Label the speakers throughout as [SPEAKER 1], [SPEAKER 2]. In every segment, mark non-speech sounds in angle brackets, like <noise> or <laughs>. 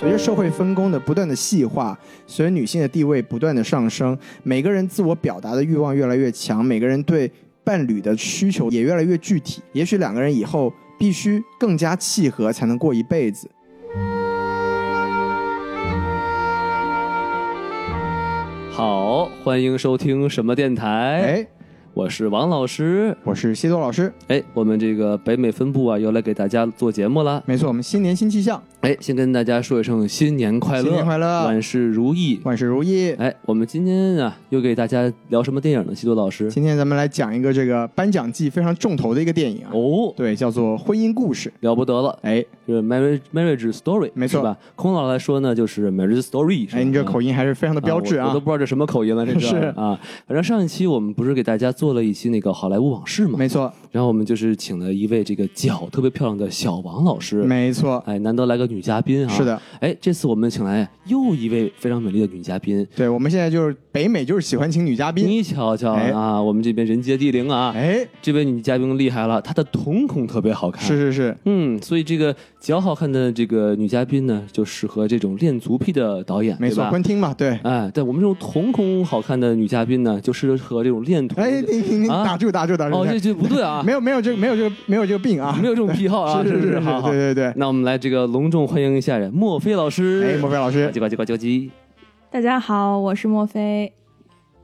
[SPEAKER 1] 随着社会分工的不断的细化，随着女性的地位不断的上升，每个人自我表达的欲望越来越强，每个人对伴侣的需求也越来越具体。也许两个人以后必须更加契合，才能过一辈子。
[SPEAKER 2] 好，欢迎收听什么电台？
[SPEAKER 1] 哎，
[SPEAKER 2] 我是王老师。
[SPEAKER 1] 我是西多老师，
[SPEAKER 2] 哎，我们这个北美分部啊，又来给大家做节目了。
[SPEAKER 1] 没错，我们新年新气象，
[SPEAKER 2] 哎，先跟大家说一声新年快乐，
[SPEAKER 1] 新年快乐
[SPEAKER 2] 万事如意。
[SPEAKER 1] 万事如意。
[SPEAKER 2] 哎，我们今天啊，又给大家聊什么电影呢？西多老师，
[SPEAKER 1] 今天咱们来讲一个这个颁奖季非常重头的一个电影啊，
[SPEAKER 2] 哦，
[SPEAKER 1] 对，叫做《婚姻故事》。
[SPEAKER 2] 了不得了，
[SPEAKER 1] 哎，
[SPEAKER 2] 就是 marriage marriage story，
[SPEAKER 1] 没错
[SPEAKER 2] 是吧？空老来说呢，就是 marriage story 是吧。
[SPEAKER 1] 哎，你这口
[SPEAKER 2] 音
[SPEAKER 1] 音还是非常的标志
[SPEAKER 2] 我，我
[SPEAKER 1] 啊
[SPEAKER 2] 都，不知道这什么口音了，这
[SPEAKER 1] 是
[SPEAKER 2] 啊。反正上一期我们不是给大家做了一期那个好莱坞往事嘛，
[SPEAKER 1] 没错，
[SPEAKER 2] 然后我们就是请了一位这个脚特别漂亮的小王老师，
[SPEAKER 1] 没错，
[SPEAKER 2] 哎，难得来个女嘉宾啊！
[SPEAKER 1] 是，的，
[SPEAKER 2] 哎，这次我们请来又一位非常美丽的女嘉宾，
[SPEAKER 1] 对，我们现在就是北美就是喜欢请女嘉宾，
[SPEAKER 2] 你瞧瞧
[SPEAKER 1] 哎
[SPEAKER 2] 啊，我们这边人杰地灵啊，
[SPEAKER 1] 哎，
[SPEAKER 2] 这位女嘉宾厉害了，她的瞳孔特别好看，
[SPEAKER 1] 是，是是，
[SPEAKER 2] 嗯，所以这个较好看的这个女嘉宾呢，就适合这种恋足癖的导演，
[SPEAKER 1] 没
[SPEAKER 2] 对
[SPEAKER 1] 错，
[SPEAKER 2] 吧
[SPEAKER 1] 昆汀嘛，对，
[SPEAKER 2] 哎，但我们这种瞳孔好看的女嘉宾呢，就适合这种恋童。
[SPEAKER 1] 哎，你你你
[SPEAKER 2] 啊
[SPEAKER 1] 打住打住打住，
[SPEAKER 2] 哦，这这不对啊，
[SPEAKER 1] 没有没有这个没有这个没有这个病啊
[SPEAKER 2] 没，有这种癖好啊，
[SPEAKER 1] 是
[SPEAKER 2] 是
[SPEAKER 1] 是是，
[SPEAKER 2] 好好
[SPEAKER 1] 对对对，
[SPEAKER 2] <laughs> 那我们来这个隆重欢迎一下莫非老师。
[SPEAKER 1] 哎，莫非老
[SPEAKER 2] 呱
[SPEAKER 1] 师
[SPEAKER 2] 唧，呱唧呱唧呱唧。
[SPEAKER 3] 大家好，我是莫非。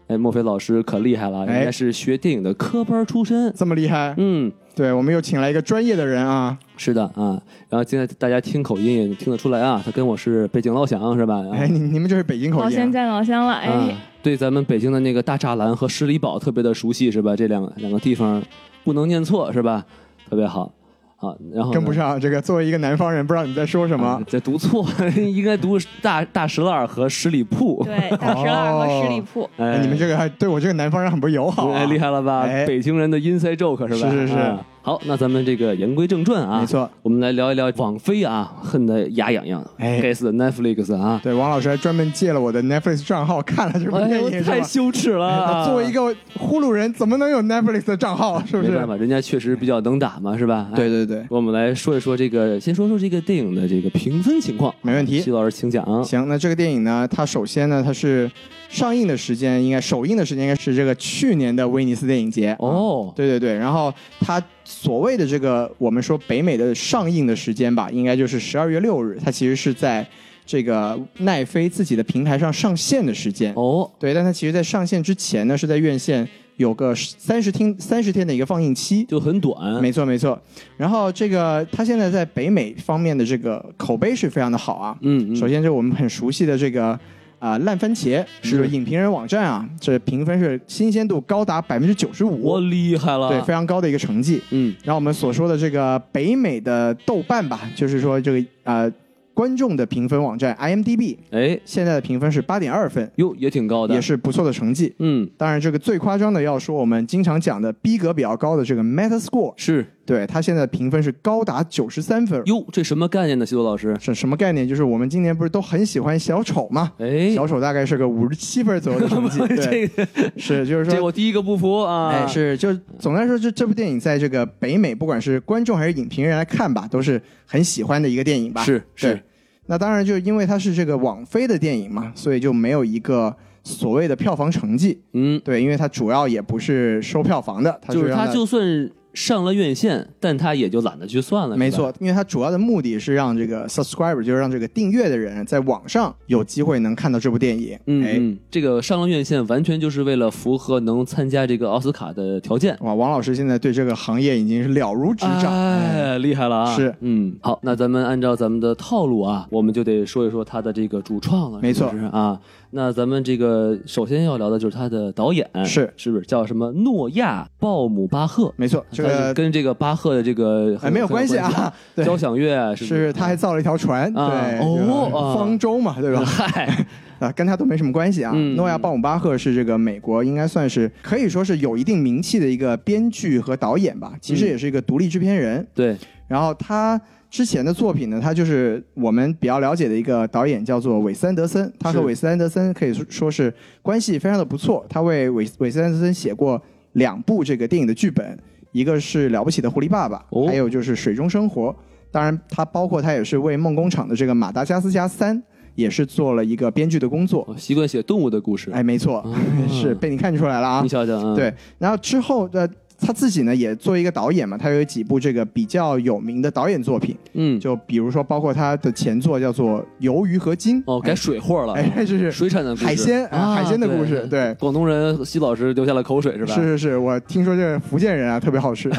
[SPEAKER 2] 哎，莫非老师可厉害了，
[SPEAKER 1] 哎
[SPEAKER 2] 人家是学电影的科班出身。
[SPEAKER 1] 这么厉害，
[SPEAKER 2] 嗯，
[SPEAKER 1] 对我们又请来一个专业的人啊，
[SPEAKER 2] 是的啊。然后现在大家听口音也听得出来啊，他跟我是北京老乡是吧？
[SPEAKER 1] 哎，你你们这是北京口
[SPEAKER 3] 老
[SPEAKER 1] 音
[SPEAKER 3] 乡
[SPEAKER 1] 啊，
[SPEAKER 3] 见老乡了，
[SPEAKER 2] 啊
[SPEAKER 3] 哎，
[SPEAKER 2] 啊，对咱们北京的那个大栅栏和十里堡特别的熟悉是吧？这两个两个地方不能念错是吧？特别好。好，然后呢
[SPEAKER 1] 跟不上这个，作为一个南方人，不知道你在说什么
[SPEAKER 2] 啊。这读错， <laughs> 应该读大大石栏和十里铺。
[SPEAKER 3] 对，大
[SPEAKER 2] 哦
[SPEAKER 3] 石栏和十里铺，
[SPEAKER 2] 哎，
[SPEAKER 1] 哎你们这个还对我这个南方人很不友好啊
[SPEAKER 2] <laughs> 哎，！厉害了吧？
[SPEAKER 1] 哎
[SPEAKER 2] 北京人的 inside joke 是吧？
[SPEAKER 1] 是是是
[SPEAKER 2] 啊好，那咱们这个言归正传啊，
[SPEAKER 1] 没错，
[SPEAKER 2] 我们来聊一聊网飞啊，恨得牙痒痒，
[SPEAKER 1] 哎
[SPEAKER 2] 该死的 Netflix 啊！
[SPEAKER 1] 对，王老师还专门借了我的 Netflix 账号看了这部
[SPEAKER 2] 哎
[SPEAKER 1] 电
[SPEAKER 2] 呦，
[SPEAKER 1] 影，
[SPEAKER 2] 太
[SPEAKER 1] 是吧
[SPEAKER 2] 羞耻了
[SPEAKER 1] 哎
[SPEAKER 2] 啊！
[SPEAKER 1] 作为一个呼噜人，怎么能有 Netflix 的账号？是不
[SPEAKER 2] 没
[SPEAKER 1] 是
[SPEAKER 2] 办？法，人家确实比较能打嘛，是吧？哎
[SPEAKER 1] 对，对对，
[SPEAKER 2] 我们来说一说这个，先说说这个电影的这个评分情况。
[SPEAKER 1] 没问题
[SPEAKER 2] 徐老师请讲。
[SPEAKER 1] 行，那这个电影呢，它首先呢，它是上映的时间应该首映的时间应该是这个去年的威尼斯电影节。
[SPEAKER 2] 哦，
[SPEAKER 1] 对对对，然后它所谓的这个我们说北美的上映的时间吧，应该就是十二月六日，它其实是在这个奈飞自己的平台上上线的时间。
[SPEAKER 2] 哦，
[SPEAKER 1] 对，但它其实在上线之前呢，是在院线有个三十天三十天的一个放映期。
[SPEAKER 2] 就嗯很短。
[SPEAKER 1] 没错没错，然后这个它现在在北美方面的这个口碑是非常的好啊。
[SPEAKER 2] 嗯，嗯
[SPEAKER 1] 首先就是我们很熟悉的这个啊、烂番茄
[SPEAKER 2] 是
[SPEAKER 1] 就是影评人网站啊，这评分是新鲜度高达百分之九十
[SPEAKER 2] 我
[SPEAKER 1] 五，
[SPEAKER 2] 厉害了。
[SPEAKER 1] 对，非常高的一个成绩。
[SPEAKER 2] 嗯，
[SPEAKER 1] 然后我们所说的这个北美的豆瓣吧，就是说这个呃观众的评分网站 IMDB
[SPEAKER 2] 哎，
[SPEAKER 1] 现在的评分是八点二分，
[SPEAKER 2] 哟，也挺高的。
[SPEAKER 1] 也，是不错的成绩。
[SPEAKER 2] 嗯，
[SPEAKER 1] 当然，这个最夸张的要说我们经常讲的逼格比较高的这个 Metascore，
[SPEAKER 2] 是。
[SPEAKER 1] 对它现在的评分是高达九十三分，
[SPEAKER 2] 哟，这什么概念呢，西多老师？
[SPEAKER 1] 是什么概念？就是我们今年不是都很喜欢小丑吗？
[SPEAKER 2] 哎，
[SPEAKER 1] 小丑大概是个五十七分左右的成绩，对，
[SPEAKER 2] <laughs> 这个
[SPEAKER 1] 是就是
[SPEAKER 2] 这
[SPEAKER 1] 说，
[SPEAKER 2] 我第一个不服啊！
[SPEAKER 1] 哎，是就是总的来说，这这部电影在这个北美，不管是观众还是影评人来看吧，都是很喜欢的一个电影吧。
[SPEAKER 2] 是
[SPEAKER 1] 对
[SPEAKER 2] 是，
[SPEAKER 1] 那当然就是因为它是这个网飞的电影嘛，所以就没有一个所谓的票房成绩。
[SPEAKER 2] 嗯，
[SPEAKER 1] 对，因为它主要也不是收票房的，它
[SPEAKER 2] 就是
[SPEAKER 1] 让
[SPEAKER 2] 他就算上了院线，但他也就懒得去算了。
[SPEAKER 1] 没
[SPEAKER 2] 是吧，
[SPEAKER 1] 错，因为它主要的目的是让这个 subscriber，就是让这个订阅的人在网上有机会能看到这部电影。
[SPEAKER 2] 嗯
[SPEAKER 1] 哎，
[SPEAKER 2] 嗯，这个上了院线完全就是为了符合能参加这个奥斯卡的条件。
[SPEAKER 1] 哇，王老师现在对这个行业已经是了如指掌。哎
[SPEAKER 2] 哎，厉害了啊！
[SPEAKER 1] 是，
[SPEAKER 2] 嗯，好，那咱们按照咱们的套路啊，我们就得说一说他的这个主创了，
[SPEAKER 1] 没错
[SPEAKER 2] 是不是啊。那咱们这个首先要聊的就是他的导演，
[SPEAKER 1] 是
[SPEAKER 2] 是不是叫什么诺亚鲍姆巴赫？
[SPEAKER 1] 没
[SPEAKER 2] <laughs>
[SPEAKER 1] 错，这
[SPEAKER 2] 他是
[SPEAKER 1] 个
[SPEAKER 2] 跟这个巴赫的这个
[SPEAKER 1] 哎
[SPEAKER 2] 很
[SPEAKER 1] 没有关系
[SPEAKER 2] 很
[SPEAKER 1] 啊， <laughs> 对，
[SPEAKER 2] 交响乐是不
[SPEAKER 1] 是他还造了一条船，
[SPEAKER 2] 啊
[SPEAKER 1] 对，
[SPEAKER 2] 哦
[SPEAKER 1] 就是
[SPEAKER 2] 啊
[SPEAKER 1] 方舟嘛，对吧？
[SPEAKER 2] <laughs> 嗨，
[SPEAKER 1] 啊，跟他都没什么关系啊。
[SPEAKER 2] 嗯
[SPEAKER 1] 诺亚鲍姆巴赫是这个美国应该算是可以说是有一定名气的一个编剧和导演吧，其实
[SPEAKER 2] 嗯
[SPEAKER 1] 也是一个独立制片人。
[SPEAKER 2] 对，
[SPEAKER 1] 然后他之前的作品呢，他就是我们比较了解的一个导演，叫做韦斯安德森。他和
[SPEAKER 2] 是
[SPEAKER 1] 韦斯安德森可以说说是关系非常的不错。他为韦韦斯安德森写过两部这个电影的剧本，一个是《了不起的狐狸爸爸》，
[SPEAKER 2] 哦
[SPEAKER 1] 还有就是《水中生活》。当然，他包括他也是为梦工厂的这个《马达加斯加三》也是做了一个编剧的工作。
[SPEAKER 2] 我习惯写动物的故事。
[SPEAKER 1] 哎，没错，
[SPEAKER 2] 哦啊
[SPEAKER 1] 是被你看出来了啊
[SPEAKER 2] 你。瞧瞧啊，
[SPEAKER 1] 对，然后之后呃，他自己呢也作为一个导演嘛，他有几部这个比较有名的导演作品，
[SPEAKER 2] 嗯，
[SPEAKER 1] 就比如说包括他的前作叫做《鱿鱼和鲸》，
[SPEAKER 2] 哦，改水货了，
[SPEAKER 1] 哎，是是
[SPEAKER 2] 水产的故事
[SPEAKER 1] 海鲜啊
[SPEAKER 2] 啊
[SPEAKER 1] 海鲜的故事，
[SPEAKER 2] 对
[SPEAKER 1] 对。
[SPEAKER 2] 广东人西老师流下了口水是吧？
[SPEAKER 1] 是是是，我听说这个福建人啊特别好
[SPEAKER 2] <laughs>
[SPEAKER 1] 吃，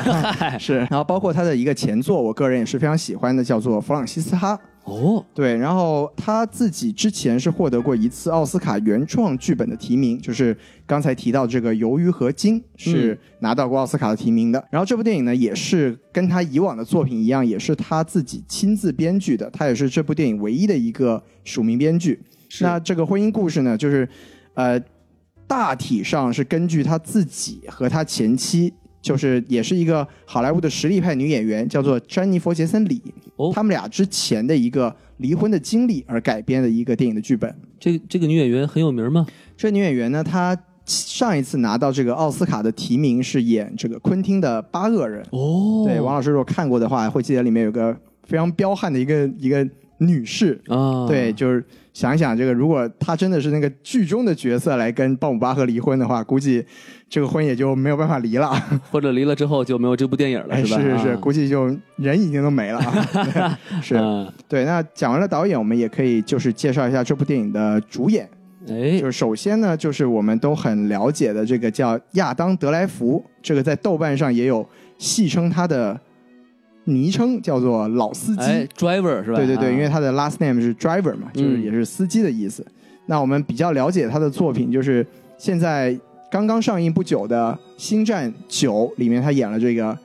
[SPEAKER 1] 是。然后包括他的一个前作，我个人也是非常喜欢的，叫做《弗朗西斯哈》。
[SPEAKER 2] 哦，
[SPEAKER 1] 对，然后他自己之前是获得过一次奥斯卡原创剧本的提名，就是刚才提到这个《鱿鱼和鲸》是拿到过奥斯卡的提名的。然后这部电影呢，也是跟他以往的作品一样，也是他自己亲自编剧的，他也是这部电影唯一的一个署名编剧。
[SPEAKER 2] 是
[SPEAKER 1] 那这个婚姻故事呢，就是呃，大体上是根据他自己和他前妻。就是也是一个好莱坞的实力派女演员，叫做詹妮佛·杰森·里。
[SPEAKER 2] 哦
[SPEAKER 1] 他们俩之前的一个离婚的经历而改编的一个电影的剧本。
[SPEAKER 2] 这这个女演员很有名吗？
[SPEAKER 1] 这女演员呢，她上一次拿到这个奥斯卡的提名是演这个昆汀的《八恶人》。
[SPEAKER 2] 哦，
[SPEAKER 1] 对，王老师如果看过的话，会记得里面有个非常彪悍的一个一个女士。
[SPEAKER 2] 啊，
[SPEAKER 1] 对，，就是想一想，这个如果她真的是那个剧中的角色来跟鲍姆巴赫离婚的话，估计这个婚也就没有办法离
[SPEAKER 2] <laughs>
[SPEAKER 1] 了。
[SPEAKER 2] 或者离了之后就没有这部电影了，
[SPEAKER 1] 哎，是
[SPEAKER 2] 吧？
[SPEAKER 1] 是是，
[SPEAKER 2] 啊
[SPEAKER 1] 估计就人已经都
[SPEAKER 2] <laughs>
[SPEAKER 1] 没了啊。对是，
[SPEAKER 2] 啊
[SPEAKER 1] 对，那讲完了导演，我们也可以就是介绍一下这部电影的主演。
[SPEAKER 2] 哎
[SPEAKER 1] 就，是首先呢，就是我们都很了解的这个叫亚当·德莱福，这个在豆瓣上也有戏称他的昵称叫做“老司机”
[SPEAKER 2] 哎，Driver 是吧？
[SPEAKER 1] 对对
[SPEAKER 2] 啊
[SPEAKER 1] 对，因为他的 last name 是 driver 嘛，就是
[SPEAKER 2] 嗯
[SPEAKER 1] 也是司机的意思。那我们比较了解他的作品，就是现在刚刚上映不久的《星战九》里面，他演了这个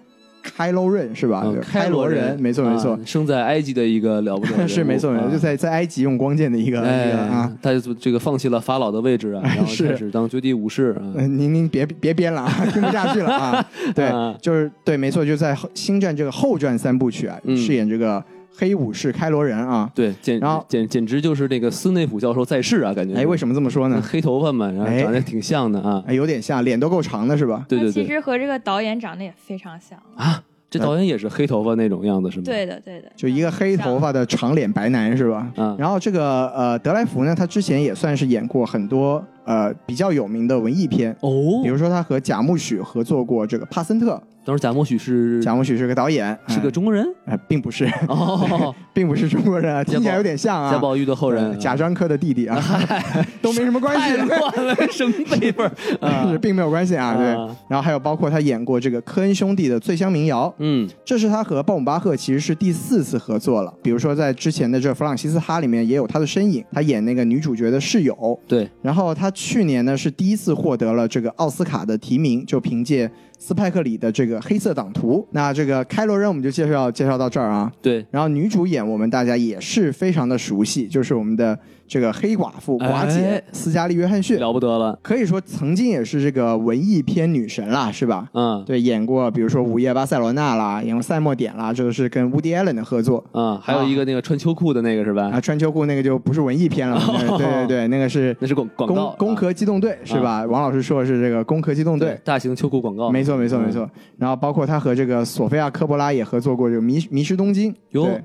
[SPEAKER 1] 开罗人是吧？
[SPEAKER 2] 嗯
[SPEAKER 1] 对
[SPEAKER 2] 开
[SPEAKER 1] 罗
[SPEAKER 2] 罗
[SPEAKER 1] 人，没错没错
[SPEAKER 2] 啊，生在埃及的一个了不得的人
[SPEAKER 1] <laughs>
[SPEAKER 2] 物，
[SPEAKER 1] 是没错没错，
[SPEAKER 2] 啊
[SPEAKER 1] 就在在埃及用光剑的一个一个啊哎
[SPEAKER 2] 哎。，他就这个放弃了法老的位置啊，然后
[SPEAKER 1] 是
[SPEAKER 2] 开始当绝地武士啊，
[SPEAKER 1] 嗯，您您别别编了啊，听不下去了
[SPEAKER 2] <laughs>
[SPEAKER 1] 啊。对，
[SPEAKER 2] 啊
[SPEAKER 1] 就是对，没错，就在后《星战》这个后传三部曲啊，
[SPEAKER 2] 嗯
[SPEAKER 1] 饰演这个黑武士开罗人啊。
[SPEAKER 2] 对，简
[SPEAKER 1] 然后
[SPEAKER 2] 简简直就是那个斯内普教授在世啊，感觉
[SPEAKER 1] 哎，为什么这么说呢？
[SPEAKER 2] 黑头发嘛，然
[SPEAKER 1] 哎
[SPEAKER 2] 后长得挺像的啊，
[SPEAKER 3] <laughs>
[SPEAKER 1] 哎，有点像，脸都够长的是吧？
[SPEAKER 2] 对
[SPEAKER 3] 他
[SPEAKER 2] 对
[SPEAKER 3] 其
[SPEAKER 2] 对
[SPEAKER 3] 实和这个导演长得也非常像。
[SPEAKER 2] 啊，这导演也是黑头发那种样子是吗？
[SPEAKER 3] 对的，对的，
[SPEAKER 1] 就一个黑头发的长脸白男是吧？
[SPEAKER 2] 啊，
[SPEAKER 1] 然后这个呃，德莱福呢，他之前也算是演过很多呃比较有名的文艺片，
[SPEAKER 2] 哦
[SPEAKER 1] 比，如说他和贾木许合作过这个《帕森特
[SPEAKER 2] 当时贾默许是》，
[SPEAKER 1] 贾木许是个导演，
[SPEAKER 2] 是个
[SPEAKER 1] 哎
[SPEAKER 2] 中国人
[SPEAKER 1] 哎并不是， <laughs>
[SPEAKER 2] 哦，
[SPEAKER 1] 并不是中国人啊，听起来有点像啊，
[SPEAKER 2] 贾宝玉的后人，嗯
[SPEAKER 1] 贾樟柯的弟弟啊， <laughs> 都没什么关
[SPEAKER 2] <laughs> 太
[SPEAKER 1] 系，
[SPEAKER 2] 乱了，什么辈分儿
[SPEAKER 1] <laughs>
[SPEAKER 2] 啊
[SPEAKER 1] 是？并没有关系啊。对，
[SPEAKER 2] 啊
[SPEAKER 1] 然后还有包括他演过这个科恩兄弟的《醉乡民谣》，
[SPEAKER 2] 嗯，
[SPEAKER 1] 这是他和鲍姆巴赫其实是第四次合作了。比如说在之前的这《弗朗西斯哈》里面也有他的身影，他演那个女主角的室友。
[SPEAKER 2] 对，
[SPEAKER 1] 然后他去年呢是第一次获得了这个奥斯卡的提名，就凭借斯派克里的这个《黑色党徒》。那这个开罗人我们就介绍介绍到这儿啊。
[SPEAKER 2] 对，
[SPEAKER 1] 然后女主演我们大家也是非常的熟悉，就是我们的这个黑寡妇寡姐
[SPEAKER 2] 哎
[SPEAKER 1] 斯嘉丽·约翰逊，
[SPEAKER 2] 了不得了，
[SPEAKER 1] 可以说曾经也是这个文艺片女神啦，是吧？
[SPEAKER 2] 嗯
[SPEAKER 1] 对，演过比如说《午夜巴塞罗那》啦，演过《赛末点》啦，这个是跟 Woody Allen 的合作。
[SPEAKER 2] 嗯，还有一个那个穿秋裤的那个是吧
[SPEAKER 1] 啊，？穿秋裤那个就不是文艺片了，那
[SPEAKER 2] <laughs>
[SPEAKER 1] 个对对对，那个是
[SPEAKER 2] 那是广广告
[SPEAKER 1] 攻，攻壳机动队是吧？王老师说的是这个攻壳机动
[SPEAKER 2] 啊
[SPEAKER 1] 队，
[SPEAKER 2] 大型秋裤广告，
[SPEAKER 1] 没错没错
[SPEAKER 2] 嗯
[SPEAKER 1] 没错。然后包括他和这个索菲亚科波拉也合作过这个《迷迷失东京》，
[SPEAKER 2] 哟
[SPEAKER 1] 对，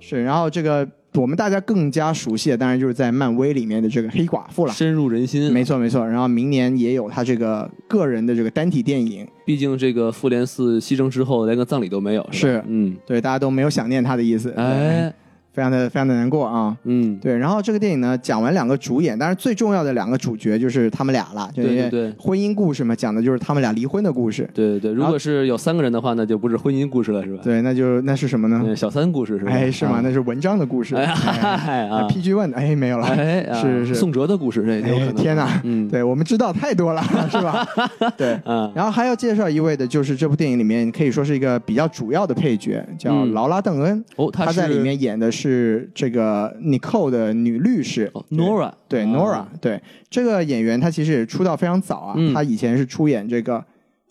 [SPEAKER 1] 是。然后这个我们大家更加熟悉的，当然就是在漫威里面的这个黑寡妇了。
[SPEAKER 2] 深入人心，
[SPEAKER 1] 没错没错，然后明年也有他这个个人的这个单体电影，
[SPEAKER 2] 毕竟这个复联四牺牲之后，连个葬礼都没有，是吧
[SPEAKER 1] 是
[SPEAKER 2] 嗯，
[SPEAKER 1] 对大家都没有想念他的意思，对，
[SPEAKER 2] 哎，
[SPEAKER 1] 非常的非常的难过啊。
[SPEAKER 2] 嗯，
[SPEAKER 1] 对，然后这个电影呢，讲完两个主演，当然最重要的两个主角就是他们俩了，就
[SPEAKER 2] 对
[SPEAKER 1] 因为
[SPEAKER 2] 对对
[SPEAKER 1] 婚姻故事嘛，讲的就是他们俩离婚的故事。
[SPEAKER 2] 对对对，如
[SPEAKER 1] 然后
[SPEAKER 2] 果是有三个人的话，那就不是婚姻故事了，是吧？
[SPEAKER 1] 对，那就那是什么呢？
[SPEAKER 2] 嗯，小三故事是吧？
[SPEAKER 1] 哎，是吗？
[SPEAKER 2] 啊
[SPEAKER 1] 那是文章的故事。
[SPEAKER 2] <laughs> 哎
[SPEAKER 1] 哎
[SPEAKER 2] 嗨啊，
[SPEAKER 1] PG One 的哎没有了。
[SPEAKER 2] 哎，啊
[SPEAKER 1] <laughs> 是是
[SPEAKER 2] 宋哲的故事，这有可
[SPEAKER 1] 哎
[SPEAKER 2] 能。
[SPEAKER 1] 天
[SPEAKER 2] <laughs>
[SPEAKER 1] 哪！
[SPEAKER 2] 嗯，
[SPEAKER 1] 对我们知道太多了，是吧？
[SPEAKER 2] <laughs>
[SPEAKER 1] 对。
[SPEAKER 2] 啊，
[SPEAKER 1] 然后还要介绍一位的，就是这部电影里面可以说是一个比较主要的配角，叫
[SPEAKER 2] 嗯
[SPEAKER 1] 劳拉·邓恩。
[SPEAKER 2] 哦，
[SPEAKER 1] 她
[SPEAKER 2] 是
[SPEAKER 1] 在里面演的是这个 Nicole 的女律师
[SPEAKER 2] 哦 Nora，
[SPEAKER 1] 对
[SPEAKER 2] 啊
[SPEAKER 1] Nora，对这个演员，她其实也出道非常早啊，
[SPEAKER 2] 嗯
[SPEAKER 1] 她以前是出演这个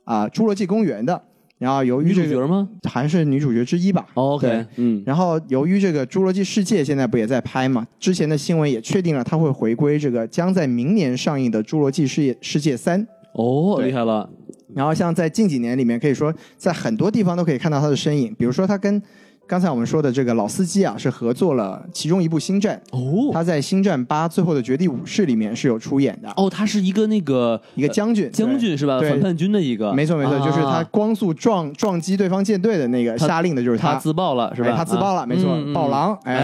[SPEAKER 1] 啊、侏罗纪公园》的，然后由于
[SPEAKER 2] 女主
[SPEAKER 1] 这个
[SPEAKER 2] 角吗
[SPEAKER 1] 还是女主角之一吧。
[SPEAKER 2] 哦
[SPEAKER 1] 对
[SPEAKER 2] ？OK，嗯，
[SPEAKER 1] 然后由于这个《侏罗纪世界》现在不也在拍嘛，之前的新闻也确定了她会回归这个将在明年上映的《侏罗纪世界世界三》。
[SPEAKER 2] 哦，
[SPEAKER 1] 对
[SPEAKER 2] 厉害了，
[SPEAKER 1] 然后像在近几年里面，可以说在很多地方都可以看到她的身影，比如说她跟。刚才我们说的这个老司机啊，是合作了其中一部《星战》，
[SPEAKER 2] 哦
[SPEAKER 1] 他在《星战八：最后的绝地武士》里面是有出演的，
[SPEAKER 2] 哦，他是一个那个
[SPEAKER 1] 一个将军，
[SPEAKER 2] 呃将军是吧？
[SPEAKER 1] 对
[SPEAKER 2] 反叛军的一个，
[SPEAKER 1] 对。没错没错，
[SPEAKER 2] 啊
[SPEAKER 1] 就是他光速撞撞击对方舰队的那个
[SPEAKER 2] 他
[SPEAKER 1] 下令的就是
[SPEAKER 2] 他自爆了是吧？
[SPEAKER 1] 哎他自爆了
[SPEAKER 2] 啊
[SPEAKER 1] 没错
[SPEAKER 2] 嗯嗯
[SPEAKER 1] 暴狼哎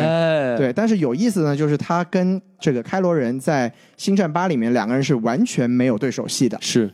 [SPEAKER 2] 哎，
[SPEAKER 1] 对，但是有意思呢，就是他跟这个开罗人在《星战八》里面两个人是完全没有对手戏的。
[SPEAKER 2] 是，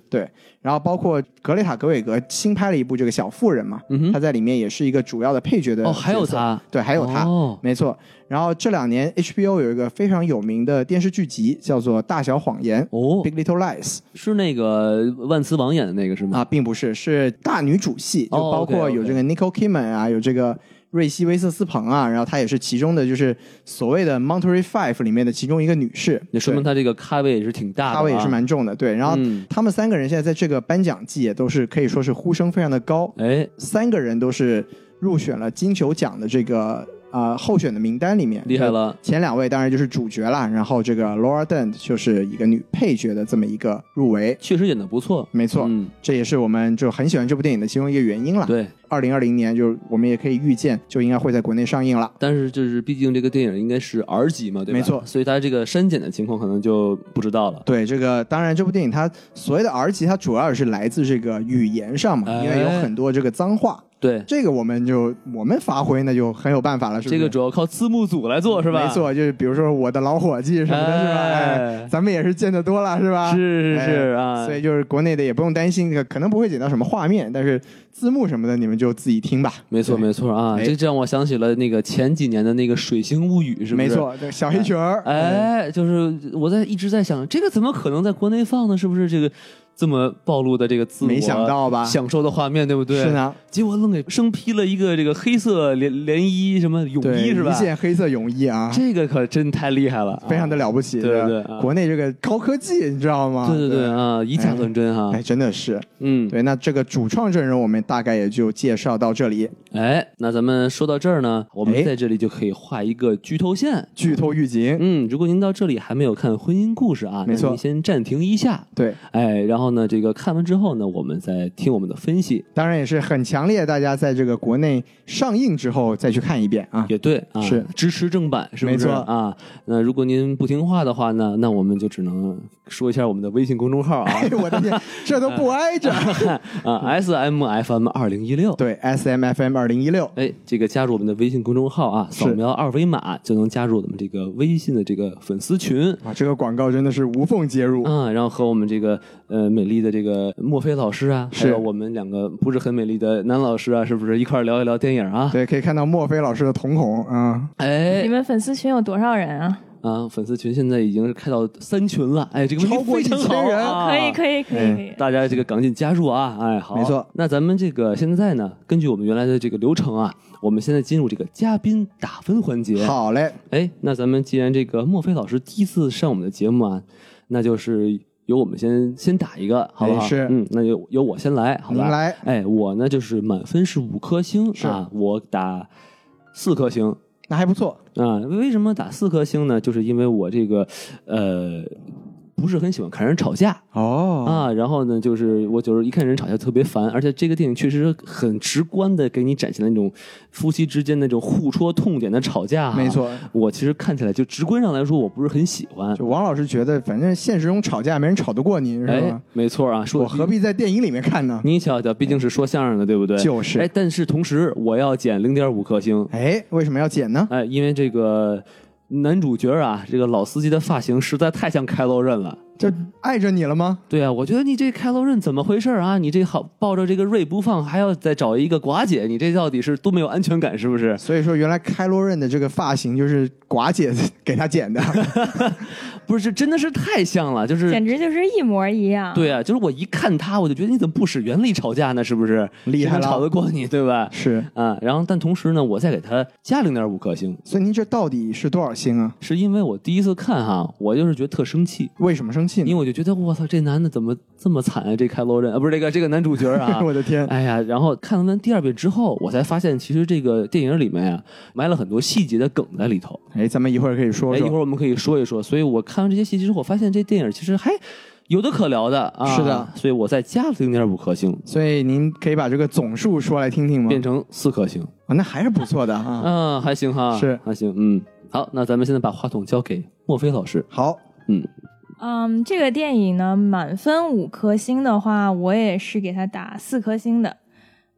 [SPEAKER 1] 然后包括格雷塔·格韦格新拍了一部这个《小妇人》嘛，
[SPEAKER 2] 嗯哼
[SPEAKER 1] 他在里面也是一个主要的配角的
[SPEAKER 2] 哦，还有
[SPEAKER 1] 角色，
[SPEAKER 2] 他，
[SPEAKER 1] 对，还有他，
[SPEAKER 2] 哦
[SPEAKER 1] 没错。然后这两年 HBO 有一个非常有名的电视剧集叫做《大小谎言》
[SPEAKER 2] 哦
[SPEAKER 1] （Big，Little Lies）
[SPEAKER 2] 是那个万磁王演的那个是吗？
[SPEAKER 1] 啊，并不是，是大女主戏，就
[SPEAKER 2] 哦
[SPEAKER 1] 包括
[SPEAKER 2] ，OK，OK
[SPEAKER 1] 有这个 Nicole Kidman 啊，有这个瑞希·威瑟斯彭啊，然后她也是其中的就是所谓的 Monterey Five 里面的其中一个女士，
[SPEAKER 2] 那说明
[SPEAKER 1] 对
[SPEAKER 2] 他这个咖位也是挺大的啊，
[SPEAKER 1] 咖位也是蛮重的，对。然后
[SPEAKER 2] 嗯
[SPEAKER 1] 他们三个人现在在这个颁奖季也都是可以说是呼声非常的高，
[SPEAKER 2] 哎，
[SPEAKER 1] 三个人都是入选了金球奖的这个呃候选的名单里面，
[SPEAKER 2] 厉害。了，
[SPEAKER 1] 前两位当然就是主角啦，然后这个 Laura Dent 就是一个女配角的这么一个入围，
[SPEAKER 2] 确实演的不错，
[SPEAKER 1] 没错，啊
[SPEAKER 2] 嗯，
[SPEAKER 1] 这也是我们就很喜欢这部电影的其中一个原因啦。
[SPEAKER 2] 对。
[SPEAKER 1] 二零二零年就是我们也可以预见，就应该会在国内上映了。
[SPEAKER 2] 但是就是毕竟这个电影应该是 R 级嘛，对吧？
[SPEAKER 1] 没错
[SPEAKER 2] 所以它这个删减的情况可能就不知道了。
[SPEAKER 1] 对这个，当然这部电影它所谓的 R 级，它主要也是来自这个语言上嘛，
[SPEAKER 2] 哎
[SPEAKER 1] 因为有很多这个脏话，
[SPEAKER 2] 对，
[SPEAKER 1] 这个我们就我们发挥那就很有办法了，是不
[SPEAKER 2] 这
[SPEAKER 1] 是？
[SPEAKER 2] 个主要靠字幕组来做是吧？
[SPEAKER 1] 没，错，就是比如说我的老伙计什么的，是吧？
[SPEAKER 2] 哎
[SPEAKER 1] 哎，咱们也是见得多了，是吧？
[SPEAKER 2] 是是是
[SPEAKER 1] 哎
[SPEAKER 2] 啊
[SPEAKER 1] 所以就是国内的也不用担心，这个可能不会剪到什么画面，但是字幕什么的你们就自己听吧。
[SPEAKER 2] 没错
[SPEAKER 1] 对
[SPEAKER 2] 没错啊！
[SPEAKER 1] 哎
[SPEAKER 2] 这这让我想起了那个前几年的那个《水星物语》，是不是？
[SPEAKER 1] 没。错，对小黑裙儿，嗯，
[SPEAKER 2] 哎，就是我在一直在想，这个怎么可能在国内放呢？是不是这个这么暴露的这个自我
[SPEAKER 1] 没想到吧？
[SPEAKER 2] 享受的画面，对不对？
[SPEAKER 1] 是。啊呢，
[SPEAKER 2] 结果愣给生披了一个这个黑色连连衣什么泳
[SPEAKER 1] 对，
[SPEAKER 2] 衣是吧
[SPEAKER 1] 一？件黑色泳衣啊，
[SPEAKER 2] 这个可真太厉害了，
[SPEAKER 1] 非常的
[SPEAKER 2] 啊
[SPEAKER 1] 了不起。
[SPEAKER 2] 对对
[SPEAKER 1] 吧
[SPEAKER 2] 对啊
[SPEAKER 1] 国内这个高科技，你知道吗？
[SPEAKER 2] 对对对。啊，以假乱真哈。
[SPEAKER 1] 哎，真的是，
[SPEAKER 2] 嗯，
[SPEAKER 1] 对，那这个主创阵容我们大概也就介绍到这里，
[SPEAKER 2] 哎，那咱们说到这儿呢，我
[SPEAKER 1] 哎
[SPEAKER 2] 们在这里就可以画一个剧透线。
[SPEAKER 1] 剧透预警，
[SPEAKER 2] 嗯，如果您到这里还没有看《婚姻故事》啊，
[SPEAKER 1] 没错
[SPEAKER 2] 那您先暂停一下。
[SPEAKER 1] 对，
[SPEAKER 2] 哎，然后呢，这个看完之后呢，我们再听我们的分析。
[SPEAKER 1] 当然也是很强烈，大家在这个国内上映之后再去看一遍啊。 <laughs>
[SPEAKER 2] 也对啊，
[SPEAKER 1] 是
[SPEAKER 2] 支持正版，是不
[SPEAKER 1] 没
[SPEAKER 2] 是
[SPEAKER 1] 错
[SPEAKER 2] 啊？那如果您不听话的话呢，那我们就只能说一下我们的微信公众号啊
[SPEAKER 1] 哎呦我的天，这都不挨着。
[SPEAKER 2] 啊，S M F M 二零一六。
[SPEAKER 1] <laughs> 对，S M F M 二零一六，
[SPEAKER 2] 哎，这个加入我们的微信公众号啊，扫描二维码就能加入我们这个微信的这个粉丝群。
[SPEAKER 1] 哇，这个广告真的是无缝接入。
[SPEAKER 2] 啊，然后和我们这个呃美丽的这个莫非老师啊，
[SPEAKER 1] 是
[SPEAKER 2] 还有我们两个不是很美丽的男老师啊，是不是一块儿聊一聊电影啊？
[SPEAKER 1] 对，可以看到墨菲老师的瞳孔啊、
[SPEAKER 3] 你
[SPEAKER 2] 哎
[SPEAKER 3] 们粉丝群有多少人啊？
[SPEAKER 2] 啊，粉丝群现在已经是开到三群了，哎，这个问题
[SPEAKER 1] 超过
[SPEAKER 2] 非常
[SPEAKER 1] 1000
[SPEAKER 2] 好
[SPEAKER 1] 人
[SPEAKER 2] 啊
[SPEAKER 3] 可以，可以，可以，可以。
[SPEAKER 2] 大家这个赶紧加入啊！哎，好，
[SPEAKER 1] 没错。
[SPEAKER 2] 那咱们这个现在呢，根据我们原来的这个流程啊，我们现在进入这个嘉宾打分环节。，
[SPEAKER 1] 好嘞，
[SPEAKER 2] 哎，那咱们既然这个莫非老师第一次上我们的节目啊，那就是由我们先先打一个，好不好？
[SPEAKER 1] 哎是
[SPEAKER 2] 嗯，那就由我先来，好
[SPEAKER 1] 您
[SPEAKER 2] 吧？
[SPEAKER 1] 来，
[SPEAKER 2] 哎，我呢就是满分是五颗星
[SPEAKER 1] 是
[SPEAKER 2] 啊，我打四颗星
[SPEAKER 1] 那还不错。
[SPEAKER 2] 啊。为什么打四颗星呢？就是因为我这个呃不是很喜欢看人吵架
[SPEAKER 1] 哦，
[SPEAKER 2] 啊。然后呢，就是我就是一看人吵架特别烦，而且这个电影确实很直观的给你展现了那种夫妻之间那种互戳痛点的吵架、啊
[SPEAKER 1] 没。
[SPEAKER 2] <laughs>
[SPEAKER 1] 错。啊
[SPEAKER 2] 我其实看起来就直观上来说，我不是很喜欢。
[SPEAKER 1] 就王老师觉得，反正现实中吵架没人吵得过您，是
[SPEAKER 2] 哎
[SPEAKER 1] 吧？，
[SPEAKER 2] 没错啊，说
[SPEAKER 1] 我何必在电影里面看呢？
[SPEAKER 2] 你瞧瞧，毕竟是说相声的，对不对？
[SPEAKER 1] 就是
[SPEAKER 2] 哎，但是同时我要减零点五颗星，
[SPEAKER 1] 哎，为什么要剪呢？
[SPEAKER 2] 哎，因为这个男主角啊，这个老司机的发型实在太像开罗刃了。
[SPEAKER 1] 这碍着你了吗？
[SPEAKER 2] 对啊，我觉得你这开罗刃怎么回事啊？你这好抱着这个瑞不放，还要再找一个寡姐，你这到底是多没有安全感，是不是？
[SPEAKER 1] 所以说，原来开罗刃的这个发型就是寡姐给他剪的。
[SPEAKER 2] <laughs> 不是，这真的是太像了，就是
[SPEAKER 3] 简直就是一模一样。
[SPEAKER 2] 对啊，就是我一看他，我就觉得你怎么不使原理吵架呢？是不是？
[SPEAKER 1] 厉害了
[SPEAKER 2] 谁能吵得过 <laughs> 你，对吧？
[SPEAKER 1] 是，
[SPEAKER 2] 啊，然后但同时呢，我再给他加零点五颗星，
[SPEAKER 1] 所以您这到底是多少星啊？
[SPEAKER 2] 是因为我第一次看哈、我就是觉得特生气，
[SPEAKER 1] 为什么生气
[SPEAKER 2] 因为
[SPEAKER 1] 呢？
[SPEAKER 2] 我就觉得我操，这男的怎么这么惨啊？这开罗人啊，不是这个这个男主角啊。
[SPEAKER 1] <laughs> 我的天，
[SPEAKER 2] 哎呀，然后看完第二遍之后，我才发现其实这个电影里面啊，埋了很多细节的梗在里头。
[SPEAKER 1] 哎，咱们一会儿可以说
[SPEAKER 2] 哎，一会
[SPEAKER 1] 说。
[SPEAKER 2] 儿我们可以说一说。所以我看完这些细节之后，我发现这电影其实还有的可聊的啊。
[SPEAKER 1] 是的，
[SPEAKER 2] 所以我再加了零点五颗星，
[SPEAKER 1] 所以您可以把这个总数说来听听吗？
[SPEAKER 2] 变成四颗星。
[SPEAKER 1] 啊，那还是不错的啊。
[SPEAKER 2] 嗯，还行哈，
[SPEAKER 1] 是
[SPEAKER 2] 还行，嗯。好，那咱们现在把话筒交给莫非老师。
[SPEAKER 1] 好，
[SPEAKER 2] 嗯，
[SPEAKER 3] 嗯，这个电影呢，满分五颗星的话，我也是给它打四颗星的。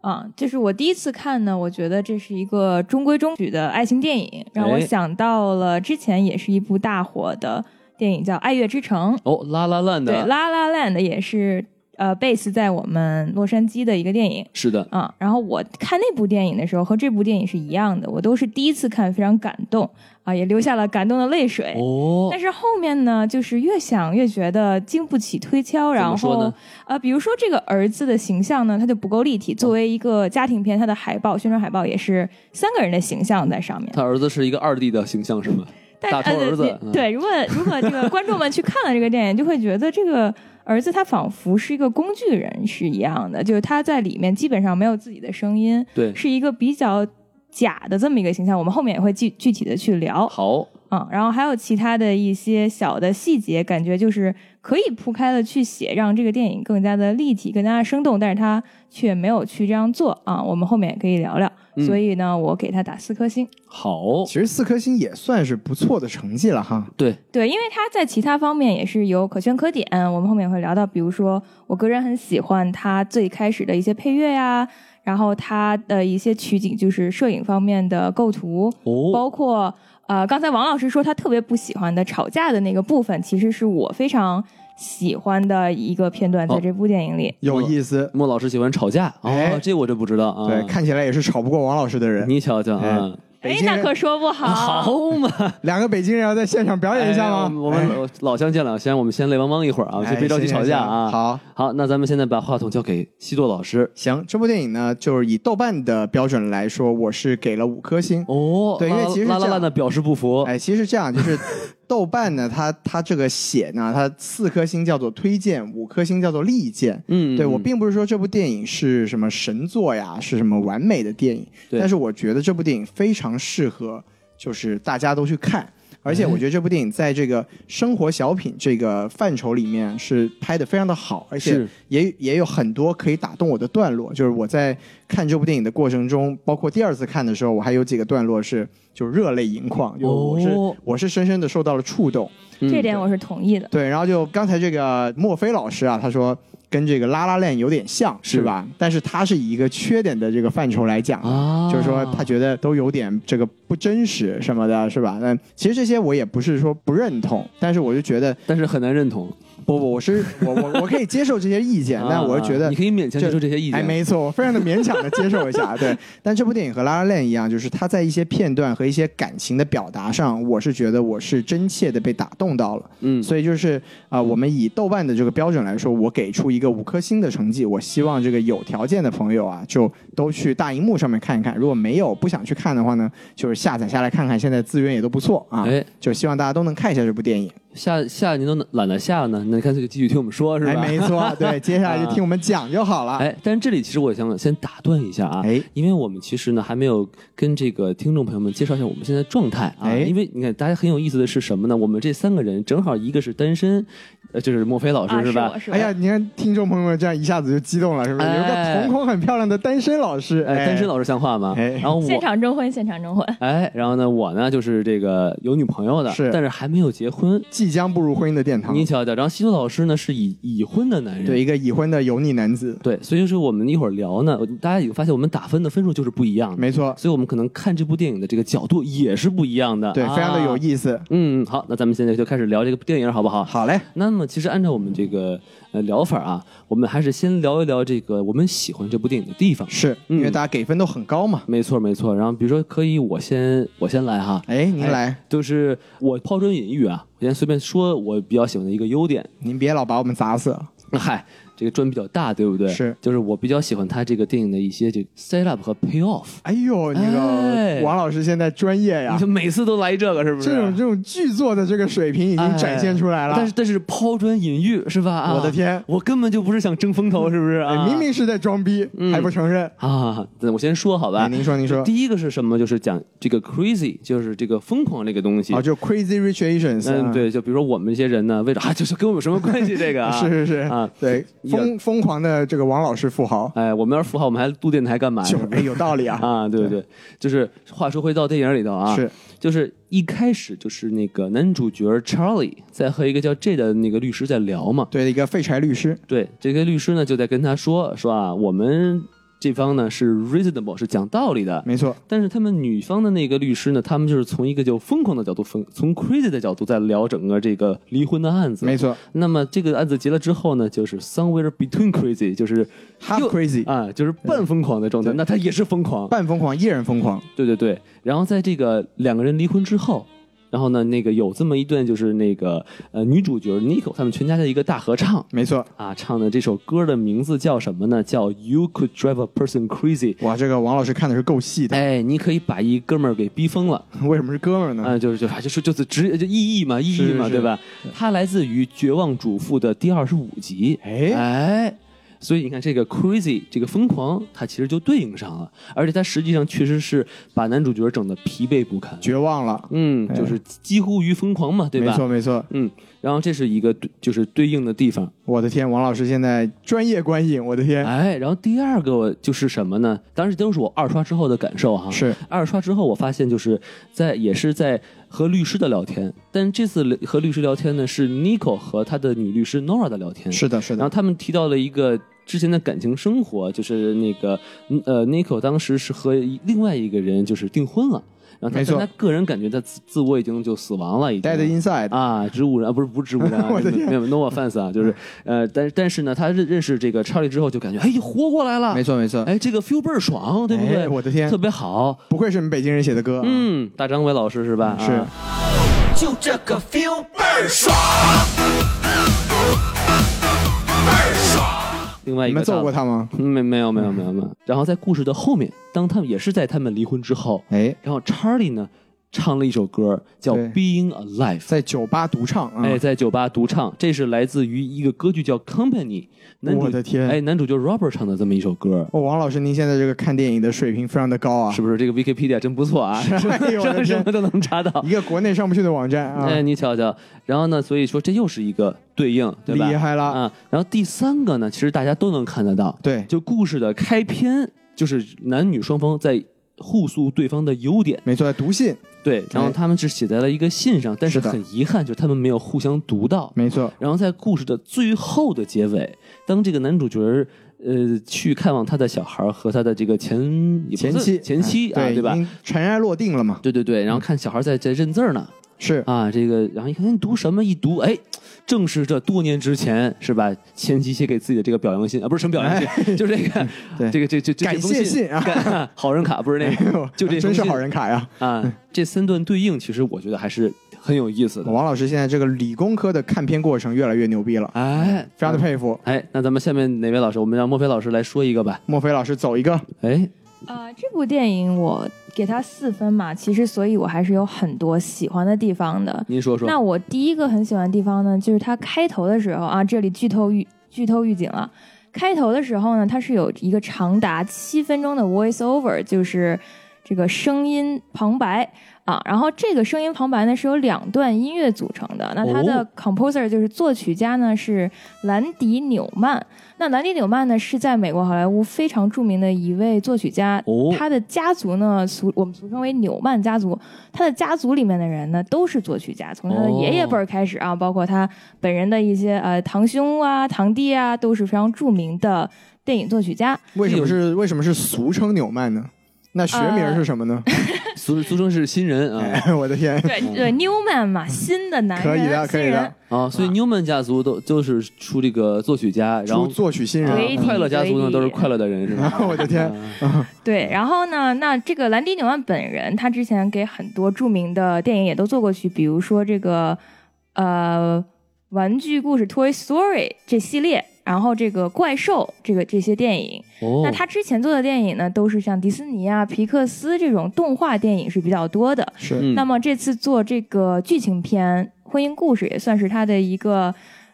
[SPEAKER 3] 啊，就是我第一次看呢，我觉得这是一个中规中矩的爱情电影，让我
[SPEAKER 2] 哎
[SPEAKER 3] 想到了之前也是一部大火的电影叫《爱乐之城》。
[SPEAKER 2] 哦，拉拉烂
[SPEAKER 3] 对，《
[SPEAKER 2] 的，
[SPEAKER 3] La La Land》也是呃 base 在我们洛杉矶的一个电影。
[SPEAKER 2] 是的，
[SPEAKER 3] 啊、然后我看那部电影的时候和这部电影是一样的，我都是第一次看，非常感动啊，也流下了感动的泪水。
[SPEAKER 2] 哦
[SPEAKER 3] 但，是后面呢，就是越想越觉得经不起推敲，
[SPEAKER 2] 怎
[SPEAKER 3] 然
[SPEAKER 2] 么说
[SPEAKER 3] 后
[SPEAKER 2] 呢？
[SPEAKER 3] 呃，比如说这个儿子的形象呢，他就不够立体。作为一个家庭片，他的海报、宣传海报也是三个人的形象在上面。
[SPEAKER 2] 他儿子是一个二弟的形象是吗？
[SPEAKER 3] 但
[SPEAKER 2] 大头
[SPEAKER 3] 呃
[SPEAKER 2] 儿子嗯
[SPEAKER 3] 对对，如果如果这个观众们去看了这个电影，就会觉得这个儿子他仿佛是一个工具人是一样的，就是他在里面基本上没有自己的声音，
[SPEAKER 2] 对，
[SPEAKER 3] 是一个比较假的这么一个形象。我们后面也会具具体的去聊
[SPEAKER 2] 好，
[SPEAKER 3] 嗯，然后还有其他的一些小的细节，感觉就是可以铺开了去写，让这个电影更加的立体、更加的生动，但是他却没有去这样做啊。我们后面也可以聊聊，
[SPEAKER 2] 嗯
[SPEAKER 3] 所以呢，我给他打四颗星。
[SPEAKER 2] 好，
[SPEAKER 1] 其实四颗星也算是不错的成绩了哈。
[SPEAKER 2] 对，
[SPEAKER 3] 对，因为他在其他方面也是有可圈可点。我们后面也会聊到，比如说我个人很喜欢他最开始的一些配乐呀、然后他的一些取景，就是摄影方面的构图，
[SPEAKER 2] 哦，
[SPEAKER 3] 包括呃，刚才王老师说他特别不喜欢的吵架的那个部分，其实是我非常喜欢的一个片段，在
[SPEAKER 2] 哦
[SPEAKER 3] 这部电影里。
[SPEAKER 1] 有意思，
[SPEAKER 2] 莫老师喜欢吵架，
[SPEAKER 1] 哎
[SPEAKER 2] 哦，这我真不知道啊。
[SPEAKER 1] 对，看起来也是吵不过王老师的人。
[SPEAKER 2] 你瞧瞧啊，
[SPEAKER 1] 北
[SPEAKER 3] 哎，
[SPEAKER 1] 京
[SPEAKER 3] 那
[SPEAKER 1] 人
[SPEAKER 3] 可说不好。
[SPEAKER 2] <laughs> 好
[SPEAKER 1] <laughs>
[SPEAKER 2] 嘛，
[SPEAKER 1] 两个北京人要在现场表演一下吗？
[SPEAKER 2] 哎我们
[SPEAKER 1] 哎
[SPEAKER 2] 我们老乡见老乡，我们先泪汪汪一会儿啊，
[SPEAKER 1] 哎
[SPEAKER 2] 先别着急吵架啊。
[SPEAKER 1] 行行行好。
[SPEAKER 2] 好，那咱们现在把话筒交给西多老师。
[SPEAKER 1] 行，这部电影呢，就是以豆瓣的标准来说，我是给了五颗星。
[SPEAKER 2] 哦，
[SPEAKER 1] 对因为
[SPEAKER 2] 拉
[SPEAKER 1] 其实
[SPEAKER 2] 拉拉
[SPEAKER 1] 这样
[SPEAKER 2] 烂的表示不服。
[SPEAKER 1] 哎，其实这样就是 <laughs> 豆瓣呢，它它这个写呢，它四颗星叫做推荐，五颗星叫做利剑。
[SPEAKER 2] 嗯，
[SPEAKER 1] 对我
[SPEAKER 2] 嗯
[SPEAKER 1] 并不是说这部电影是什么神作呀，是什么完美的电影，
[SPEAKER 2] 对
[SPEAKER 1] 但是我觉得这部电影非常适合，就是大家都去看。而
[SPEAKER 2] 哎
[SPEAKER 1] 且我觉得这部电影在这个生活小品这个范畴里面是拍的非常的好，而且
[SPEAKER 2] 是
[SPEAKER 1] 也也有很多可以打动我的段落。就是我在看这部电影的过程中，包括第二次看的时候，我还有几个段落是就热泪盈眶，就我是、
[SPEAKER 2] 哦
[SPEAKER 1] 我是深深的受到了触动。
[SPEAKER 2] 嗯
[SPEAKER 3] 这点我是同意的。
[SPEAKER 1] 对，然后就刚才这个墨菲老师啊，他说跟这个拉拉链有点像，是
[SPEAKER 2] 是
[SPEAKER 1] 吧？但是他是以一个缺点的这个范畴来讲的，
[SPEAKER 2] 啊，
[SPEAKER 1] 就是说他觉得都有点这个不真实什么的，是吧？那其实这些我也不是说不认同，但是我就觉得
[SPEAKER 2] 但是很难认同。
[SPEAKER 1] 不不，我是我我我可以接受这些意
[SPEAKER 2] <laughs>
[SPEAKER 1] 见，但我是觉
[SPEAKER 2] 啊
[SPEAKER 1] 得
[SPEAKER 2] 你可以勉强接受这些意
[SPEAKER 1] 哎，
[SPEAKER 2] 见。
[SPEAKER 1] 没错，我非常的勉强的接受一下。
[SPEAKER 2] <laughs>
[SPEAKER 1] 对，但这部电影和《拉拉链》一样，就是它在一些片段和一些感情的表达上，我是觉得我是真切的被打动到了。
[SPEAKER 2] 嗯
[SPEAKER 1] 所以就是啊、呃我们以豆瓣的这个标准来说，我给出一个五颗星的成绩。我希望这个有条件的朋友啊，就都去大荧幕上面看一看。如果没有不想去看的话呢，就是下载下来看看，现在资源也都不错啊。
[SPEAKER 2] 哎，
[SPEAKER 1] 就希望大家都能看一下这部电影。
[SPEAKER 2] 下下您都懒得下呢，那你干脆就继续听我们说是
[SPEAKER 1] 哎，
[SPEAKER 2] 吧？
[SPEAKER 1] 没啊错，对，接下来就听我们讲就好了。
[SPEAKER 2] <laughs> 哎，但是这里其实我想先打断一下啊，
[SPEAKER 1] 哎
[SPEAKER 2] 因为我们其实呢还没有跟这个听众朋友们介绍一下我们现在状态啊，
[SPEAKER 1] 哎
[SPEAKER 2] 因为你看大家很有意思的是什么呢？我们这三个人正好一个是单身，呃，就是莫非老师、
[SPEAKER 3] 啊，是
[SPEAKER 2] 吧
[SPEAKER 3] 我？是我。
[SPEAKER 1] 哎呀，你看听众朋友们这样一下子就激动了，是不是？有一个
[SPEAKER 2] 哎
[SPEAKER 1] 瞳孔很漂亮的单身老师，
[SPEAKER 2] 哎，单身老师像话吗？
[SPEAKER 1] 哎
[SPEAKER 2] 然后
[SPEAKER 3] 现
[SPEAKER 2] 我。
[SPEAKER 3] 场征婚，现场征婚。
[SPEAKER 2] 哎，然后呢，我呢就是这个有女朋友的，
[SPEAKER 1] 是
[SPEAKER 2] 但是还没有结婚。
[SPEAKER 1] 即将步入婚姻的殿堂，
[SPEAKER 2] 你瞧瞧，然后西多老师呢是已已婚的男人，
[SPEAKER 1] 对一个已婚的油腻男子，
[SPEAKER 2] 对，所以就是我们一会儿聊呢，大家也发现我们打分的分数就是不一样的，
[SPEAKER 1] 没错，
[SPEAKER 2] 所以我们可能看这部电影的这个角度也是不一样的，
[SPEAKER 1] 对，非常的有
[SPEAKER 2] 啊
[SPEAKER 1] 意思。
[SPEAKER 2] 嗯，好，那咱们现在就开始聊这个电影，好不好？
[SPEAKER 1] 好嘞，
[SPEAKER 2] 那么，其实按照我们这个呃聊法啊，我们还是先聊一聊这个我们喜欢这部电影的地方。
[SPEAKER 1] 是因为
[SPEAKER 2] 嗯
[SPEAKER 1] 大家给分都很高嘛。
[SPEAKER 2] 没错，没错。然后，比如说，可以我先我先来哈，
[SPEAKER 1] 哎，您来，
[SPEAKER 2] 就是我抛砖引玉啊，我先随便说我比较喜欢的一个优点。
[SPEAKER 1] 您别老把我们砸死。
[SPEAKER 2] 嗨，这个砖比较大，对不对？
[SPEAKER 1] 是，
[SPEAKER 2] 就是我比较喜欢他这个电影的一些这个 set up 和 payoff。
[SPEAKER 1] 哎呦，你个
[SPEAKER 2] 哎
[SPEAKER 1] 王老师现在专业呀
[SPEAKER 2] 你就，每次都来这个，是不是？啊嗯
[SPEAKER 1] 这种这种剧作的这个水平已经展现出来了。
[SPEAKER 2] 哎但是但是抛砖引玉是吧？啊
[SPEAKER 1] 我的天
[SPEAKER 2] 我根本就不是想争风头，是不是
[SPEAKER 1] 哎
[SPEAKER 2] 啊？
[SPEAKER 1] 明明是在装逼，
[SPEAKER 2] 嗯
[SPEAKER 1] 还不承认。
[SPEAKER 2] 啊，那我先说好吧
[SPEAKER 1] 哎，。您说，您说，
[SPEAKER 2] 第一个是什么？就是讲这个 crazy，就是这个疯狂这个东西
[SPEAKER 1] 哦，。就 Crazy Rich Asians，
[SPEAKER 2] 嗯，
[SPEAKER 1] 啊，
[SPEAKER 2] 对，就比如说我们这些人呢，为了啊，就是跟我们什么关系？这个啊，
[SPEAKER 1] 是 <laughs> 是是，
[SPEAKER 2] 啊，
[SPEAKER 1] 对，疯疯狂的这个王老师富豪，
[SPEAKER 2] 哎，我们要是富豪，我们还录电台干嘛？
[SPEAKER 1] <laughs> 就是
[SPEAKER 2] 吧
[SPEAKER 1] 哎有道理啊，
[SPEAKER 2] 啊，对对对，就是话说回到电影里头
[SPEAKER 1] <laughs>
[SPEAKER 2] 啊，
[SPEAKER 1] 是
[SPEAKER 2] 就是一开始就是那个男主角 Charlie 在和一个叫 J 的那个律师在聊嘛，
[SPEAKER 1] 对一个废柴律师，
[SPEAKER 2] 对，这个律师呢就在跟他说说啊，我们这方呢是 reasonable 是讲道理的，
[SPEAKER 1] 没错，
[SPEAKER 2] 但是他们女方的那个律师呢，他们就是从一个就疯狂的角度，疯从 crazy 的角度在聊整个这个离婚的案子。
[SPEAKER 1] 没错
[SPEAKER 2] 那么这个案子结了之后呢，就是 somewhere between crazy，就是
[SPEAKER 1] ，Half
[SPEAKER 2] 又
[SPEAKER 1] Crazy，
[SPEAKER 2] 啊，就是半疯狂的状态，
[SPEAKER 1] 对
[SPEAKER 2] 那他也是疯狂。
[SPEAKER 1] 半疯狂，依然疯狂，
[SPEAKER 2] 对对对，然后在这个两个人离婚之后，然后呢，那个有这么一段就是那个呃女主角 n i c o 他们全家的一个大合唱
[SPEAKER 1] 没错，
[SPEAKER 2] 啊，唱的这首歌的名字叫什么呢？叫 You Could Drive a Person Crazy。
[SPEAKER 1] 哇，这个王老师看的是够细的，
[SPEAKER 2] 哎，你可以把一哥们儿给逼疯了，
[SPEAKER 1] <laughs> 为什么是哥们儿
[SPEAKER 2] 啊、
[SPEAKER 1] 呢？
[SPEAKER 2] 就是就是就是就是直就意义嘛，意义
[SPEAKER 1] 嗯是
[SPEAKER 2] 嘛，
[SPEAKER 1] 是
[SPEAKER 2] 对吧？它来自于《绝望主妇》的第二十五集，
[SPEAKER 1] 哎，
[SPEAKER 2] 哎，所以你看这个 crazy 这个疯狂，它其实就对应上了，而且它实际上确实是把男主角整的疲惫不堪，
[SPEAKER 1] 绝望了，
[SPEAKER 2] 嗯，
[SPEAKER 1] 哎
[SPEAKER 2] 就是几乎于疯狂嘛，对
[SPEAKER 1] 没
[SPEAKER 2] 吧？
[SPEAKER 1] 错没错，
[SPEAKER 2] 嗯，然后这是一个对就是对应的地方，
[SPEAKER 1] 我的天，王老师现在专业观影，我的天，
[SPEAKER 2] 哎，然后第二个就是什么呢？当然这都是我二刷之后的感受哈。
[SPEAKER 1] 是
[SPEAKER 2] 二刷之后，我发现就是在也是在和律师的聊天，但这次聊和律师聊天呢是 Nico 和他的女律师 Nora 的聊天。
[SPEAKER 1] 是的是
[SPEAKER 2] 然
[SPEAKER 1] 的，
[SPEAKER 2] 后他们提到了一个之前的感情生活，就是那个嗯呃，Nico 当时是和一另外一个人就是订婚了，然后他
[SPEAKER 1] 没错
[SPEAKER 2] 但他个人感觉他自自我已经就死亡了，已经
[SPEAKER 1] Dead Inside，，
[SPEAKER 2] 啊，植物人啊，不是不是植物人、啊
[SPEAKER 1] <laughs> 我的
[SPEAKER 2] 没
[SPEAKER 1] 天
[SPEAKER 2] 有没有 no offense 啊，就是呃，但但是呢，他认认识这个查理之后就感觉哎，活过来了
[SPEAKER 1] 没，错没错，
[SPEAKER 2] 哎，这个 feel 倍儿爽，对不对？
[SPEAKER 1] 哎我的天
[SPEAKER 2] 特，别好，
[SPEAKER 1] 不愧是我们北京人写的歌，，啊
[SPEAKER 2] 嗯，大张伟老师是吧？
[SPEAKER 1] 是
[SPEAKER 2] 啊
[SPEAKER 4] 就这个 feel 倍儿爽，倍儿爽。
[SPEAKER 2] 另外一
[SPEAKER 1] 你
[SPEAKER 2] 个
[SPEAKER 1] 们
[SPEAKER 2] 大
[SPEAKER 1] 揍过
[SPEAKER 2] 佬。
[SPEAKER 1] 他吗？
[SPEAKER 2] 嗯没没有没有没有没有，然后在故事的后面，当他们也是在他们离婚之后，
[SPEAKER 1] 哎，
[SPEAKER 2] 然后 Charlie 呢唱了一首歌叫
[SPEAKER 1] 对
[SPEAKER 2] 《Being Alive》，
[SPEAKER 1] 在酒吧独唱啊，
[SPEAKER 2] 哎，在酒吧独唱，这是来自于一个歌剧叫《Company》，男主
[SPEAKER 1] 我的天
[SPEAKER 2] 哎，男主角 Robert 唱的这么一首歌。
[SPEAKER 1] 哦，王老师，您现在这个看电影的水平非常的高啊
[SPEAKER 2] 是，不是这个 Wikipedia <laughs> 真不错啊？
[SPEAKER 1] 哎呦我的天
[SPEAKER 2] 什么都能查到
[SPEAKER 1] 一。个国内上不去的网站啊，
[SPEAKER 2] 哎，你瞧瞧，然后呢，所以说这又是一个对应，对
[SPEAKER 1] 厉
[SPEAKER 2] 吧？
[SPEAKER 1] 害了，
[SPEAKER 2] 啊，然后第三个呢，其实大家都能看得到，
[SPEAKER 1] 对，
[SPEAKER 2] 就故事的开篇就是男女双方在互诉对方的优点，
[SPEAKER 1] 没错，读信，
[SPEAKER 2] 对，然后他们是写在了一个信上，但是
[SPEAKER 1] 哎是的
[SPEAKER 2] 很遗憾，就是他们没有互相读到。
[SPEAKER 1] 没错，
[SPEAKER 2] 然后在故事的最后的结尾，当这个男主角儿呃去看望他的小孩儿和他的这个前也不
[SPEAKER 1] 前
[SPEAKER 2] 算
[SPEAKER 1] 妻，
[SPEAKER 2] 前妻啊，
[SPEAKER 1] 哎
[SPEAKER 2] 对
[SPEAKER 1] 对已？
[SPEAKER 2] 吧
[SPEAKER 1] 经尘埃落定了嘛，
[SPEAKER 2] 对对对，然后看小孩在在认字儿呢
[SPEAKER 1] 是，
[SPEAKER 2] 啊，这个然后一看哎你读什么，一读哎，正是这多年之前是吧？前妻写给自己的这个表扬信啊，不是什么表扬信，就是这个
[SPEAKER 1] 哎对
[SPEAKER 2] 这个这这这
[SPEAKER 1] 感
[SPEAKER 2] 这封
[SPEAKER 1] 谢信啊
[SPEAKER 2] 感 <laughs> 好人卡不是那
[SPEAKER 1] 哎
[SPEAKER 2] 个
[SPEAKER 1] 呦
[SPEAKER 2] 就这封
[SPEAKER 1] 真是
[SPEAKER 2] 信
[SPEAKER 1] 好人卡呀！
[SPEAKER 2] 啊，这三段对应其实我觉得还是很有意思的，
[SPEAKER 1] 王老师现在这个理工科的看片过程越来越牛逼了，
[SPEAKER 2] 哎，
[SPEAKER 1] 非常的佩服。
[SPEAKER 2] 哎，那咱们下面哪位老师？我们让莫非老师来说一个吧。
[SPEAKER 1] 莫非老师走一个，
[SPEAKER 2] 哎，
[SPEAKER 3] 呃，这部电影我给它四分嘛，其实所以我还是有很多喜欢的地方的。
[SPEAKER 2] 您说说。
[SPEAKER 3] 那我第一个很喜欢的地方呢，就是它开头的时候啊，这里剧透预剧透预警了。开头的时候呢，它是有一个长达七分钟的 voice over，就是这个声音旁白啊。然后这个声音旁白呢是由两段音乐组成的。那它的
[SPEAKER 2] 哦
[SPEAKER 3] composer 就是作曲家呢是兰迪纽曼。那兰迪纽曼呢是在美国好莱坞非常著名的一位作曲家，
[SPEAKER 2] 哦
[SPEAKER 3] 他的家族呢俗我们俗称为纽曼家族。他的家族里面的人呢都是作曲家，从他的爷爷辈儿开始啊，包括他本人的一些呃堂兄啊、堂弟啊，都是非常著名的电影作曲家。
[SPEAKER 1] 为
[SPEAKER 2] 哎
[SPEAKER 1] 什么是为什么是俗称纽曼呢？那学名是什么呢？
[SPEAKER 2] 苏苏生是新人啊
[SPEAKER 1] 哎， <laughs> 我的天，
[SPEAKER 3] 对 <laughs> 对，Newman 嘛，新的男人，
[SPEAKER 1] 可以的
[SPEAKER 3] 新
[SPEAKER 1] 可以的
[SPEAKER 3] 人
[SPEAKER 2] 啊，所以 Newman 家族都就是出这个作曲家，然
[SPEAKER 1] 出
[SPEAKER 2] 后
[SPEAKER 1] 作曲新
[SPEAKER 2] 啊
[SPEAKER 1] 人
[SPEAKER 3] 对，
[SPEAKER 2] 快乐家族呢都是快乐的人是吧？
[SPEAKER 1] <laughs>
[SPEAKER 2] 啊
[SPEAKER 1] 我的天， <laughs>
[SPEAKER 3] 对，然后呢，那这个兰迪纽曼本人，他之前给很多著名的电影也都做过曲，比如说这个呃《玩具故事 Toy Story》这系列然后这个怪兽这个这些电影，
[SPEAKER 2] 哦，
[SPEAKER 3] 那他之前做的电影呢，都是像迪士尼啊、皮克斯这种动画电影是比较多的。
[SPEAKER 1] 是
[SPEAKER 2] 嗯
[SPEAKER 3] 那么这次做这个剧情片《婚姻故事》也算是他的一个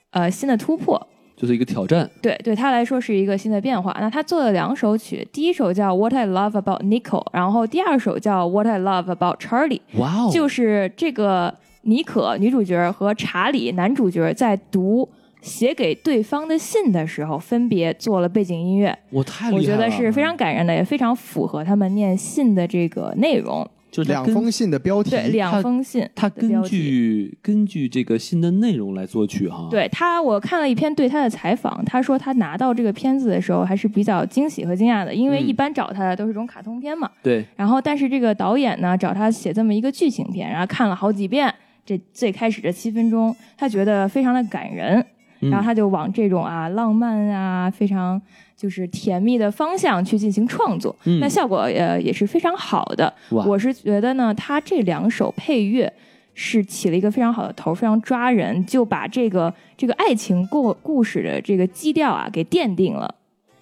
[SPEAKER 3] 呃新的突破，
[SPEAKER 2] 就是一个挑战，
[SPEAKER 3] 对对他来说是一个新的变化。那他做了两首曲，第一首叫《What I Love About Nico》，然后第二首叫《What I Love About Charlie
[SPEAKER 2] 哇》，哦，
[SPEAKER 3] 就是这个妮可女主角和查理男主角在读写给对方的信的时候，分别做了背景音乐。
[SPEAKER 2] 我太厉害
[SPEAKER 3] 我
[SPEAKER 2] 了，嗯
[SPEAKER 3] 觉得是非常感人的，也非常符合他们念信的这个内容。
[SPEAKER 2] 就是他
[SPEAKER 1] 两
[SPEAKER 2] 根
[SPEAKER 1] 封信的标题，
[SPEAKER 3] 对，两封信
[SPEAKER 2] 他
[SPEAKER 3] 的标
[SPEAKER 2] 根
[SPEAKER 3] 题。
[SPEAKER 2] 据根据这个新的内容来作曲哈，，
[SPEAKER 3] 对他，我看了一篇对他的采访，他说他拿到这个片子的时候还是比较惊喜和惊讶的，因为
[SPEAKER 2] 嗯
[SPEAKER 3] 一般找他的都是这种卡通片嘛。
[SPEAKER 2] 对，
[SPEAKER 3] 然后，但是这个导演呢找他写这么一个剧情片，然后看了好几遍，这最开始的七分钟，他觉得非常的感人，
[SPEAKER 2] 嗯
[SPEAKER 3] 然后他就往这种啊浪漫啊非常就是甜蜜的方向去进行创作。
[SPEAKER 2] 嗯
[SPEAKER 3] 那效果呃也是非常好的。
[SPEAKER 2] 哇
[SPEAKER 3] 我是觉得呢，他这两首配乐是起了一个非常好的头，非常抓人，就把这个这个爱情故故事的这个基调啊给奠定了，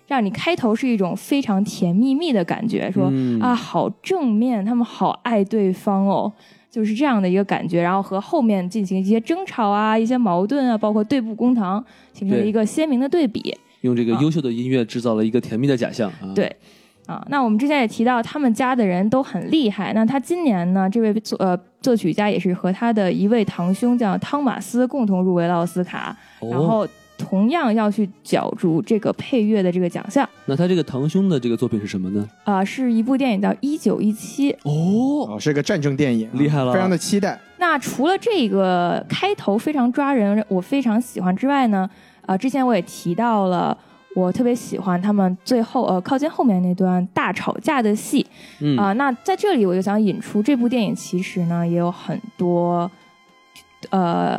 [SPEAKER 3] 让你开头是一种非常甜蜜蜜的感觉，说、
[SPEAKER 2] 嗯
[SPEAKER 3] 啊好正面，他们好爱对方哦。就是这样的一个感觉，然后和后面进行一些争吵啊、一些矛盾啊，包括对簿公堂，形成了
[SPEAKER 2] 对
[SPEAKER 3] 一个鲜明的对比。
[SPEAKER 2] 用这个
[SPEAKER 3] 啊
[SPEAKER 2] 优秀的音乐制造了一个甜蜜的假象啊，
[SPEAKER 3] 对啊，那我们之前也提到，他们家的人都很厉害。那他今年呢，这位作呃作曲家也是和他的一位堂兄叫汤马斯共同入围了奥斯卡，
[SPEAKER 2] 哦，
[SPEAKER 3] 然后同样要去角逐这个配乐的这个奖项。
[SPEAKER 2] 那他这个堂兄的这个作品是什么呢？
[SPEAKER 3] 啊、是一部电影叫《一九一七》。
[SPEAKER 2] 哦，
[SPEAKER 1] 哦，是个战争电影啊，
[SPEAKER 2] 厉害了
[SPEAKER 1] 非常的期待。
[SPEAKER 3] 那除了这个开头非常抓人，我非常喜欢之外呢，啊，之前我也提到了，我特别喜欢他们最后呃靠近后面那段大吵架的戏。
[SPEAKER 2] 嗯
[SPEAKER 3] 啊、那在这里我就想引出这部电影，其实呢也有很多，呃，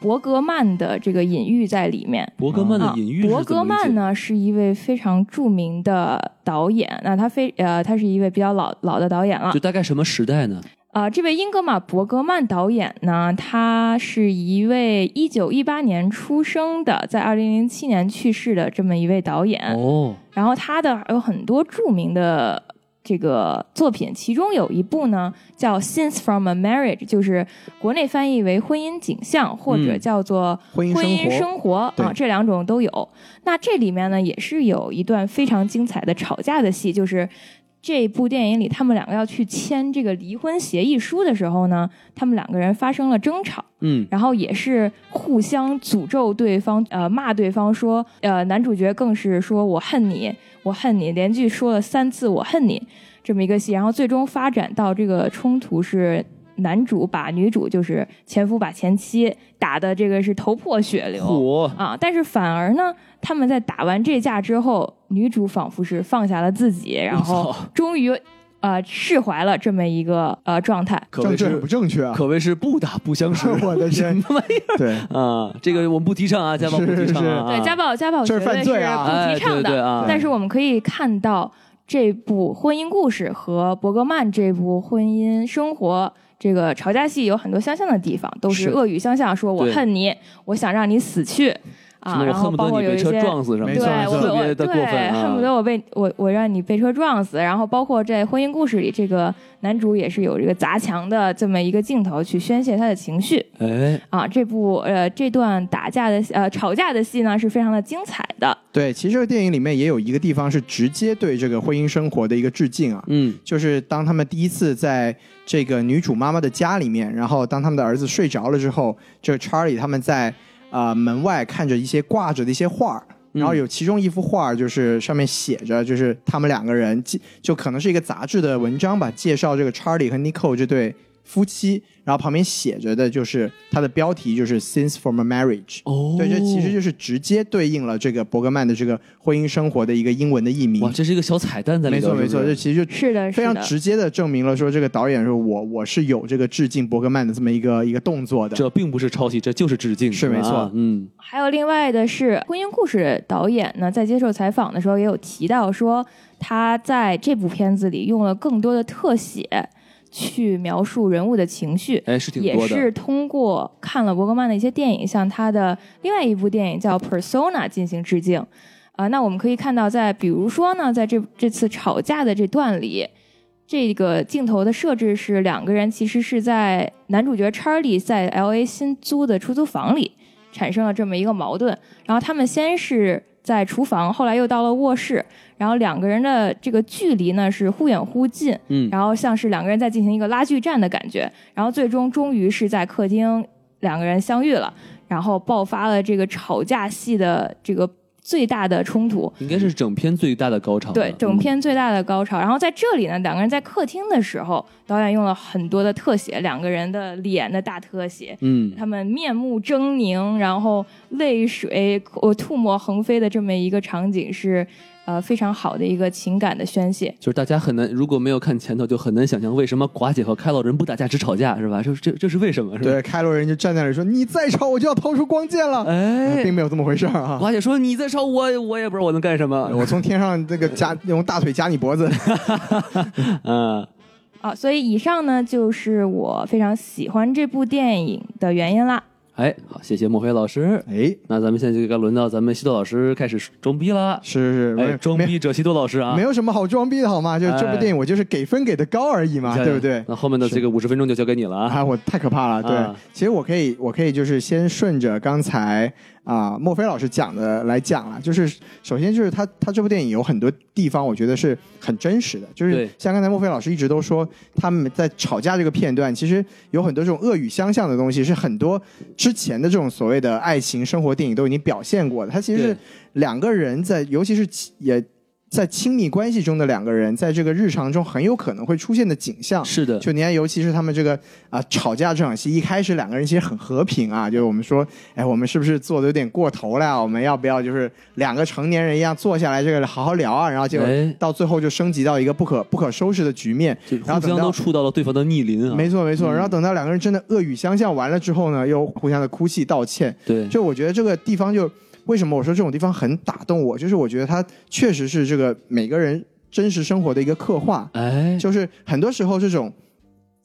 [SPEAKER 3] 伯格曼的这个隐喻在里面。
[SPEAKER 2] 伯格曼的
[SPEAKER 3] 啊
[SPEAKER 2] 隐喻是怎么
[SPEAKER 3] 伯
[SPEAKER 2] 理解
[SPEAKER 3] 格曼？呢是一位非常著名的导演，那他非呃他是一位比较老老的导演了
[SPEAKER 2] 就。大概什么时代呢？
[SPEAKER 3] 啊、这位英格玛·伯格曼导演呢，他是一位一九一八年出生的，在二零零七年去世的这么一位导演。
[SPEAKER 2] 哦，
[SPEAKER 3] 然后他的有很多著名的这个作品，其中有一部呢叫《Scenes from a Marriage》，就是国内翻译为《婚姻景象》或者
[SPEAKER 2] 嗯
[SPEAKER 3] 叫做
[SPEAKER 1] 婚姻
[SPEAKER 3] 《婚
[SPEAKER 1] 生
[SPEAKER 3] 姻
[SPEAKER 1] 活
[SPEAKER 3] 生活》
[SPEAKER 1] 对
[SPEAKER 3] 啊，这两种都有。那这里面呢，也是有一段非常精彩的吵架的戏，就是。这部电影里，他们两个要去签这个离婚协议书的时候呢，他们两个人发生了争吵。
[SPEAKER 2] 嗯，
[SPEAKER 3] 然后也是互相诅咒对方，呃，骂对方说，呃，男主角更是说我恨你，我恨你，连续说了三次我恨你这么一个戏，然后最终发展到这个冲突是男主把女主就是前夫把前妻打的这个是头破血
[SPEAKER 1] 哎
[SPEAKER 3] 流。
[SPEAKER 2] 火
[SPEAKER 3] 啊！但是反而呢，他们在打完这架之后，女主仿佛是放下了自己，然
[SPEAKER 2] 我
[SPEAKER 3] 后
[SPEAKER 2] 操
[SPEAKER 3] 终于，呃，释怀了这么一个呃状态。
[SPEAKER 2] 可
[SPEAKER 1] 政
[SPEAKER 2] 谓
[SPEAKER 1] 治很
[SPEAKER 2] 是
[SPEAKER 1] 不正确啊！，
[SPEAKER 2] 可谓是不打不相识
[SPEAKER 1] <laughs> 我的
[SPEAKER 2] 什
[SPEAKER 1] 天
[SPEAKER 2] 么玩意
[SPEAKER 1] 对，
[SPEAKER 2] 儿啊？这个我们不提倡啊，家暴不提倡啊。
[SPEAKER 3] 对家暴，家暴
[SPEAKER 1] 这是
[SPEAKER 3] 绝对
[SPEAKER 1] 犯
[SPEAKER 3] 是不
[SPEAKER 1] 罪啊
[SPEAKER 2] 哎
[SPEAKER 3] 提倡
[SPEAKER 2] 对对啊
[SPEAKER 3] 的。但是我们可以看到，这部《婚姻故事》和伯格曼这部《婚姻生活》这个吵架戏有很多相像的地方，都是
[SPEAKER 2] 是
[SPEAKER 3] 恶语相向，说我
[SPEAKER 2] 对
[SPEAKER 3] 恨你，我想让你死去
[SPEAKER 2] 什
[SPEAKER 3] 啊，
[SPEAKER 2] 么我
[SPEAKER 3] 然后
[SPEAKER 2] 恨不
[SPEAKER 3] 包
[SPEAKER 2] 得
[SPEAKER 3] 括
[SPEAKER 2] 你
[SPEAKER 3] 有
[SPEAKER 2] 被
[SPEAKER 3] 一
[SPEAKER 2] 车
[SPEAKER 3] 些。
[SPEAKER 2] 撞死什么
[SPEAKER 1] 没
[SPEAKER 2] 的，
[SPEAKER 1] 错
[SPEAKER 3] 对，
[SPEAKER 1] 没错
[SPEAKER 3] 我
[SPEAKER 2] 特别
[SPEAKER 3] 我
[SPEAKER 2] 的过分
[SPEAKER 3] 对，恨不
[SPEAKER 2] 啊
[SPEAKER 3] 得。我被我我让你被车撞死，然后包括在婚姻故事里，这个男主也是有这个砸墙的这么一个镜头去宣泄他的情绪。
[SPEAKER 2] 哎，
[SPEAKER 3] 啊，这部呃这段打架的呃吵架的戏呢是非常的精彩的。
[SPEAKER 1] 对，其实这个电影里面也有一个地方是直接对这个婚姻生活的一个致敬啊，
[SPEAKER 2] 嗯，
[SPEAKER 1] 就是当他们第一次在这个女主妈妈的家里面，然后当他们的儿子睡着了之后，这个 Charlie 他们在呃门外看着一些挂着的一些画儿。然后有其中一幅画儿，就是上面写着，就是他们两个人介，就可能是一个杂志的文章吧，介绍这个 Charlie 和 Nicole 这对夫妻。然后旁边写着的就是它的标题，就是 “Since from a Marriage”。
[SPEAKER 2] 哦，
[SPEAKER 1] 对，这其实就是直接对应了这个伯格曼的这个婚姻生活的一个英文的译名
[SPEAKER 2] 哦哇，。这是一个小彩蛋在里
[SPEAKER 1] 没
[SPEAKER 2] 头，
[SPEAKER 1] 错，没
[SPEAKER 2] 是不
[SPEAKER 1] 错，
[SPEAKER 2] 是
[SPEAKER 1] 这其实就是
[SPEAKER 3] 的，
[SPEAKER 1] 非
[SPEAKER 3] 是
[SPEAKER 1] 常
[SPEAKER 3] 的。
[SPEAKER 1] 直接的证明了说这个导演说我我是有这个致敬伯格曼的这么一个一个动作的。
[SPEAKER 2] 这并不是抄袭，这就是致敬，
[SPEAKER 1] 是没
[SPEAKER 2] 吧
[SPEAKER 1] 错
[SPEAKER 2] 嗯，
[SPEAKER 3] 还有另外的是，《婚姻故事》导演呢在接受采访的时候也有提到说，他在这部片子里用了更多的特写。去描述人物的情绪。
[SPEAKER 2] 哎，是挺
[SPEAKER 3] 也
[SPEAKER 2] 多的。
[SPEAKER 3] 是通过看了伯格曼的一些电影，像他的另外一部电影叫《Persona》进行致敬。啊、那我们可以看到在，比如说呢，在这这次吵架的这段里，这个镜头的设置是两个人其实是在男主角 Charlie 在 L A 新租的出租房里产生了这么一个矛盾，然后他们先是在厨房，后来又到了卧室，然后两个人的这个距离呢是忽远忽近，
[SPEAKER 2] 嗯，
[SPEAKER 3] 然后像是两个人在进行一个拉锯战的感觉，然后最终终于是在客厅两个人相遇了，然后爆发了这个吵架戏的这个最大的冲突，
[SPEAKER 2] 应该是整片最大的高潮了。
[SPEAKER 3] 对，整
[SPEAKER 2] 嗯
[SPEAKER 3] 片最大的高潮。然后在这里呢，两个人在客厅的时候，导演用了很多的特写，两个人的脸的大特写。
[SPEAKER 2] 嗯，
[SPEAKER 3] 他们面目狰狞，然后泪水、呃吐沫横飞的这么一个场景是，呃非常好的一个情感的宣泄。
[SPEAKER 2] 就是大家很难，如果没有看前头，就很难想象为什么寡姐和开老人不打架只吵架，是吧？这这这是为什么？是吧？
[SPEAKER 1] 对，开罗人就站在那里说：“你再吵，我就要掏出光剑了。
[SPEAKER 2] 哎，
[SPEAKER 1] 呃并没有这么回事儿啊！
[SPEAKER 2] 寡姐说：“你再吵我，我也不知道我能干什么。
[SPEAKER 1] 我从天上这个夹用大腿夹你脖子，
[SPEAKER 2] 嗯，
[SPEAKER 3] 啊，所以以上呢就是我非常喜欢这部电影的原因啦。
[SPEAKER 2] 哎，好，谢谢莫非老师。
[SPEAKER 1] 哎，
[SPEAKER 2] 那咱们现在就该轮到咱们西多老师开始装逼啦。
[SPEAKER 1] 是是
[SPEAKER 2] 哎，
[SPEAKER 1] 是，
[SPEAKER 2] 装
[SPEAKER 1] 没
[SPEAKER 2] 逼者西多老师啊，
[SPEAKER 1] 没有什么好装逼的好吗？就这
[SPEAKER 2] 哎
[SPEAKER 1] 部电影，我就是给分给的高而已嘛，
[SPEAKER 2] 加油
[SPEAKER 1] 啊对不对？
[SPEAKER 2] 那后面的这个五十分钟就交给你了啊。
[SPEAKER 1] 啊，我太可怕了。对，
[SPEAKER 2] 啊
[SPEAKER 1] 其实我可以，我可以就是先顺着刚才啊、莫非老师讲的来讲了。就是首先就是他他这部电影有很多地方，我觉得是很真实的。就是
[SPEAKER 2] 对
[SPEAKER 1] 像刚才莫非老师一直都说，他们在吵架这个片段，其实有很多这种恶语相向的东西，是很多之前的这种所谓的爱情生活电影都已经表现过的。它其实
[SPEAKER 2] 对
[SPEAKER 1] 是两个人在，尤其是亲也。在亲密关系中的两个人，在这个日常中很有可能会出现的景象，
[SPEAKER 2] 是的，
[SPEAKER 1] 就你看，尤其是他们这个啊、吵架这场戏，一开始两个人其实很和平啊，就是我们说，哎，我们是不是做的有点过头了呀？啊我们要不要就是两个成年人一样坐下来这个好好聊啊？然后结果
[SPEAKER 2] 哎
[SPEAKER 1] 到最后就升级到一个不可不可收拾的局面，
[SPEAKER 2] 就
[SPEAKER 1] 然后
[SPEAKER 2] 互
[SPEAKER 1] 等
[SPEAKER 2] 相都
[SPEAKER 1] 到。
[SPEAKER 2] 触到了对方的逆鳞啊。
[SPEAKER 1] 没错，没错。然后等到两个人真的恶语相向完了之后呢，又互相的哭泣道歉，
[SPEAKER 2] 对，
[SPEAKER 1] 就我觉得这个地方就为什么我说这种地方很打动我，就是我觉得它确实是这个每个人真实生活的一个刻画。
[SPEAKER 2] 哎，
[SPEAKER 1] 就是很多时候这种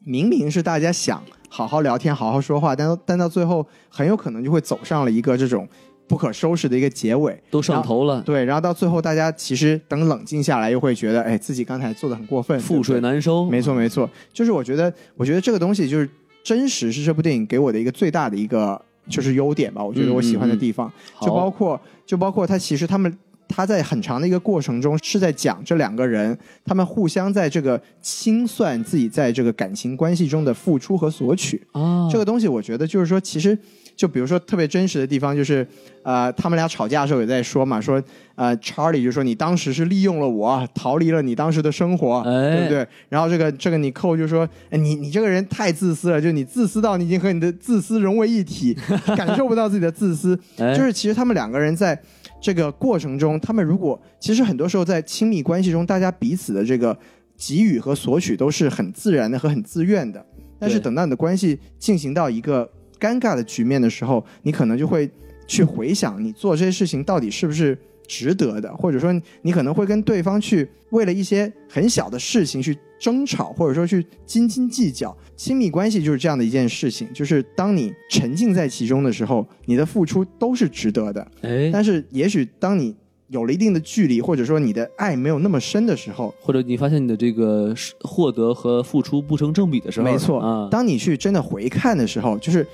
[SPEAKER 1] 明明是大家想好好聊天、好好说话，但但到最后很有可能就会走上了一个这种不可收拾的一个结尾。
[SPEAKER 2] 都上头了，
[SPEAKER 1] 对，然后到最后大家其实等冷静下来，又会觉得哎自己刚才做的很过分，
[SPEAKER 2] 覆水
[SPEAKER 1] 对不对
[SPEAKER 2] 难收。
[SPEAKER 1] 没错没错，就是我觉得我觉得这个东西就是真实是这部电影给我的一个最大的一个就是优点吧，我觉得我喜欢的地方。就包
[SPEAKER 2] 好，
[SPEAKER 1] 括就包括他其实他们他在很长的一个过程中是在讲这两个人他们互相在这个清算自己在这个感情关系中的付出和索取。
[SPEAKER 2] 啊，
[SPEAKER 1] 这个东西我觉得就是说，其实就比如说特别真实的地方就是，呃，他们俩吵架的时候也在说嘛，说呃，Charlie 就说你当时是利用了我，逃离了你当时的生活，
[SPEAKER 2] 哎
[SPEAKER 1] 对不对？然后这个这个你寇就说，哎你你这个人太自私了，就你自私到你已经和你的自私融为一体，感受不到自己的自私。
[SPEAKER 2] 哎
[SPEAKER 1] 就是其实他们两个人在这个过程中，他们如果其实很多时候在亲密关系中，大家彼此的这个给予和索取都是很自然的和很自愿的。但是
[SPEAKER 2] 对
[SPEAKER 1] 等到你的关系进行到一个尴尬的局面的时候，你可能就会去回想你做这些事情到底是不是值得的，或者说你可能会跟对方去为了一些很小的事情去争吵，或者说去斤斤计较。亲密关系就是这样的一件事情，就是当你沉浸在其中的时候，你的付出都是值得的。
[SPEAKER 2] 哎，
[SPEAKER 1] 但是也许当你有了一定的距离，或者说你的爱没有那么深的时候，
[SPEAKER 2] 或者你发现你的这个是获得和付出不成正比的时候，
[SPEAKER 1] 没错
[SPEAKER 2] 啊，
[SPEAKER 1] 当你去真的回看的时候，就是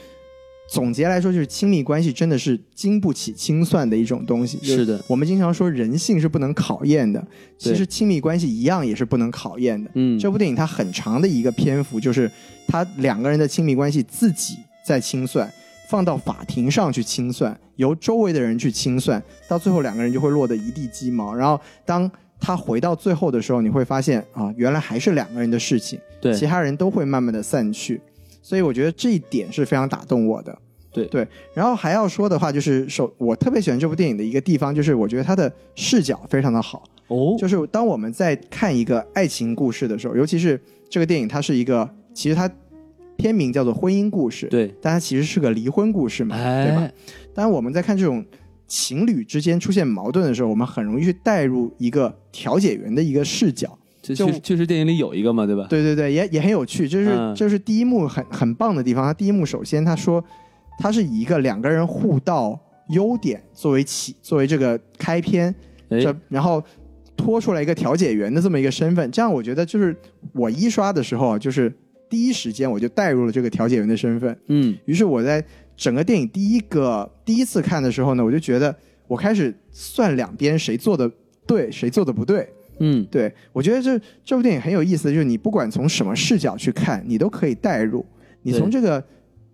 [SPEAKER 1] 总结来说，就是亲密关系真的是经不起清算的一种东西。就是
[SPEAKER 2] 的，
[SPEAKER 1] 我们经常说人性是不能考验的，
[SPEAKER 2] 对
[SPEAKER 1] 其实亲密关系一样也是不能考验的。
[SPEAKER 2] 嗯，
[SPEAKER 1] 这部电影它很长的一个篇幅，就是他两个人的亲密关系自己在清算，放到法庭上去清算，由周围的人去清算，到最后两个人就会落得一地鸡毛。然后当他回到最后的时候，你会发现啊，原来还是两个人的事情。
[SPEAKER 2] 对
[SPEAKER 1] 其他人都会慢慢的散去。所以我觉得这一点是非常打动我的。
[SPEAKER 2] 对
[SPEAKER 1] 对，然后还要说的话就是，首我特别喜欢这部电影的一个地方就是，我觉得它的视角非常的好。
[SPEAKER 2] 哦，
[SPEAKER 1] 就是当我们在看一个爱情故事的时候，尤其是这个电影，它是一个其实它片名叫做婚姻故事，，
[SPEAKER 2] 对，
[SPEAKER 1] 但它其实是个离婚故事嘛，对吧
[SPEAKER 2] 哎？，
[SPEAKER 1] 当然，我们在看这种情侣之间出现矛盾的时候，我们很容易去带入一个调解员的一个视角。
[SPEAKER 2] 这
[SPEAKER 1] 就
[SPEAKER 2] 确实确实电影里有一个嘛，对吧？
[SPEAKER 1] 对对对，也也很有趣，就是、
[SPEAKER 2] 嗯
[SPEAKER 1] 就是第一幕很很棒的地方。他第一幕首先他说，他是以一个两个人互道优点作为起作为这个开篇，
[SPEAKER 2] 对
[SPEAKER 1] 这然后拖出来一个调解员的这么一个身份。这样我觉得就是我一刷的时候啊，就是第一时间我就带入了这个调解员的身份。
[SPEAKER 2] 嗯，
[SPEAKER 1] 于是我在整个电影第一个第一次看的时候呢，我就觉得我开始算两边谁做的对，谁做的不对。
[SPEAKER 2] 嗯，
[SPEAKER 1] 对，我觉得这这部电影很有意思，就是你不管从什么视角去看，你都可以代入。你
[SPEAKER 2] 对
[SPEAKER 1] 从这个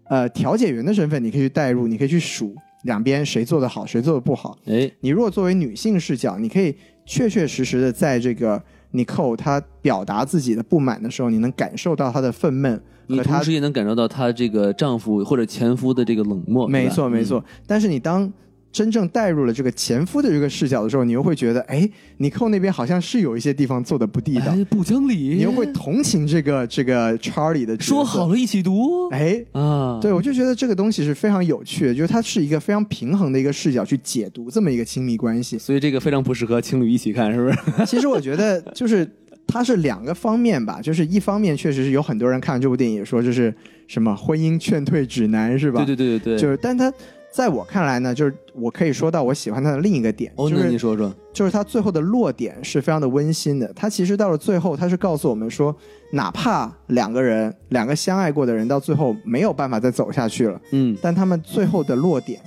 [SPEAKER 1] 呃调解员的身份，你可以去代入，你可以去数两边谁做的好，谁做的不好。
[SPEAKER 2] 哎，
[SPEAKER 1] 你如果作为女性视角，你可以确确实实的在这个 Nicole 她表达自己的不满的时候，你能感受到她的愤懑
[SPEAKER 2] 你
[SPEAKER 1] 和她
[SPEAKER 2] 同时也能感受到她这个丈夫或者前夫的这个冷漠，
[SPEAKER 1] 没
[SPEAKER 2] 对吧嗯
[SPEAKER 1] 错，没，错。但是你当真正带入了这个前夫的这个视角的时候，你又会觉得，哎，尼寇那边好像是有一些地方做的不地道，
[SPEAKER 2] 哎，不讲理，
[SPEAKER 1] 你又会同情这个这个 Charlie 的角色
[SPEAKER 2] 说好，了一起读，
[SPEAKER 1] 哎。
[SPEAKER 2] 啊，
[SPEAKER 1] 对，我就觉得这个东西是非常有趣的，就是它是一个非常平衡的一个视角去解读这么一个亲密关系。
[SPEAKER 2] 所以这个非常不适合情侣一起看，是不是？
[SPEAKER 1] 其实我觉得就是它是两个方面吧，就是一方面确实是有很多人看完这部电影也说这是什么婚姻劝退指南是吧？
[SPEAKER 2] 对对对对对，
[SPEAKER 1] 就是，但他在我看来呢，就是我可以说到我喜欢他的另一个点，
[SPEAKER 2] 哦，
[SPEAKER 1] 就
[SPEAKER 2] 那你
[SPEAKER 1] 是
[SPEAKER 2] 说说，
[SPEAKER 1] 就是他最后的落点是非常的温馨的。他其实到了最后，他是告诉我们说，哪怕两个人两个相爱过的人到最后没有办法再走下去了，
[SPEAKER 2] 嗯，
[SPEAKER 1] 但他们最后的落点，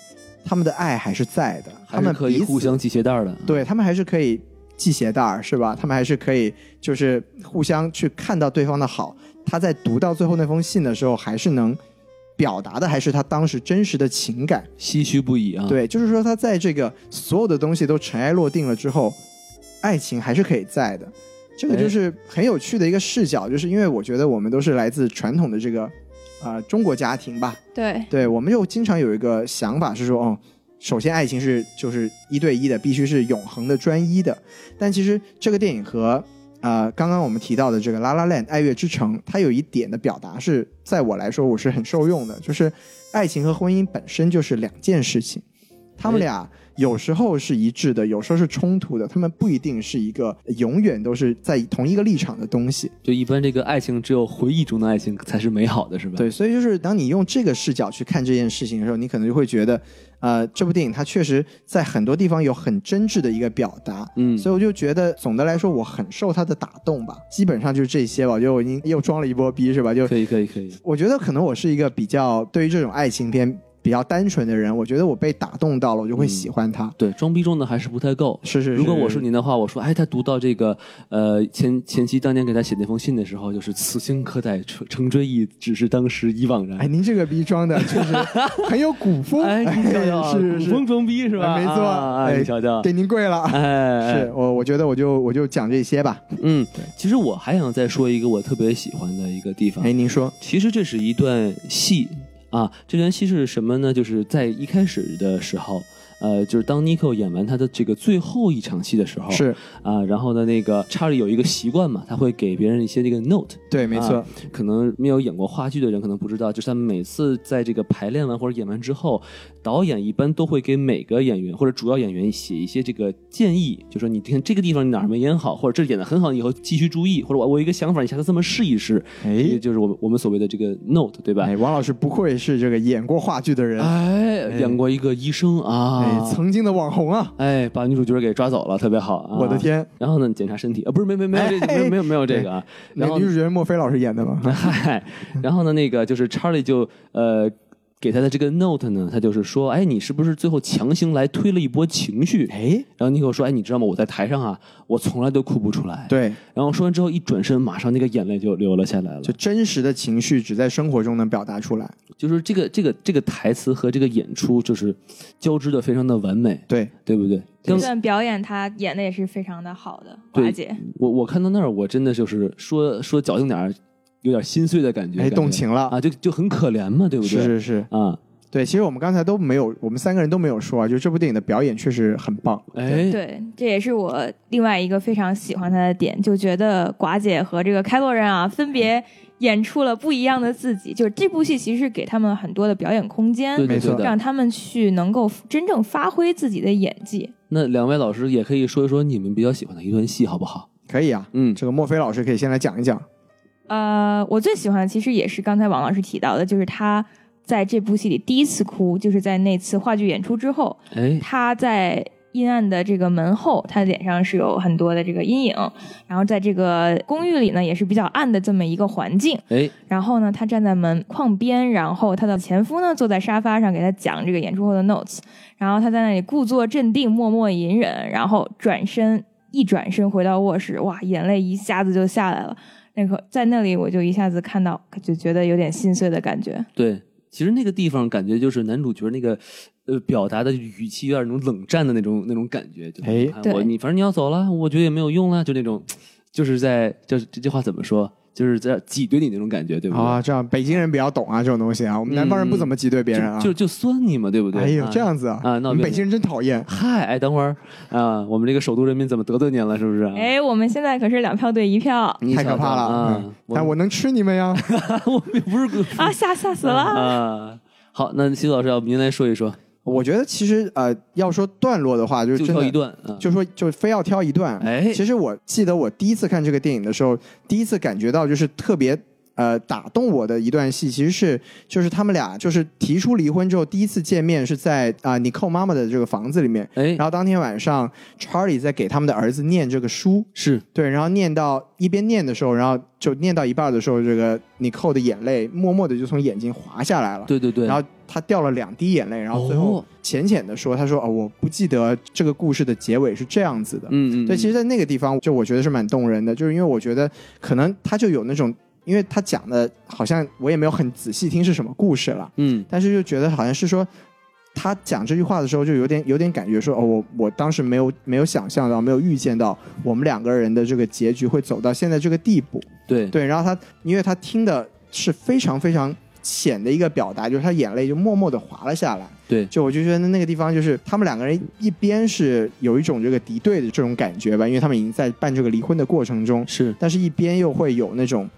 [SPEAKER 1] 他们的爱还是在的，他
[SPEAKER 2] 还是
[SPEAKER 1] 们
[SPEAKER 2] 可以
[SPEAKER 1] 彼此
[SPEAKER 2] 互相系鞋带儿的，啊
[SPEAKER 1] 对他们还是可以系鞋带儿，是吧？他们还是可以就是互相去看到对方的好。他在读到最后那封信的时候，还是能表达的，还是他当时真实的情感。
[SPEAKER 2] 唏嘘不已啊，，
[SPEAKER 1] 对，就是说他在这个所有的东西都尘埃落定了之后，爱情还是可以在的。这个
[SPEAKER 2] 哎
[SPEAKER 1] 就是很有趣的一个视角，就是因为我觉得我们都是来自传统的这个啊、呃中国家庭吧，
[SPEAKER 3] 对
[SPEAKER 1] 对，我们就经常有一个想法是说，哦，首先爱情是就是一对一的，必须是永恒的、专一的。但其实这个电影和呃刚刚我们提到的这个《La La Land》《爱乐之城》，它有一点的表达是在我来说我是很受用的，就是爱情和婚姻本身就是两件事情，他们
[SPEAKER 2] 哎
[SPEAKER 1] 俩有时候是一致的，有时候是冲突的，他们不一定是一个永远都是在同一个立场的东西。
[SPEAKER 2] 就一般这个爱情只有回忆中的爱情才是美好的，是吧？，
[SPEAKER 1] 对，所以就是当你用这个视角去看这件事情的时候，你可能就会觉得，呃，这部电影它确实在很多地方有很真挚的一个表达。
[SPEAKER 2] 嗯，
[SPEAKER 1] 所以我就觉得，总的来说，我很受它的打动吧。基本上就是这些吧。我觉得我已经又装了一波逼，是吧？就
[SPEAKER 2] 可以可以可以，
[SPEAKER 1] 我觉得可能我是一个比较对于这种爱情片比较单纯的人，我觉得我被打动到了，我就会喜欢它。
[SPEAKER 2] 对，装逼装的还是不太够。
[SPEAKER 1] 是是是，
[SPEAKER 2] 嗯如果我是您的话，我说，哎，他读到这个，呃，前前妻当年给他写那封信的时候，就是“此心可待，成成追忆，只是当时已惘然
[SPEAKER 1] 哎，”。您这个逼装的确实很有古风，
[SPEAKER 2] <laughs> 哎，你瞧瞧
[SPEAKER 1] <laughs>
[SPEAKER 2] 啊，
[SPEAKER 1] 是是
[SPEAKER 2] 古风装逼是吧？
[SPEAKER 1] 哎没错
[SPEAKER 2] 啊
[SPEAKER 1] 哎
[SPEAKER 2] 哎，你瞧瞧，
[SPEAKER 1] 给您跪了。啊
[SPEAKER 2] 哎，哎
[SPEAKER 1] 是，我，我觉得我就我就讲这些吧。
[SPEAKER 2] 嗯，其实我还想再说一个我特别喜欢的一个地方
[SPEAKER 1] 哎，，您说，
[SPEAKER 2] 其实这是一段戏啊，这段戏是什么呢？就是在一开始的时候，呃，就是当 Nico 演完他的这个最后一场戏的时候，
[SPEAKER 1] 是
[SPEAKER 2] 啊，然后呢，那个查理有一个习惯嘛，他会给别人一些那个 note，
[SPEAKER 1] 对，没错，
[SPEAKER 2] 啊可能没有演过话剧的人可能不知道，就是他每次在这个排练完或者演完之后，导演一般都会给每个演员或者主要演员写一些这个建议，就说你看这个地方你哪儿没演好，或者这演的很好，你以后继续注意，或者我我有一个想法，你下次这么试一试，也
[SPEAKER 1] 哎
[SPEAKER 2] 就是我们我们所谓的这个 note，对吧？
[SPEAKER 1] 哎，王老师不愧是这个演过话剧的人，
[SPEAKER 2] 哎，演过一个医生
[SPEAKER 1] 哎，
[SPEAKER 2] 啊，
[SPEAKER 1] 曾经的网红啊，
[SPEAKER 2] 哎，把女主角给抓走了，特别好。啊
[SPEAKER 1] 我的！天，
[SPEAKER 2] 然后呢，检查身体啊，不是，没没没有这没
[SPEAKER 1] 哎
[SPEAKER 2] 有没有没有这个啊。
[SPEAKER 1] 那
[SPEAKER 2] 然后
[SPEAKER 1] 哎女主角莫非老师演的吗？
[SPEAKER 2] <laughs> 嗨，然后呢，那个就是 Charlie 就呃给他的这个 note 呢，他就是说，哎，你是不是最后强行来推了一波情绪？
[SPEAKER 1] 哎，
[SPEAKER 2] 然后你给我说，哎，你知道吗？我在台上啊，我从来都哭不出来。。
[SPEAKER 1] 对，
[SPEAKER 2] 然后说完之后，一转身，马上那个眼泪就流了下来了。
[SPEAKER 1] 就
[SPEAKER 2] 就
[SPEAKER 1] 真实的情绪只在生活中能表达出来，
[SPEAKER 2] 就是这个这个这个台词和这个演出就是交织的非常的完美，
[SPEAKER 1] 对，
[SPEAKER 2] 对不对？
[SPEAKER 3] 这
[SPEAKER 2] 刚
[SPEAKER 3] 段表演他演的也是非常的好的，
[SPEAKER 2] 对
[SPEAKER 3] 华姐。
[SPEAKER 2] 我我看到那儿，我真的就是说说矫情点儿，有点心碎的感觉，
[SPEAKER 1] 哎，
[SPEAKER 2] 感觉
[SPEAKER 1] 动情了，
[SPEAKER 2] 啊，就就很可怜嘛，对不对？
[SPEAKER 1] 是是是，
[SPEAKER 2] 啊，
[SPEAKER 1] 对，其实我们刚才都没有，我们三个人都没有说啊，就这部电影的表演确实很棒，
[SPEAKER 2] 哎，
[SPEAKER 3] 对，这也是我另外一个非常喜欢他的点，就觉得寡姐和这个开洛人啊，分别演出了不一样的自己。就是这部戏其实是给他们很多的表演空间，
[SPEAKER 2] 对
[SPEAKER 1] 没
[SPEAKER 2] 对
[SPEAKER 1] 错
[SPEAKER 2] 对
[SPEAKER 3] 让
[SPEAKER 2] 的。
[SPEAKER 3] 他们去能够真正发挥自己的演技。
[SPEAKER 2] 那两位老师也可以说一说你们比较喜欢的一段戏，好不好？
[SPEAKER 1] 可以啊，
[SPEAKER 2] 嗯，
[SPEAKER 1] 这个莫非老师可以先来讲一讲。
[SPEAKER 3] 呃，我最喜欢的其实也是刚才王老师提到的，就是他在这部戏里第一次哭，就是在那次话剧演出之后，
[SPEAKER 2] 哎，
[SPEAKER 3] 他在阴暗的这个门后，他的脸上是有很多的这个阴影，然后在这个公寓里呢，也是比较暗的这么一个环境。
[SPEAKER 2] 哎，
[SPEAKER 3] 然后呢，他站在门框边，然后他的前夫呢坐在沙发上给他讲这个演出后的 notes，然后他在那里故作镇定，默默隐忍，然后转身一转身回到卧室，哇，眼泪一下子就下来了。那个在那里，我就一下子看到，就觉得有点心碎的感觉。
[SPEAKER 2] 对，其实那个地方感觉就是男主角那个呃表达的语气有点那种冷战的那种那种感觉，就是
[SPEAKER 1] 哎
[SPEAKER 2] 啊
[SPEAKER 3] 对
[SPEAKER 2] 我你反正你要走了，我觉得也没有用了，就那种就是在就是这句话怎么说，就是在挤兑你那种感觉，对不对？
[SPEAKER 1] 啊，这样北京人比较懂啊，这种东西啊，我们南方人不怎么挤兑别人啊。
[SPEAKER 2] 就就就酸你嘛，对不对？
[SPEAKER 1] 哎呦
[SPEAKER 2] 啊，
[SPEAKER 1] 这样子啊，
[SPEAKER 2] 啊那我
[SPEAKER 1] 你们
[SPEAKER 2] 跟
[SPEAKER 1] 北京人真讨厌。
[SPEAKER 2] 嗨，哎，等会儿啊，我们这个首都人民怎么得罪您了？是不是？，啊
[SPEAKER 3] 哎，我们现在可是两票对一票
[SPEAKER 2] 你
[SPEAKER 1] 太可
[SPEAKER 2] 瞧瞧
[SPEAKER 1] 怕了
[SPEAKER 2] 啊
[SPEAKER 1] 嗯！但我能吃你们呀！
[SPEAKER 2] 我我们 <laughs> 不是故
[SPEAKER 3] 啊，吓吓死了！
[SPEAKER 2] 啊。好，那西子老师，要不您来说一说，
[SPEAKER 1] 我觉得其实呃，要说段落的话，就是
[SPEAKER 2] 就
[SPEAKER 1] 真
[SPEAKER 2] 挑一
[SPEAKER 1] 的，
[SPEAKER 2] 段啊。
[SPEAKER 1] 就说就非要挑一段。
[SPEAKER 2] 哎
[SPEAKER 1] 其实我记得我第一次看这个电影的时候，第一次感觉到就是特别呃打动我的一段戏，其实是就是他们俩就是提出离婚之后第一次见面是在啊尼寇妈妈的这个房子里面，
[SPEAKER 2] 哎
[SPEAKER 1] 然，后当天晚上 Charlie 在给他们的儿子念这个书，
[SPEAKER 2] 是
[SPEAKER 1] 对，然后念到一边念的时候，然后就念到一半的时候，这个 Nicole 的眼泪默默的就从眼睛滑下来了。
[SPEAKER 2] 对对对，
[SPEAKER 1] 然后他掉了两滴眼泪，然后最后
[SPEAKER 2] 哦
[SPEAKER 1] 浅浅的说：“他说哦，我不记得这个故事的结尾是这样子的。
[SPEAKER 2] 嗯嗯，
[SPEAKER 1] 对，
[SPEAKER 2] 嗯
[SPEAKER 1] 其实，在那个地方，就我觉得是蛮动人的，就是因为我觉得可能他就有那种，因为他讲的好像我也没有很仔细听是什么故事了，
[SPEAKER 2] 嗯
[SPEAKER 1] 但是就觉得好像是说，他讲这句话的时候就有点有点感觉说，哦，我我当时没有没有想象到，没有预见到我们两个人的这个结局会走到现在这个地步。
[SPEAKER 2] 嗯对
[SPEAKER 1] 对，然后他因为他听的是非常非常浅的一个表达，就是他眼泪就默默的滑了下来。
[SPEAKER 2] 对
[SPEAKER 1] 就我就觉得那个地方就是他们两个人一边是有一种这个敌对的这种感觉吧，因为他们已经在办这个离婚的过程中，
[SPEAKER 2] 是
[SPEAKER 1] 但是一边又会有那种，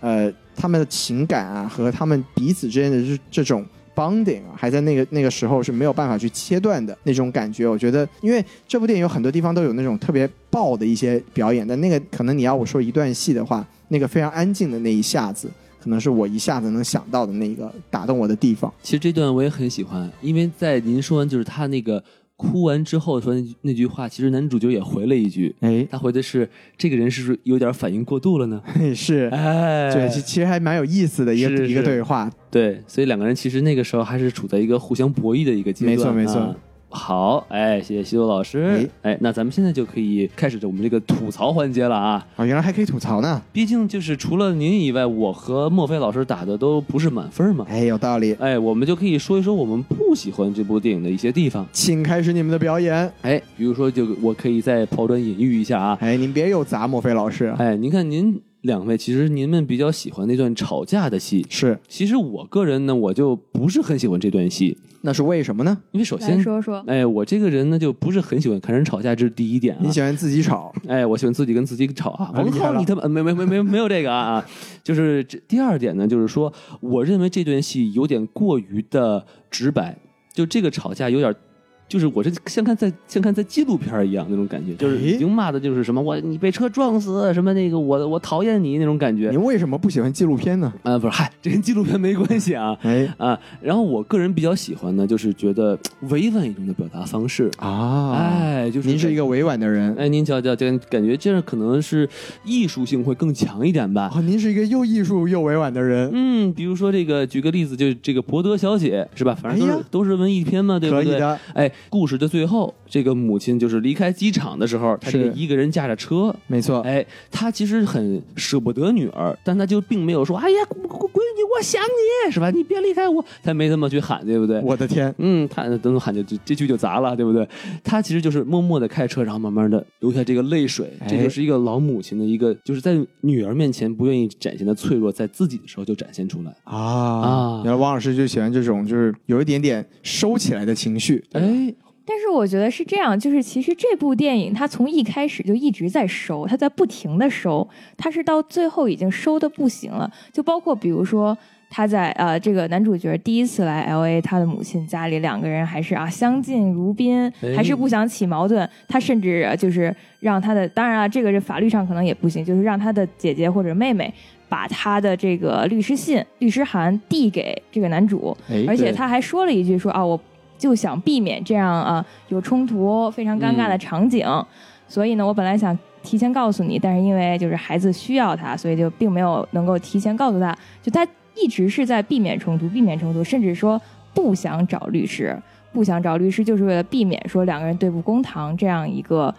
[SPEAKER 1] 呃，他们的情感啊和他们彼此之间的这这种 bonding 啊，还在那个那个时候是没有办法去切断的那种感觉。我觉得，因为这部电影有很多地方都有那种特别爆的一些表演，但那个可能你要我说一段戏的话，那个非常安静的那一下子，可能是我一下子能想到的那个打动我的地方。
[SPEAKER 2] 其实这段我也很喜欢，因为在您说完就是他那个哭完之后说那那句话，其实男主角也回了一句，
[SPEAKER 1] <laughs> 哎，
[SPEAKER 2] 他回的是这个人是不是有点反应过度了呢？ <laughs>
[SPEAKER 1] 是。
[SPEAKER 2] 哎，
[SPEAKER 1] 对，其其实还蛮有意思的一个
[SPEAKER 2] 是是
[SPEAKER 1] 一个对话，
[SPEAKER 2] 对，所以两个人其实那个时候还是处在一个互相博弈的一个阶段、啊。
[SPEAKER 1] 没错没错。
[SPEAKER 2] 好，哎，谢谢西多老师。哎，那咱们现在就可以开始我们这个吐槽环节了啊！
[SPEAKER 1] 哦，原来还可以吐槽呢，
[SPEAKER 2] 毕竟就是除了您以外，我和莫非老师打的都不是满分嘛。
[SPEAKER 1] 哎，有道理，
[SPEAKER 2] 哎，我们就可以说一说我们不喜欢这部电影的一些地方。
[SPEAKER 1] 请开始你们的表演，
[SPEAKER 2] 哎，比如说，就我可以再抛砖引玉一下啊。
[SPEAKER 1] 哎，您别又砸莫非老师，
[SPEAKER 2] 哎，您看您两位，其实您们比较喜欢那段吵架的戏。
[SPEAKER 1] 是，
[SPEAKER 2] 其实我个人呢，我就不是很喜欢这段戏，
[SPEAKER 1] 那是为什么呢？
[SPEAKER 2] 因为首
[SPEAKER 3] 来
[SPEAKER 2] 先，
[SPEAKER 3] 说说，
[SPEAKER 2] 哎，我这个人呢就不是很喜欢看人吵架，这是第一点啊
[SPEAKER 1] 你。喜欢自己
[SPEAKER 2] <laughs>
[SPEAKER 1] 吵，
[SPEAKER 2] 哎，我喜欢自己跟自己吵啊！
[SPEAKER 1] 啊
[SPEAKER 2] 我
[SPEAKER 1] 厉害
[SPEAKER 2] 靠
[SPEAKER 1] 了
[SPEAKER 2] 你他妈！没没没没没有这个啊啊！就是这第二点呢，就是说，我认为这段戏有点过于的直白，就这个吵架有点，就是我这像看在像看在纪录片一样那种感觉，就是
[SPEAKER 1] 哎
[SPEAKER 2] 已经骂的就是什么我你被车撞死，什么那个我我讨厌你那种感觉
[SPEAKER 1] 您为什么不喜欢纪录片呢？
[SPEAKER 2] 啊！不是，嗨，这跟纪录片没关系啊
[SPEAKER 1] 哎
[SPEAKER 2] 啊！然后我个人比较喜欢呢，就是觉得委婉一种的表达方式，
[SPEAKER 1] 啊，
[SPEAKER 2] 哎，就是
[SPEAKER 1] 您是一
[SPEAKER 2] 个。
[SPEAKER 1] 个委婉的人，
[SPEAKER 2] 哎，您瞧瞧，这感觉这样可能是艺术性会更强一点吧。
[SPEAKER 1] 哦，您是一个又艺术又委婉的人，
[SPEAKER 2] 嗯，比如说这个，举个例子，就是这个博德小姐是吧？反正都
[SPEAKER 1] 哎
[SPEAKER 2] 是、
[SPEAKER 1] 呀
[SPEAKER 2] 都是文艺片嘛，对不
[SPEAKER 1] 可
[SPEAKER 2] 对？
[SPEAKER 1] 以的。
[SPEAKER 2] 哎，故事的最后，这个母亲就是离开机场的时候，她这个
[SPEAKER 1] 是
[SPEAKER 2] 一个人驾着车，
[SPEAKER 1] 没错，
[SPEAKER 2] 哎，她其实很舍不得女儿，但她就并没有说，哎呀，闺闺女，我想你是吧？你别离开我，她没这么去喊，对不对？
[SPEAKER 1] 我的天，
[SPEAKER 2] 嗯，他等等喊就这这句就砸了，对不对？他其实就是默默的开车，然后慢慢的流下这个泪水，这
[SPEAKER 1] 哎
[SPEAKER 2] 就是一个老母亲的一个，就是在女儿面前不愿意展现的脆弱，在自己的时候就展现出来。
[SPEAKER 1] 啊
[SPEAKER 2] 啊
[SPEAKER 1] 原来王老师就喜欢这种就是有一点点收起来的情绪，
[SPEAKER 2] 哎，
[SPEAKER 3] 但是我觉得是这样，就是其实这部电影它从一开始就一直在收，它在不停的收，它是到最后已经收的不行了。就包括比如说他在呃这个男主角第一次来 L A，他的母亲家里两个人还是啊相敬如宾，
[SPEAKER 2] 哎
[SPEAKER 3] 还是不想起矛盾。他甚至呃就是让他的，当然了，啊这个是法律上可能也不行，就是让他的姐姐或者妹妹把他的这个律师信、律师函递给这个男主，
[SPEAKER 2] 哎
[SPEAKER 3] 而且
[SPEAKER 2] 对
[SPEAKER 3] 他还说了一句说啊，我就想避免这样啊有冲突、非常尴尬
[SPEAKER 2] 嗯
[SPEAKER 3] 的场景，所以呢，我本来想提前告诉你，但是因为就是孩子需要他，所以就并没有能够提前告诉他。就他一直是在避免冲突，避免冲突，甚至说不想找律师，不想找律师就是为了避免说两个人对簿公堂这样一个。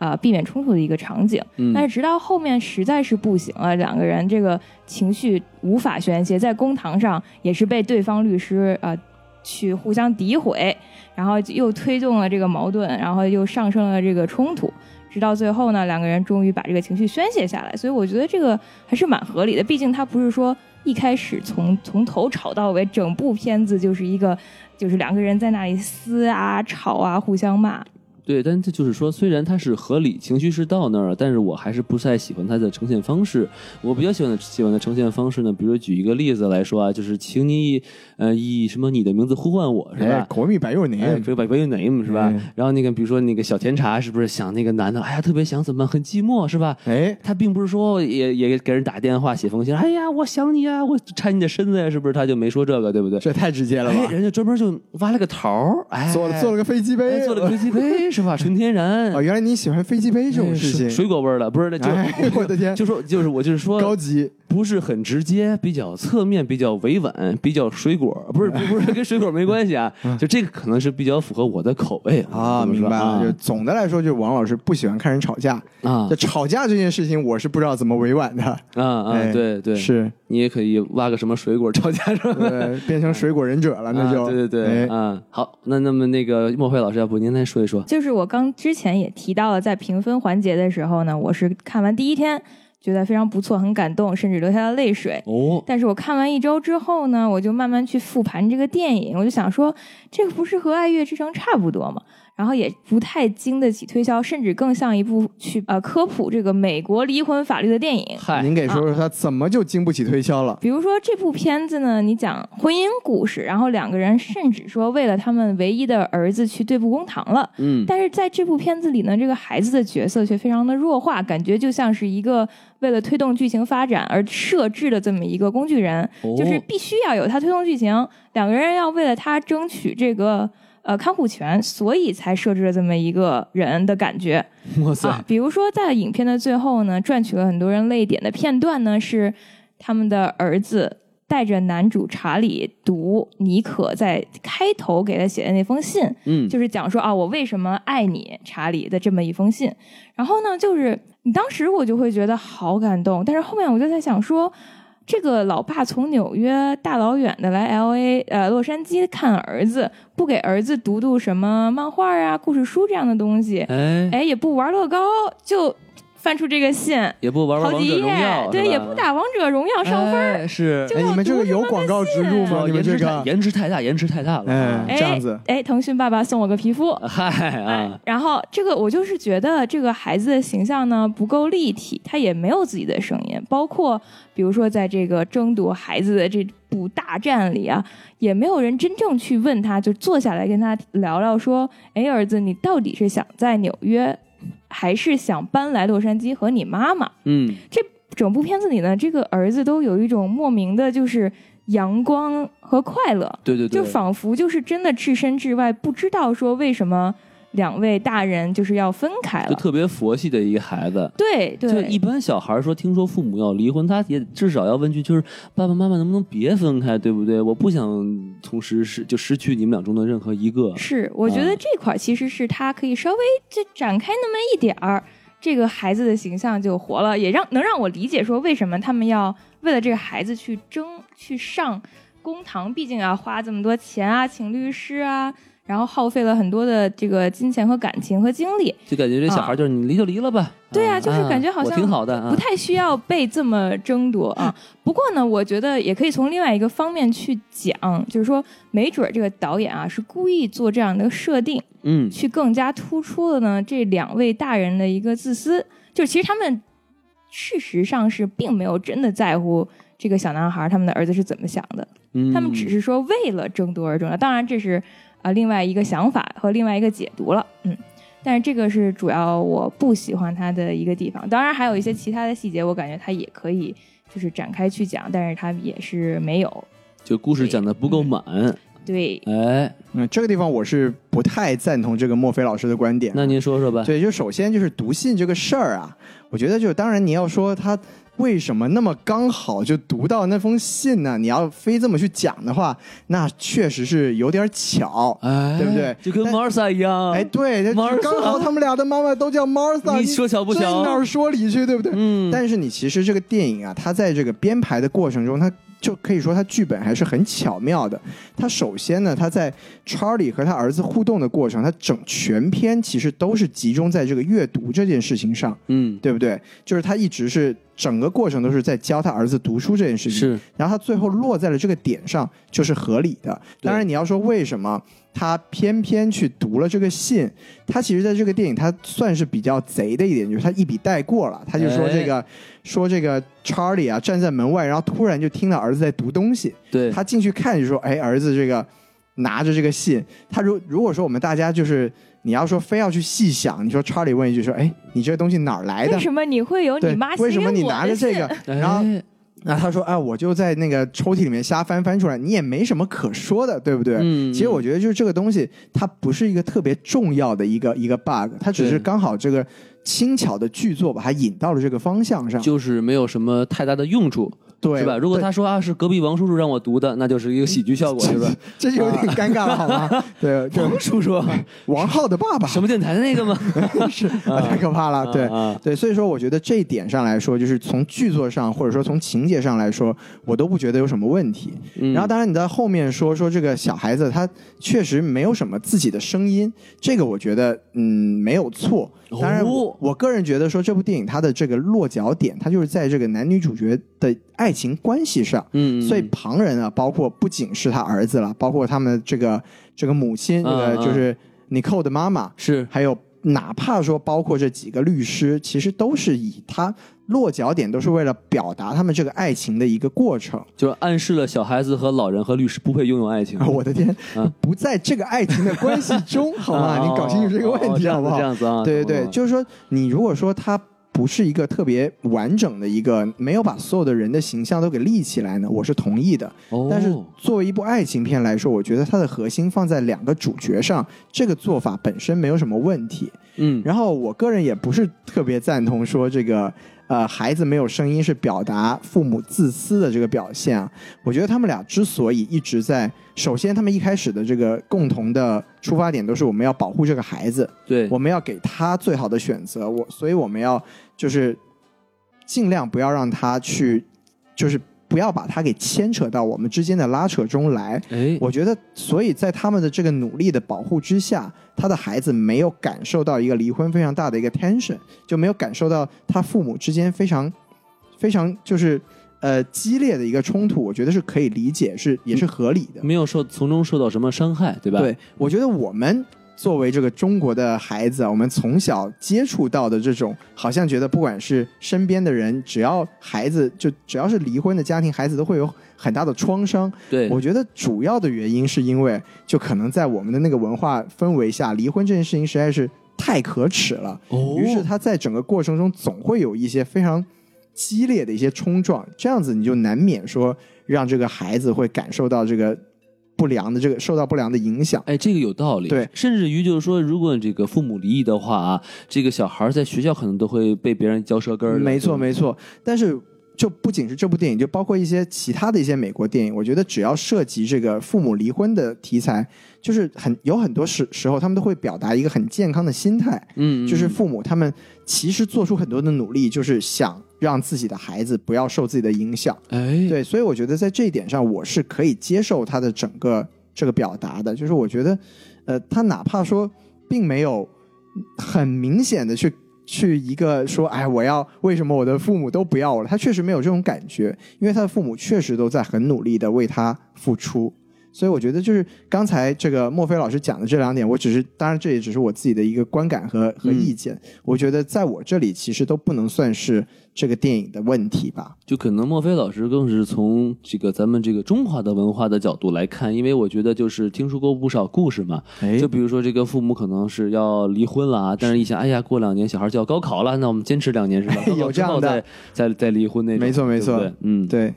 [SPEAKER 3] 呃，避免冲突的一个场景，
[SPEAKER 2] 嗯
[SPEAKER 3] 但是直到后面实在是不行了，两个人这个情绪无法宣泄，在公堂上也是被对方律师呃去互相诋毁，然后又推动了这个矛盾，然后又上升了这个冲突，直到最后呢，两个人终于把这个情绪宣泄下来。所以我觉得这个还是蛮合理的，毕竟他不是说一开始从从头吵到尾，整部片子就是一个就是两个人在那里撕啊、吵啊、互相骂。
[SPEAKER 2] 对，但这就是说，虽然它是合理，情绪是到那儿了，但是我还是不太喜欢它的呈现方式。我比较喜欢的喜欢的呈现方式呢，比如举一个例子来说啊，就是请你以呃以什么你的名字呼唤我是
[SPEAKER 1] 哎
[SPEAKER 2] 吧？，
[SPEAKER 1] 口蜜白又
[SPEAKER 2] 哎，
[SPEAKER 1] 年
[SPEAKER 2] 不，是白白有 name 是吧？
[SPEAKER 1] 哎
[SPEAKER 2] 然后那个比如说那个小甜茶是不是想那个男的，哎呀特别想怎么办很寂寞是吧？
[SPEAKER 1] 哎，
[SPEAKER 2] 他并不是说也也给人打电话写封信，哎呀我想你啊呀，我缠你的身子呀，是不是？他就没说这个，对不对？
[SPEAKER 1] 这太直接了
[SPEAKER 2] 哎，
[SPEAKER 1] 吧？
[SPEAKER 2] 人家专门就挖了个桃儿，哎，
[SPEAKER 1] 做了做了个飞机
[SPEAKER 2] 哎
[SPEAKER 1] 杯，
[SPEAKER 2] 做了
[SPEAKER 1] <laughs>
[SPEAKER 2] 飞机杯是吧？纯天然
[SPEAKER 1] 哦，，原来你喜欢飞机杯这种
[SPEAKER 2] 哎
[SPEAKER 1] 事
[SPEAKER 2] 水
[SPEAKER 1] 情，
[SPEAKER 2] 水果味儿的，不是那就、
[SPEAKER 1] 哎 <laughs> 我的天
[SPEAKER 2] 就说就是我就是
[SPEAKER 1] 高
[SPEAKER 2] 说，
[SPEAKER 1] 级，
[SPEAKER 2] 不是很直接，比较侧面，比较委婉，比较水果，
[SPEAKER 1] <laughs>
[SPEAKER 2] 不是不是不是跟水果没关系啊，就这个可能是比较符合我的口味
[SPEAKER 1] 嗯啊，
[SPEAKER 2] 怎么
[SPEAKER 1] 明
[SPEAKER 2] 说
[SPEAKER 1] 白了。就
[SPEAKER 2] 啊
[SPEAKER 1] 总的来说，就是王老师不喜欢看人吵架。
[SPEAKER 2] 啊
[SPEAKER 1] 就吵架这件事情，我是不知道怎么委婉的。
[SPEAKER 2] 啊啊，
[SPEAKER 1] 哎
[SPEAKER 2] 对对，
[SPEAKER 1] 是，
[SPEAKER 2] 你也可以挖个什么水果吵架是吧？
[SPEAKER 1] 呃，变成水果忍者了， <laughs> 那就
[SPEAKER 2] 啊对对
[SPEAKER 1] 哎
[SPEAKER 2] 对，啊，好，那那么那个莫慧老师，要不您来说一说？
[SPEAKER 3] 就是我刚之前也提到了，在评分环节的时候呢，我是看完第一天觉得非常不错，很感动，甚至流下了泪水。
[SPEAKER 2] 哦，
[SPEAKER 3] 但是我看完一周之后呢，我就慢慢去复盘这个电影，我就想说，这个不是和《爱乐之城》差不多吗？然后也不太经得起推销，甚至更像一部去呃科普这个美国离婚法律的电影。
[SPEAKER 2] 嗨
[SPEAKER 1] 您，给说说他怎么就经不起推销了？
[SPEAKER 3] 比如说这部片子呢，你讲婚姻故事，然后两个人甚至说为了他们唯一的儿子去对簿公堂了。
[SPEAKER 2] 嗯，
[SPEAKER 3] 但是在这部片子里呢，这个孩子的角色却非常的弱化，感觉就像是一个为了推动剧情发展而设置的这么一个工具人，
[SPEAKER 2] 哦
[SPEAKER 3] 嗯就是必须要有他推动剧情，两个人要为了他争取这个呃看护权，所以才设置了这么一个人的感觉。
[SPEAKER 2] 哦哇塞，
[SPEAKER 3] 啊，比如说在影片的最后呢，赚取了很多人泪点的片段呢，是他们的儿子带着男主查理读尼可在开头给他写的那封信，
[SPEAKER 2] 嗯，
[SPEAKER 3] 就是讲说啊，我为什么爱你，查理的这么一封信。然后呢，就是你当时我就会觉得好感动，但是后面我就在想说，这个老爸从纽约大老远的来 L A 呃洛杉矶看儿子，不给儿子读读什么漫画啊、故事书这样的东西，
[SPEAKER 2] 哎，
[SPEAKER 3] 哎，也不玩乐高，就翻出这个信，
[SPEAKER 2] 也不玩玩
[SPEAKER 3] 好
[SPEAKER 2] 王
[SPEAKER 3] 几
[SPEAKER 2] 者荣
[SPEAKER 3] 页
[SPEAKER 2] 耀，，
[SPEAKER 3] 对，也不打王者荣耀上分儿。
[SPEAKER 2] 分是
[SPEAKER 3] 就
[SPEAKER 1] 哎，你们这个有广告植入吗？你们
[SPEAKER 2] 颜
[SPEAKER 1] 这个
[SPEAKER 2] 值太，颜值太大，颜值太大了啊。
[SPEAKER 1] 哎，这样子，
[SPEAKER 3] 哎，哎腾讯爸爸送我个皮肤，
[SPEAKER 2] 嗨
[SPEAKER 3] 哎
[SPEAKER 2] 啊，，
[SPEAKER 3] 然后这个我就是觉得这个孩子的形象呢不够立体，他也没有自己的声音，包括比如说在这个争夺孩子的这部大战里啊，也没有人真正去问他，就坐下来跟他聊聊说，哎，儿子，你到底是想在纽约，还是想搬来洛杉矶和你妈妈？
[SPEAKER 2] 嗯，
[SPEAKER 3] 整部片子里呢，这个儿子都有一种莫名的就是阳光和快乐，
[SPEAKER 2] 对对对，
[SPEAKER 3] 就仿佛就是真的置身事外，不知道说为什么两位大人就是要分开
[SPEAKER 2] 就
[SPEAKER 3] 了。
[SPEAKER 2] 特别佛系的一个孩子。
[SPEAKER 3] 对
[SPEAKER 2] 就
[SPEAKER 3] 对，
[SPEAKER 2] 一般小孩说，听说父母要离婚，他也至少要问句，就是爸爸妈妈能不能别分开，对不对？我不想同时失就失去你们俩中的任何一个。
[SPEAKER 3] 是我觉
[SPEAKER 2] 啊
[SPEAKER 3] 得这块儿其实是他可以稍微就展开那么一点儿，这个孩子的形象就活了，也让能让我理解说为什么他们要为了这个孩子去争去上公堂，毕竟要花这么多钱啊，请律师啊。然后耗费了很多的这个金钱和感情和精力，
[SPEAKER 2] 就感觉这小孩就是你离就离了吧。
[SPEAKER 3] 啊对啊就是感觉好像
[SPEAKER 2] 我挺好的啊
[SPEAKER 3] 不太需要被这么争夺啊。不过呢，我觉得也可以从另外一个方面去讲，就是说，没准儿这个导演啊是故意做这样的设定，
[SPEAKER 2] 嗯，
[SPEAKER 3] 去更加突出了呢这两位大人的一个自私。就其实他们事实上是并没有真的在乎这个小男孩他们的儿子是怎么想的。
[SPEAKER 2] 嗯
[SPEAKER 3] 他们只是说为了争夺而争夺，当然这是啊、呃另外一个想法和另外一个解读了，嗯。但是这个是主要我不喜欢他的一个地方，当然还有一些其他的细节，我感觉他也可以就是展开去讲，但是他也是没有。
[SPEAKER 2] 就故事讲的不够满，
[SPEAKER 3] 对，
[SPEAKER 2] 哎，
[SPEAKER 1] 嗯，这个地方我是不太赞同这个墨菲老师的观点。
[SPEAKER 2] 那您说说吧，
[SPEAKER 1] 对，就首先就是读信这个事儿啊，我觉得就当然你要说他为什么那么刚好就读到那封信呢？你要非这么去讲的话，那确实是有点巧。
[SPEAKER 2] 哎，
[SPEAKER 1] 对不对
[SPEAKER 2] 就跟
[SPEAKER 1] 但
[SPEAKER 2] 马尔萨一样，
[SPEAKER 1] 哎，对，就
[SPEAKER 2] Martha
[SPEAKER 1] 刚好他们俩的妈妈都叫 Martha，
[SPEAKER 2] 你说巧不
[SPEAKER 1] 这
[SPEAKER 2] 巧
[SPEAKER 1] 哪儿说理去，对不对？
[SPEAKER 2] 嗯，
[SPEAKER 1] 但是你其实这个电影啊，它在这个编排的过程中，它就可以说它剧本还是很巧妙的。它首先呢，它在 Charlie 和他儿子互动的过程，它整全篇其实都是集中在这个阅读这件事情上，
[SPEAKER 2] 嗯，
[SPEAKER 1] 对不对？就是他一直是整个过程都是在教他儿子读书这件事情。
[SPEAKER 2] 是，
[SPEAKER 1] 然后他最后落在了这个点上，就是合理的。
[SPEAKER 2] 对
[SPEAKER 1] 当然，你要说为什么他偏偏去读了这个信，他其实在这个电影他算是比较贼的一点，就是他一笔带过了，他就说这
[SPEAKER 2] 哎
[SPEAKER 1] 个、说这个 Charlie 啊站在门外，然后突然就听到儿子在读东西，
[SPEAKER 2] 对，
[SPEAKER 1] 他进去看就说，哎，儿子这个拿着这个信，他如如果说我们大家就是你要说非要去细想，你说 Charlie 问一句说，哎，你这个东西哪儿来
[SPEAKER 3] 为
[SPEAKER 1] 的？
[SPEAKER 3] 什么你会有
[SPEAKER 1] 对
[SPEAKER 3] 你妈，写
[SPEAKER 1] 为什么
[SPEAKER 3] 给
[SPEAKER 1] 你
[SPEAKER 3] 我
[SPEAKER 1] 拿
[SPEAKER 3] 的
[SPEAKER 1] 着这
[SPEAKER 3] 信
[SPEAKER 1] 个？然后
[SPEAKER 2] 哎
[SPEAKER 1] 那他说：“哎，我就在那个抽屉里面瞎翻翻出来，你也没什么可说的，对不对？”
[SPEAKER 2] 嗯，
[SPEAKER 1] 其实我觉得，就是这个东西，它不是一个特别重要的一个一个 bug，它只是
[SPEAKER 2] 对
[SPEAKER 1] 刚好这个轻巧的剧作把它引到了这个方向上，
[SPEAKER 2] 就是没有什么太大的用处，
[SPEAKER 1] 对
[SPEAKER 2] 是吧？如果他说啊是隔壁王叔叔让我读的，那就是一个喜剧效
[SPEAKER 1] <laughs>
[SPEAKER 2] 果，是吧？
[SPEAKER 1] 这这就有
[SPEAKER 2] 啊
[SPEAKER 1] 点尴尬了，好吗？
[SPEAKER 2] <laughs>
[SPEAKER 1] 对，就
[SPEAKER 2] 王叔叔，
[SPEAKER 1] <laughs> 王浩的爸爸
[SPEAKER 2] 哎什么电台的那个吗？
[SPEAKER 1] 是啊，太可怕 <laughs> 了，对。
[SPEAKER 2] 啊，
[SPEAKER 1] 对，所以说我觉得这一点上来说，就是从剧作上或者说从情节上来说，我都不觉得有什么问题。
[SPEAKER 2] 嗯
[SPEAKER 1] 然后，当然你在后面说说这个小孩子他确实没有什么自己的声音，这个我觉得嗯没有错。当然我，
[SPEAKER 2] 哦
[SPEAKER 1] 我个人觉得说这部电影它的这个落脚点，它就是在这个男女主角的爱情关系上。
[SPEAKER 2] 嗯，
[SPEAKER 1] 所以旁人啊，包括不仅是他儿子了，包括他们这个这个母亲，这个
[SPEAKER 2] 嗯嗯
[SPEAKER 1] 就是尼寇的妈妈，
[SPEAKER 2] 是
[SPEAKER 1] 还有哪怕说包括这几个律师，其实都是以他落脚点都是为了表达他们这个爱情的一个过程。 <laughs>
[SPEAKER 2] 就是暗示了小孩子和老人和律师不配拥有爱情
[SPEAKER 1] 啊，。我的天，
[SPEAKER 2] 嗯
[SPEAKER 1] 不在这个爱情的关系
[SPEAKER 2] <laughs>
[SPEAKER 1] 中，好吗？
[SPEAKER 2] 啊
[SPEAKER 1] 你搞清楚这个问题
[SPEAKER 2] 哦
[SPEAKER 1] 好不
[SPEAKER 2] 哦
[SPEAKER 1] 好
[SPEAKER 2] 这？样子啊，
[SPEAKER 1] 对对
[SPEAKER 2] 懂
[SPEAKER 1] 对，
[SPEAKER 2] 了
[SPEAKER 1] 就是说，你如果说他不是一个特别完整的一个，没有把所有的人的形象都给立起来呢，我是同意的。
[SPEAKER 2] 哦
[SPEAKER 1] 但是作为一部爱情片来说，我觉得它的核心放在两个主角上，这个做法本身没有什么问题。
[SPEAKER 2] 嗯，
[SPEAKER 1] 然后我个人也不是特别赞同说这个呃孩子没有声音是表达父母自私的这个表现啊。我觉得他们俩之所以一直在，首先他们一开始的这个共同的出发点都是我们要保护这个孩子，
[SPEAKER 2] 对，
[SPEAKER 1] 我们要给他最好的选择，我所以我们要就是尽量不要让他去，就是不要把他给牵扯到我们之间的拉扯中来。
[SPEAKER 2] 哎，
[SPEAKER 1] 我觉得，所以在他们的这个努力的保护之下，他的孩子没有感受到一个离婚非常大的一个 tension，就没有感受到他父母之间非常、非常就是呃激烈的一个冲突。我觉得是可以理解，是也是合理的。
[SPEAKER 2] 没有受从中受到什么伤害，对吧？
[SPEAKER 1] 嗯对，我觉得我们作为这个中国的孩子啊，我们从小接触到的这种，好像觉得不管是身边的人，只要孩子就只要是离婚的家庭，孩子都会有很大的创伤。
[SPEAKER 2] 对，
[SPEAKER 1] 我觉得主要的原因是因为，就可能在我们的那个文化氛围下，离婚这件事情实在是太可耻了。
[SPEAKER 2] 哦
[SPEAKER 1] 于是他在整个过程中总会有一些非常激烈的一些冲撞，这样子你就难免说让这个孩子会感受到这个不良的这个受到不良的影响。
[SPEAKER 2] 哎，这个有道理。
[SPEAKER 1] 对
[SPEAKER 2] 甚至于就是说，如果这个父母离异的话啊，这个小孩儿在学校可能都会被别人嚼舌根儿的。
[SPEAKER 1] 没错，
[SPEAKER 2] 对吧
[SPEAKER 1] 没错。但是就不仅是这部电影，就包括一些其他的一些美国电影，我觉得只要涉及这个父母离婚的题材，就是很有很多时时候他们都会表达一个很健康的心态，
[SPEAKER 2] 嗯，嗯
[SPEAKER 1] 就是父母他们其实做出很多的努力，就是想让自己的孩子不要受自己的影响。
[SPEAKER 2] 哎，
[SPEAKER 1] 对，所以我觉得在这一点上，我是可以接受他的整个这个表达的。就是我觉得，呃，他哪怕说并没有很明显的去去一个说，哎，我要为什么我的父母都不要我了？他确实没有这种感觉，因为他的父母确实都在很努力的为他付出。所以我觉得就是刚才这个莫非老师讲的这两点，我只是当然这也只是我自己的一个观感和和意见。我觉得在我这里其实都不能算是这个电影的问题吧。
[SPEAKER 2] 就可能莫非老师更是从这个咱们这个中华的文化的角度来看，因为我觉得就是听说过不少故事嘛，
[SPEAKER 1] 哎
[SPEAKER 2] 就比如说这个父母可能是要离婚了啊，但是一想，哎呀，过两年小孩就要高考了，那我们坚持
[SPEAKER 1] <laughs>
[SPEAKER 2] 两年是吧？高考
[SPEAKER 1] 有这样的
[SPEAKER 2] 之后再再再离婚那种，
[SPEAKER 1] 没错没错
[SPEAKER 2] 对不对嗯，
[SPEAKER 1] 对，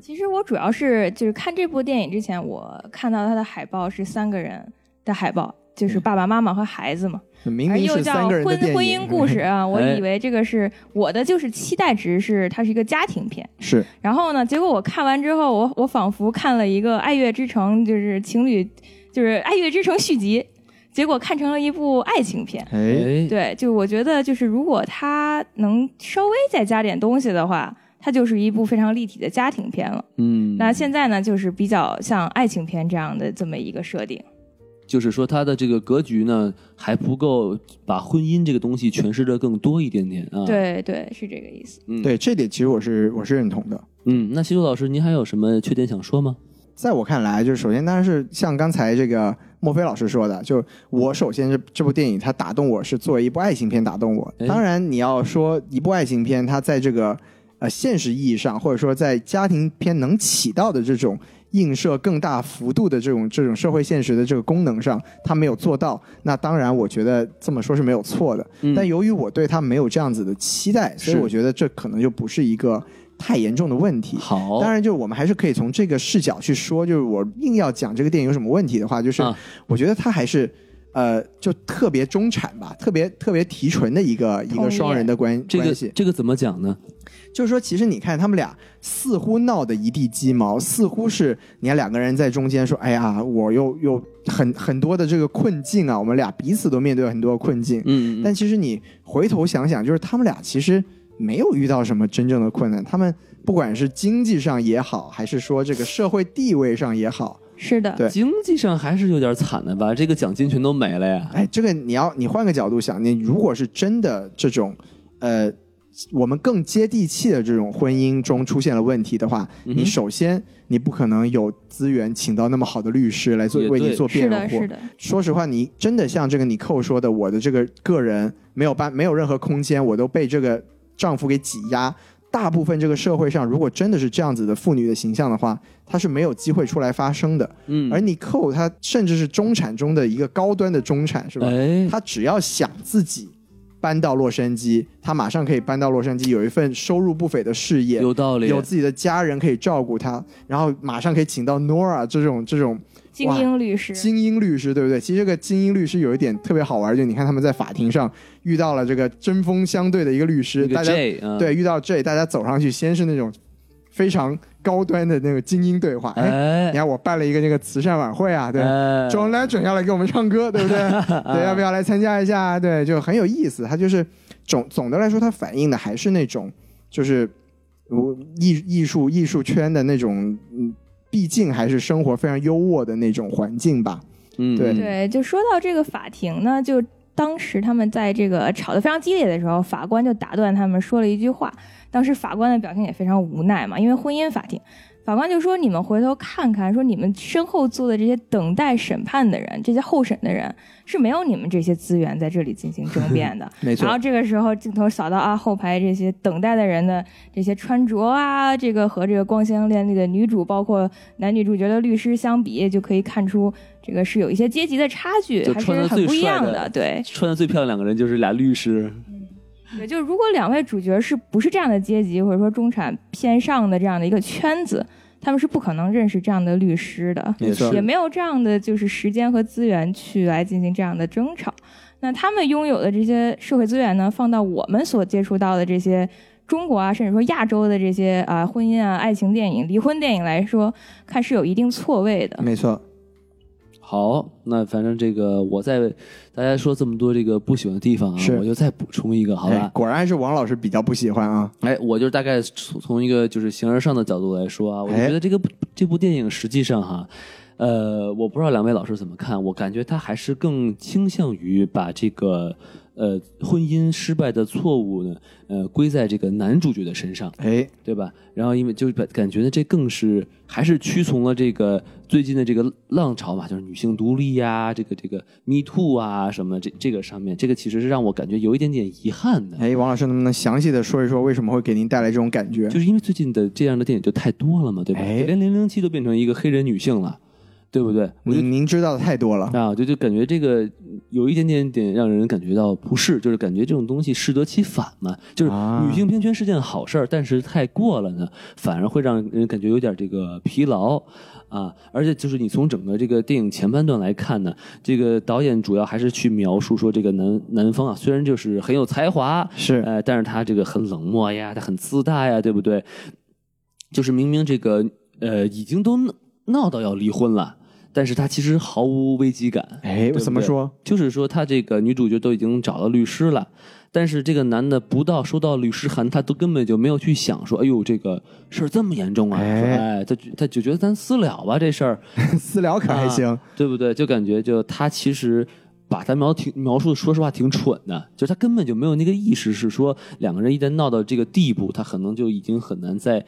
[SPEAKER 3] 其实我主要是就是看这部电影之前，我看到它的海报是三个人的海报，就是
[SPEAKER 1] 嗯
[SPEAKER 3] 爸爸妈妈和孩子嘛，
[SPEAKER 1] 明明
[SPEAKER 3] 而哎又
[SPEAKER 1] 是
[SPEAKER 3] 叫
[SPEAKER 1] 三个人
[SPEAKER 3] 婚
[SPEAKER 1] 的电影，
[SPEAKER 3] 婚姻故事啊。我
[SPEAKER 2] 哎
[SPEAKER 3] 以为这个是我的，就是期待值是它是一个家庭片。
[SPEAKER 1] <laughs> 是
[SPEAKER 3] 然后呢，结果我看完之后，我我仿佛看了一个《爱乐之城》，就是情侣，就是《爱乐之城》续集，结果看成了一部爱情片。
[SPEAKER 1] 哎。
[SPEAKER 2] 哎，
[SPEAKER 3] 对，就我觉得，就是如果它能稍微再加点东西的话，它就是一部非常立体的家庭片了。
[SPEAKER 2] 嗯，
[SPEAKER 3] 那现在呢，就是比较像爱情片这样的这么一个设定。
[SPEAKER 2] 就是说他的这个格局呢还不够，把婚姻这个东西诠释的更多一点点
[SPEAKER 1] 嗯
[SPEAKER 2] 啊。，
[SPEAKER 3] 对对，是这个意思。
[SPEAKER 2] 嗯，
[SPEAKER 1] 对这点，其实我是我是认同的。
[SPEAKER 2] 嗯，那西渡老师，您还有什么缺点想说吗？
[SPEAKER 1] 在我看来，就是首先当然是像刚才这个莫非老师说的，就是我首先这这部电影它打动我是作为一部爱情片打动我
[SPEAKER 2] 哎。
[SPEAKER 1] 当然你要说一部爱情片，它在这个呃现实意义上，或者说在家庭片能起到的这种映射更大幅度的这种这种社会现实的这个功能上，它没有做到。那当然，我觉得这么说是没有错的。
[SPEAKER 2] 嗯
[SPEAKER 1] 但由于我对它没有这样子的期待，所以
[SPEAKER 2] 是
[SPEAKER 1] 我觉得这可能就不是一个太严重的问题。
[SPEAKER 2] 好，
[SPEAKER 1] 当然，就是我们还是可以从这个视角去说。就是我硬要讲这个电影有什么问题的话，就是
[SPEAKER 2] 啊
[SPEAKER 1] 我觉得它还是呃，就特别中产吧，特别特别提纯的一个一
[SPEAKER 3] 同
[SPEAKER 1] 个
[SPEAKER 3] 意
[SPEAKER 1] 双人的关
[SPEAKER 2] 这个
[SPEAKER 1] 关系。
[SPEAKER 2] 这个怎么讲呢？
[SPEAKER 1] 就是说，其实你看他们俩似乎闹得一地鸡毛，似乎是你看两个人在中间说：“哎呀，我又又很很多的这个困境啊，我们俩彼此都面对很多困境。”
[SPEAKER 2] 嗯，嗯
[SPEAKER 1] 但其实你回头想想，就是他们俩其实没有遇到什么真正的困难，他们不管是经济上也好，还是说这个社会地位上也好，
[SPEAKER 3] 是的，
[SPEAKER 1] 对
[SPEAKER 2] 经济上还是有点惨的吧？这个奖金全都没了呀。
[SPEAKER 1] 哎，这个你要你换个角度想，你如果是真的这种，呃，我们更接地气的这种婚姻中出现了问题的话，
[SPEAKER 2] 嗯哼
[SPEAKER 1] 你首先你不可能有资源请到那么好的律师来做
[SPEAKER 2] 也
[SPEAKER 1] 为你
[SPEAKER 2] 对
[SPEAKER 1] 做
[SPEAKER 3] 是
[SPEAKER 1] 辩
[SPEAKER 3] 的，
[SPEAKER 1] 护
[SPEAKER 3] 是，的，
[SPEAKER 1] 说实话，你真的像这个你寇说的，我的这个个人没有办没有任何空间，我都被这个丈夫给挤压。大部分这个社会上，如果真的是这样子的妇女的形象的话，她是没有机会出来发声的。
[SPEAKER 2] 嗯，
[SPEAKER 1] 而你寇，她甚至是中产中的一个高端的中产，是吧？
[SPEAKER 2] 哎，
[SPEAKER 1] 她只要想自己搬到洛杉矶，她马上可以搬到洛杉矶，有一份收入不菲的事业，
[SPEAKER 2] 有道理，
[SPEAKER 1] 有自己的家人可以照顾她，然后马上可以请到 Nora 这种这种
[SPEAKER 3] 精英律师，
[SPEAKER 1] 精英律师，对不对？其实这个精英律师有一点特别好玩，就你看他们在法庭上遇到了这个针锋相对的一个律师，
[SPEAKER 2] 那
[SPEAKER 1] 大
[SPEAKER 2] 个
[SPEAKER 1] 家
[SPEAKER 2] J，嗯，
[SPEAKER 1] 对遇到这，大家走上去先是那种非常高端的那个精英对话，哎，
[SPEAKER 2] 哎
[SPEAKER 1] 你，看我办了一个那个慈善晚会啊，对。
[SPEAKER 2] 哎
[SPEAKER 1] John Legend 要来给我们唱歌，对不
[SPEAKER 2] <laughs>
[SPEAKER 1] 对？对，要不要来参加一下？对，就很有意思。它就是总总的来说，它反映的还是那种就是我艺艺术艺术圈的那种，嗯，毕竟还是生活非常优渥的那种环境吧。
[SPEAKER 2] 嗯，
[SPEAKER 1] 对
[SPEAKER 3] 对，就说到这个法庭呢，就当时他们在这个吵得非常激烈的时候，法官就打断他们说了一句话。当时法官的表情也非常无奈嘛，因为婚姻法庭，法官就说：“你们回头看看，说你们身后坐的这些等待审判的人，这些候审的人是没有你们这些资源在这里进行争辩的。”
[SPEAKER 1] 没
[SPEAKER 3] 然后这个时候镜头扫到啊后排这些等待的人的这些穿着啊，这个和这个光鲜亮丽的女主，包括男女主角的律师相比，就可以看出这个是有一些阶级的差距，
[SPEAKER 2] 就
[SPEAKER 3] 还
[SPEAKER 2] 穿
[SPEAKER 3] 是
[SPEAKER 2] 得
[SPEAKER 3] 很
[SPEAKER 2] 最
[SPEAKER 3] 不一
[SPEAKER 2] 帅
[SPEAKER 3] 样
[SPEAKER 2] 的
[SPEAKER 3] 的。对，
[SPEAKER 2] 穿的最漂亮两个人就是俩律师，
[SPEAKER 3] 对，就是如果两位主角是不是这样的阶级，或者说中产偏上的这样的一个圈子，他们是不可能认识这样的律师的。
[SPEAKER 1] 没错
[SPEAKER 3] 也
[SPEAKER 2] 嗯
[SPEAKER 3] 没有这样的就是时间和资源去来进行这样的争吵。那他们拥有的这些社会资源呢，放到我们所接触到的这些中国啊，甚至说亚洲的这些啊、婚姻啊、爱情电影、离婚电影来说，看是有一定错位的。
[SPEAKER 1] 没错，
[SPEAKER 2] 好，那反正这个我在大家说这么多这个不喜欢的地方啊
[SPEAKER 1] 是，
[SPEAKER 2] 我就再补充一个，好吧
[SPEAKER 1] 哎？果然还是王老师比较不喜欢啊。
[SPEAKER 2] 哎，我就是大概从从一个就是形而上的角度来说啊，我就
[SPEAKER 1] 哎
[SPEAKER 2] 觉得这个、这部电影实际上哈，呃，我不知道两位老师怎么看，我感觉它还是更倾向于把这个呃婚姻失败的错误呢，呃归在这个男主角的身上，
[SPEAKER 1] 哎，
[SPEAKER 2] 对吧？然后因为就感感觉呢，这更是还是屈从了这个最近的这个浪潮嘛，就是女性独立呀、这个这个 Me Too 啊什么的这这个上面，这个其实是让我感觉有一点点遗憾的，
[SPEAKER 1] 哎，王老师能不能详细的说一说为什么会给您带来这种感觉？
[SPEAKER 2] 就是因为最近的这样的电影就太多了嘛，对吧？
[SPEAKER 1] 哎
[SPEAKER 2] 就连零零七都变成一个黑人女性了，对不对？我就
[SPEAKER 1] 您您知道的太多了，
[SPEAKER 2] 啊，就就感觉这个有一点点点让人感觉到不适，就是感觉这种东西适得其反嘛。就是
[SPEAKER 1] 啊
[SPEAKER 2] 女性平权是件好事儿，但是太过了呢，反而会让人感觉有点这个疲劳啊。而且就是你从整个这个电影前半段来看呢，这个导演主要还是去描述说这个男男方啊，虽然就是很有才华，
[SPEAKER 1] 是
[SPEAKER 2] 呃，但是他这个很冷漠呀，他很自大呀，对不对？就是明明这个呃已经都闹闹到要离婚了，但是他其实毫无危机感。
[SPEAKER 1] 哎，
[SPEAKER 2] 对不
[SPEAKER 1] 怎么
[SPEAKER 2] 对
[SPEAKER 1] 说？ <laughs>
[SPEAKER 2] 就是说，他这个女主角都已经找了律师了，但是这个男的不到收到律师函，他都根本就没有去想说，哎呦，这个事儿这么严重啊！
[SPEAKER 1] 哎
[SPEAKER 2] 说哎，他就他就觉得咱私了吧，这事儿，
[SPEAKER 1] 私聊可还行？
[SPEAKER 2] 对不对？就感觉就他其实把他描挺描述的，说实话挺蠢的，就是他根本就没有那个意识，是说两个人一旦闹到这个地步，他可能就已经很难再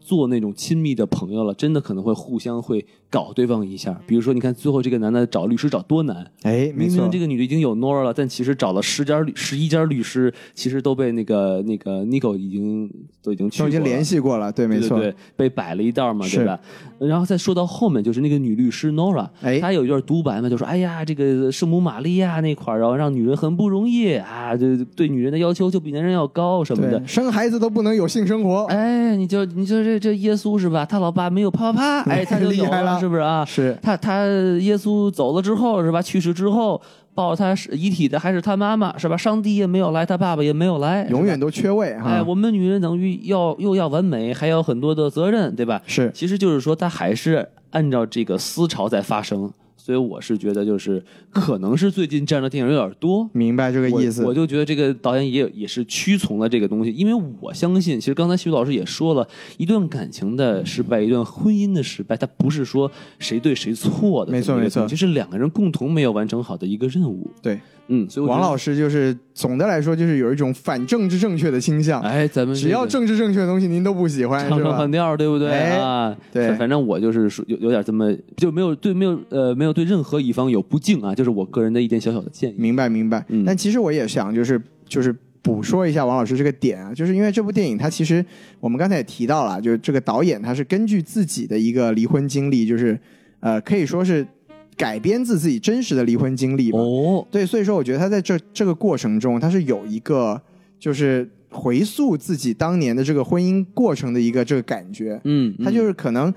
[SPEAKER 2] 做那种亲密的朋友了，真的可能会互相会搞对方一下。比如说，你看最后这个男的找律师找多难，
[SPEAKER 1] 哎，没
[SPEAKER 2] 明
[SPEAKER 1] 错
[SPEAKER 2] 明这，个女的已经有 Nora 了，但其实找了十家律十一家律师，其实都被那个那个 Nico 已经都已经去
[SPEAKER 1] 都已经
[SPEAKER 2] 过了
[SPEAKER 1] 联系过了，对，没
[SPEAKER 2] 啊对对
[SPEAKER 1] 错，
[SPEAKER 2] 对，被摆了一道嘛，
[SPEAKER 1] 是
[SPEAKER 2] 对吧？然后再说到后面，就是那个女律师 Nora，
[SPEAKER 1] 哎
[SPEAKER 2] 她有一段独白嘛，就说：“哎呀，这个圣母玛利亚那块儿，然后让女人很不容易啊，这对女人的要求就比男人要高什么的
[SPEAKER 1] 对，。生孩子都不能有性生活，
[SPEAKER 2] 哎，你就你就这这耶稣是吧？他老爸没有啪啪
[SPEAKER 1] <laughs>
[SPEAKER 2] 啪，哎，他就
[SPEAKER 1] 厉
[SPEAKER 2] 有
[SPEAKER 1] 害了
[SPEAKER 2] 了，是不是啊？
[SPEAKER 1] 是
[SPEAKER 2] 他他耶稣走了之后是吧？去世之后抱他是遗体的还是他妈妈是吧？上帝也没有来，他爸爸也没有来，
[SPEAKER 1] 永远都缺位
[SPEAKER 2] 哎，
[SPEAKER 1] 哈，
[SPEAKER 2] 我们女人等于要又要完美，还有很多的责任，对吧？
[SPEAKER 1] 是
[SPEAKER 2] 其实就是说，它还是按照这个思潮在发生，所以我是觉得，就是可能是最近这样的电影有点多。
[SPEAKER 1] 明白这个
[SPEAKER 2] 我
[SPEAKER 1] 意思
[SPEAKER 2] 我，就觉得这个导演也也是屈从了这个东西，因为我相信，其实刚才徐老师也说了，一段感情的失败，一段婚姻的失败，它不是说谁对谁错的，
[SPEAKER 1] 没错
[SPEAKER 2] 这么一
[SPEAKER 1] 没
[SPEAKER 2] 个
[SPEAKER 1] 错
[SPEAKER 2] 东西就是两个人共同没有完成好的一个任务。
[SPEAKER 1] 对。
[SPEAKER 2] 嗯，所以我觉
[SPEAKER 1] 王
[SPEAKER 2] 得
[SPEAKER 1] 老师就是总的来说就是有一种反政治正确的倾向，
[SPEAKER 2] 哎，咱们
[SPEAKER 1] 啊只要
[SPEAKER 2] 这
[SPEAKER 1] 政
[SPEAKER 2] 个
[SPEAKER 1] 治正确的东西您都不喜
[SPEAKER 2] <laughs>
[SPEAKER 1] 欢
[SPEAKER 2] 唱
[SPEAKER 1] 是
[SPEAKER 2] 唱
[SPEAKER 1] 吧
[SPEAKER 2] 反？调，对不对、
[SPEAKER 1] 哎
[SPEAKER 2] 啊？
[SPEAKER 1] 对
[SPEAKER 2] 反反正我就是说有有点这么就没有对没有呃没有对任何一方有不敬啊，就是我个人的一点小小的建议。
[SPEAKER 1] 明白明白
[SPEAKER 2] 嗯。
[SPEAKER 1] 但其实我也想就是就是补说一下王老师这个点啊，就是因为这部电影它其实我们刚才也提到了，啊就是这个导演他是根据自己的一个离婚经历，就是呃可以说是改编自自己真实的离婚经历吧。
[SPEAKER 2] 哦，
[SPEAKER 1] 对，所以说我觉得他在这这个过程中，他是有一个就是回溯自己当年的这个婚姻过程的一个这个感觉，
[SPEAKER 2] 嗯，
[SPEAKER 1] 他就是可能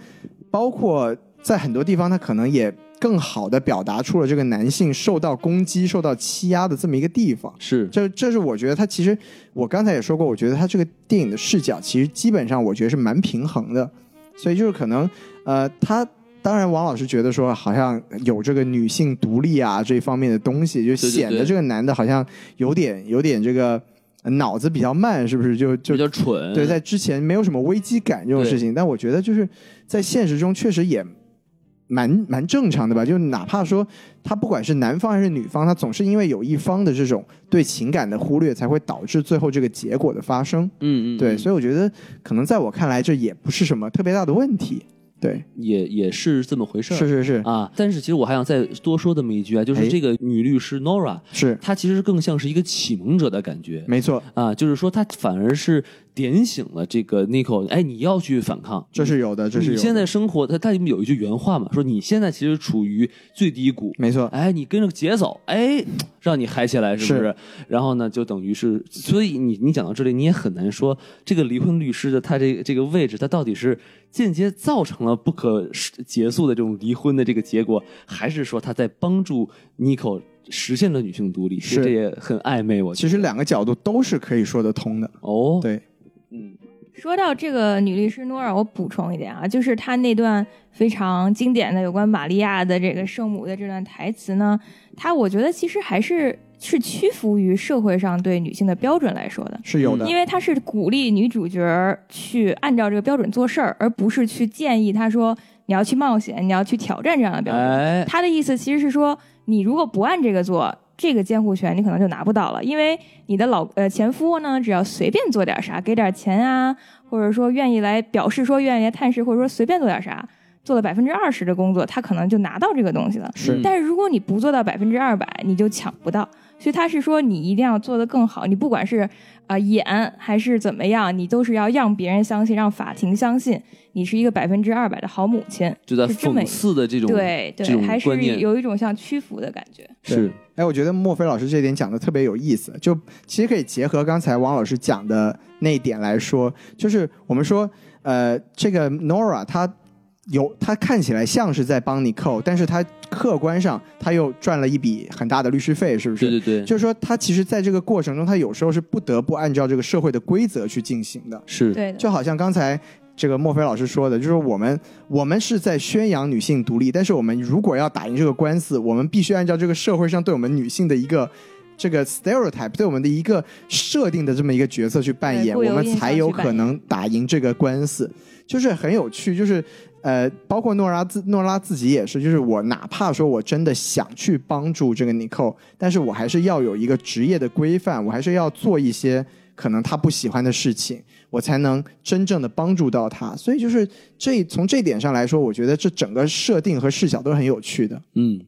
[SPEAKER 1] 包括在很多地方，他可能也更好的表达出了这个男性受到攻击、受到欺压的这么一个地方。
[SPEAKER 2] 是
[SPEAKER 1] 这这是我觉得他其实我刚才也说过，我觉得他这个电影的视角其实基本上我觉得是蛮平衡的，所以就是可能呃他。当然，王老师觉得说好像有这个女性独立啊这方面的东西，就
[SPEAKER 2] 对
[SPEAKER 1] 显得
[SPEAKER 2] 对
[SPEAKER 1] 这个男的好像有点有点这个呃脑子比较慢，是不是？就就
[SPEAKER 2] 比较蠢，
[SPEAKER 1] 对，在之前没有什么危机感这种事情，但我觉得就是在现实中确实也蛮蛮正常的吧。就哪怕说他不管是男方还是女方，他总是因为有一方的这种对情感的忽略，才会导致最后这个结果的发生。
[SPEAKER 2] 嗯嗯，
[SPEAKER 1] 对，
[SPEAKER 2] 嗯
[SPEAKER 1] 所以我觉得可能在我看来，这也不是什么特别大的问题。对，
[SPEAKER 2] 也也是这么回事儿
[SPEAKER 1] 是是是、
[SPEAKER 2] 啊。但是其实我还想再多说这么一句啊，就
[SPEAKER 1] 哎
[SPEAKER 2] 是这个女律师 Nora，
[SPEAKER 1] 是，
[SPEAKER 2] 她其实更像是一个启蒙者的感觉。
[SPEAKER 1] 没错，
[SPEAKER 2] 啊，就是说她反而是点醒了这个 Nico，哎，你要去反抗，
[SPEAKER 1] 这是有的，这是有
[SPEAKER 2] 你
[SPEAKER 1] 的。
[SPEAKER 2] 现在生活，他他有一句原话嘛，说你现在其实处于最低谷，
[SPEAKER 1] 没 <laughs> 错，
[SPEAKER 2] 哎，你跟着节奏，哎，让你嗨起来是不是？然后呢，就等于是，所以你你讲到这里，你也很难说这个离婚律师的他这个这个位置，他到底是间接造成了不可结束的这种离婚的这个结果，还是说他在帮助 Nico 实现了女性独立？其实
[SPEAKER 1] 是
[SPEAKER 2] 这也很暧昧，我觉
[SPEAKER 1] 其实两个角度都是可以说得通的。
[SPEAKER 2] 得哦，
[SPEAKER 1] 对，
[SPEAKER 2] 嗯，
[SPEAKER 3] 说到这个女律师诺尔，我补充一点啊，就是她那段非常经典的有关玛利亚的这个圣母的这段台词呢，她我觉得其实还是是屈服于社会上对女性的标准来说的。
[SPEAKER 1] 是有的。
[SPEAKER 3] 因为她是鼓励女主角去按照这个标准做事儿，而不是去建议她说你要去冒险，你要去挑战这样的标准。
[SPEAKER 2] 哎，
[SPEAKER 3] 他的意思其实是说，你如果不按这个做，这个监护权你可能就拿不到了，因为你的老呃前夫呢，只要随便做点啥，给点钱啊，或者说愿意来表示说愿意来探视，或者说随便做点啥，做了百分之二十的工作，他可能就拿到这个东西了。
[SPEAKER 1] 是
[SPEAKER 2] 嗯
[SPEAKER 3] 但是如果你不做到百分之二百，你就抢不到。所以他是说，你一定要做得更好，你不管是啊、呃演还是怎么样，你都是要让别人相信，让法庭相信你是一个百分之二百的好母亲。
[SPEAKER 2] 就在
[SPEAKER 3] 是这么
[SPEAKER 2] 讽刺的这种
[SPEAKER 3] 对
[SPEAKER 2] 这
[SPEAKER 3] 对，
[SPEAKER 2] 种
[SPEAKER 3] 还
[SPEAKER 2] 观
[SPEAKER 3] 是
[SPEAKER 2] 念
[SPEAKER 3] 有一种像屈服的感觉。
[SPEAKER 2] 是
[SPEAKER 1] 对哎，我觉得莫非老师这点讲的特别有意思，就其实可以结合刚才王老师讲的那一点来说，就是我们说，呃，这个 Nora 她有她看起来像是在帮你扣，但是她客观上她又赚了一笔很大的律师费，是不是？
[SPEAKER 2] 对对对，
[SPEAKER 1] 就是说，她其实在这个过程中，她有时候是不得不按照这个社会的规则去进行的。
[SPEAKER 2] 是
[SPEAKER 3] 对的，
[SPEAKER 1] 就好像刚才这个莫非老师说的，就是我们我们是在宣扬女性独立，但是我们如果要打赢这个官司，我们必须按照这个社会上对我们女性的一个。这个 stereotype 对我们的一个设定的这么一个角色去扮演，
[SPEAKER 3] 对固有
[SPEAKER 1] 我们
[SPEAKER 3] 印象
[SPEAKER 1] 才有
[SPEAKER 3] 去扮
[SPEAKER 1] 可
[SPEAKER 3] 演
[SPEAKER 1] 能打赢这个官司，就是很有趣。就是呃，包括诺拉自诺拉自己也是，就是我哪怕说我真的想去帮助这个 Nicole，但是我还是要有一个职业的规范，我还是要做一些可能他不喜欢的事情，我才能真正的帮助到他。所以就是这从这点上来说，我觉得这整个设定和视角都是很有趣的。
[SPEAKER 2] 嗯。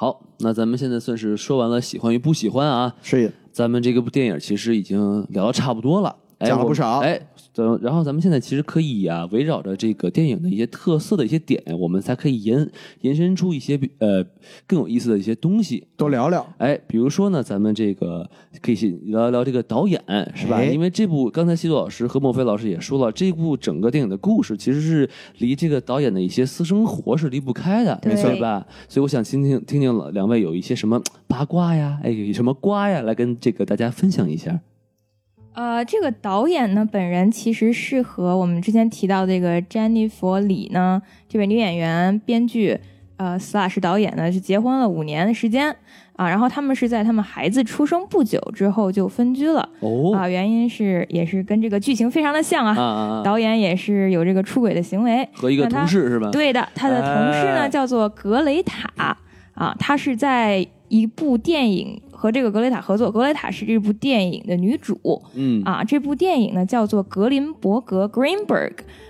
[SPEAKER 2] 好，那咱们现在算是说完了喜欢与不喜欢啊，
[SPEAKER 1] 是，
[SPEAKER 2] 咱们这个部电影其实已经聊得差不多了，哎
[SPEAKER 1] 讲了
[SPEAKER 2] 我
[SPEAKER 1] 不少
[SPEAKER 2] 哎，等然后咱们现在其实可以啊，围绕着这个电影的一些特色的一些点，我们才可以延延伸出一些比呃更有意思的一些东西。
[SPEAKER 1] 多聊聊。
[SPEAKER 2] 哎，比如说呢，咱们这个可以先聊一聊这个导演，是吧？
[SPEAKER 1] 哎
[SPEAKER 2] 因为这部刚才西渡老师和莫非老师也说了，这部整个电影的故事其实是离这个导演的一些私生活是离不开的，
[SPEAKER 3] 没错
[SPEAKER 2] 对吧？所以我想听听听听老两位有一些什么八卦呀，哎，有什么瓜呀，来跟这个大家分享一下。
[SPEAKER 3] 呃，这个导演呢，本人其实是和我们之前提到这个詹妮弗·里呢，这位女演员、编剧，呃，slash 导演呢，是结婚了五年的时间啊。然后他们是在他们孩子出生不久之后就分居了
[SPEAKER 2] 哦
[SPEAKER 3] 啊，原因是也是跟这个剧情非常的像啊。
[SPEAKER 2] 啊啊啊！
[SPEAKER 3] 导演也是有这个出轨的行为，
[SPEAKER 2] 和一个
[SPEAKER 3] 那他
[SPEAKER 2] 同事是吧？
[SPEAKER 3] 对的，他的同事
[SPEAKER 2] 啊
[SPEAKER 3] 呢、
[SPEAKER 2] 哎
[SPEAKER 3] 叫做格雷塔啊，她是在一部电影和这个格雷塔合作，格雷塔是这部电影的女主
[SPEAKER 2] 嗯，
[SPEAKER 3] 啊。这部电影呢叫做《格林伯格 （Greenberg）》。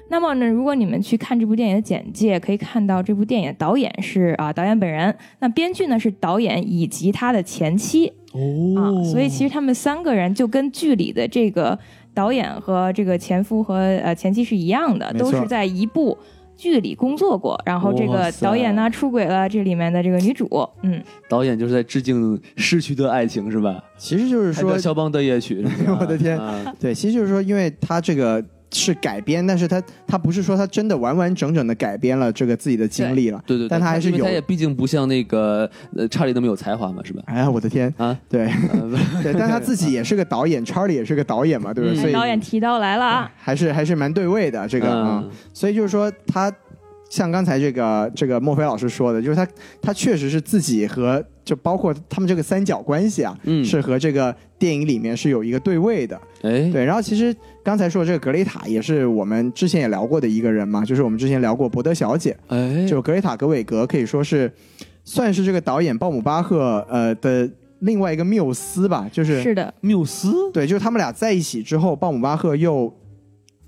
[SPEAKER 3] 那么呢，如果你们去看这部电影的简介，可以看到这部电影的导演是啊导演本人，那编剧呢是导演以及他的前妻啊
[SPEAKER 2] 哦，，
[SPEAKER 3] 所以其实他们三个人就跟剧里的这个导演和这个前夫和呃前妻是一样的，
[SPEAKER 1] 没
[SPEAKER 3] 都
[SPEAKER 1] 错
[SPEAKER 3] 是在一部剧里工作过。然后这
[SPEAKER 2] 哇
[SPEAKER 3] 个
[SPEAKER 2] 塞
[SPEAKER 3] 导演呢出轨了这里面的这个女主，嗯，
[SPEAKER 2] 导演就是在致敬逝去的爱情是吧？
[SPEAKER 1] 其实就是
[SPEAKER 2] 还
[SPEAKER 1] 说
[SPEAKER 2] 叫，肖邦的夜曲，是吧
[SPEAKER 1] <laughs> 我的天
[SPEAKER 2] 啊
[SPEAKER 1] 对，其实就是说，因为他这个是改编，但是他他不是说他真的完完整整的改编了这个自己的经历了。
[SPEAKER 2] 对对对，
[SPEAKER 1] 但他还是
[SPEAKER 2] 因为
[SPEAKER 1] 有
[SPEAKER 2] 他也毕竟不像那个呃查理那么有才华嘛，
[SPEAKER 1] <laughs>
[SPEAKER 2] 是吧？
[SPEAKER 1] 哎呀，我的天！
[SPEAKER 2] 啊，
[SPEAKER 1] 对
[SPEAKER 2] <laughs> 呃
[SPEAKER 1] 对，但他自己也是个导演，Charlie 也是个导演嘛，对不
[SPEAKER 2] 嗯
[SPEAKER 1] 对？所以
[SPEAKER 3] 哎
[SPEAKER 1] 哎
[SPEAKER 3] 导演提到来了啊，
[SPEAKER 1] 还是还是蛮对位的这个啊、
[SPEAKER 2] 嗯
[SPEAKER 1] 所以就是说他。像刚才这个这个莫非老师说的，就是他他确实是自己和就包括他们这个三角关系啊，
[SPEAKER 2] 嗯
[SPEAKER 1] 是和这个电影里面是有一个对位的。
[SPEAKER 2] 哎，
[SPEAKER 1] 对，然后其实刚才说的这个格雷塔也是我们之前也聊过的一个人嘛，就是我们之前聊过伯德小姐，
[SPEAKER 2] 哎，
[SPEAKER 1] 就格雷塔·格韦格可以说是算是这个导演鲍姆巴赫呃的另外一个缪斯吧，就是
[SPEAKER 3] 是的，
[SPEAKER 2] 缪斯，
[SPEAKER 1] 对，就是他们俩在一起之后，鲍姆巴赫又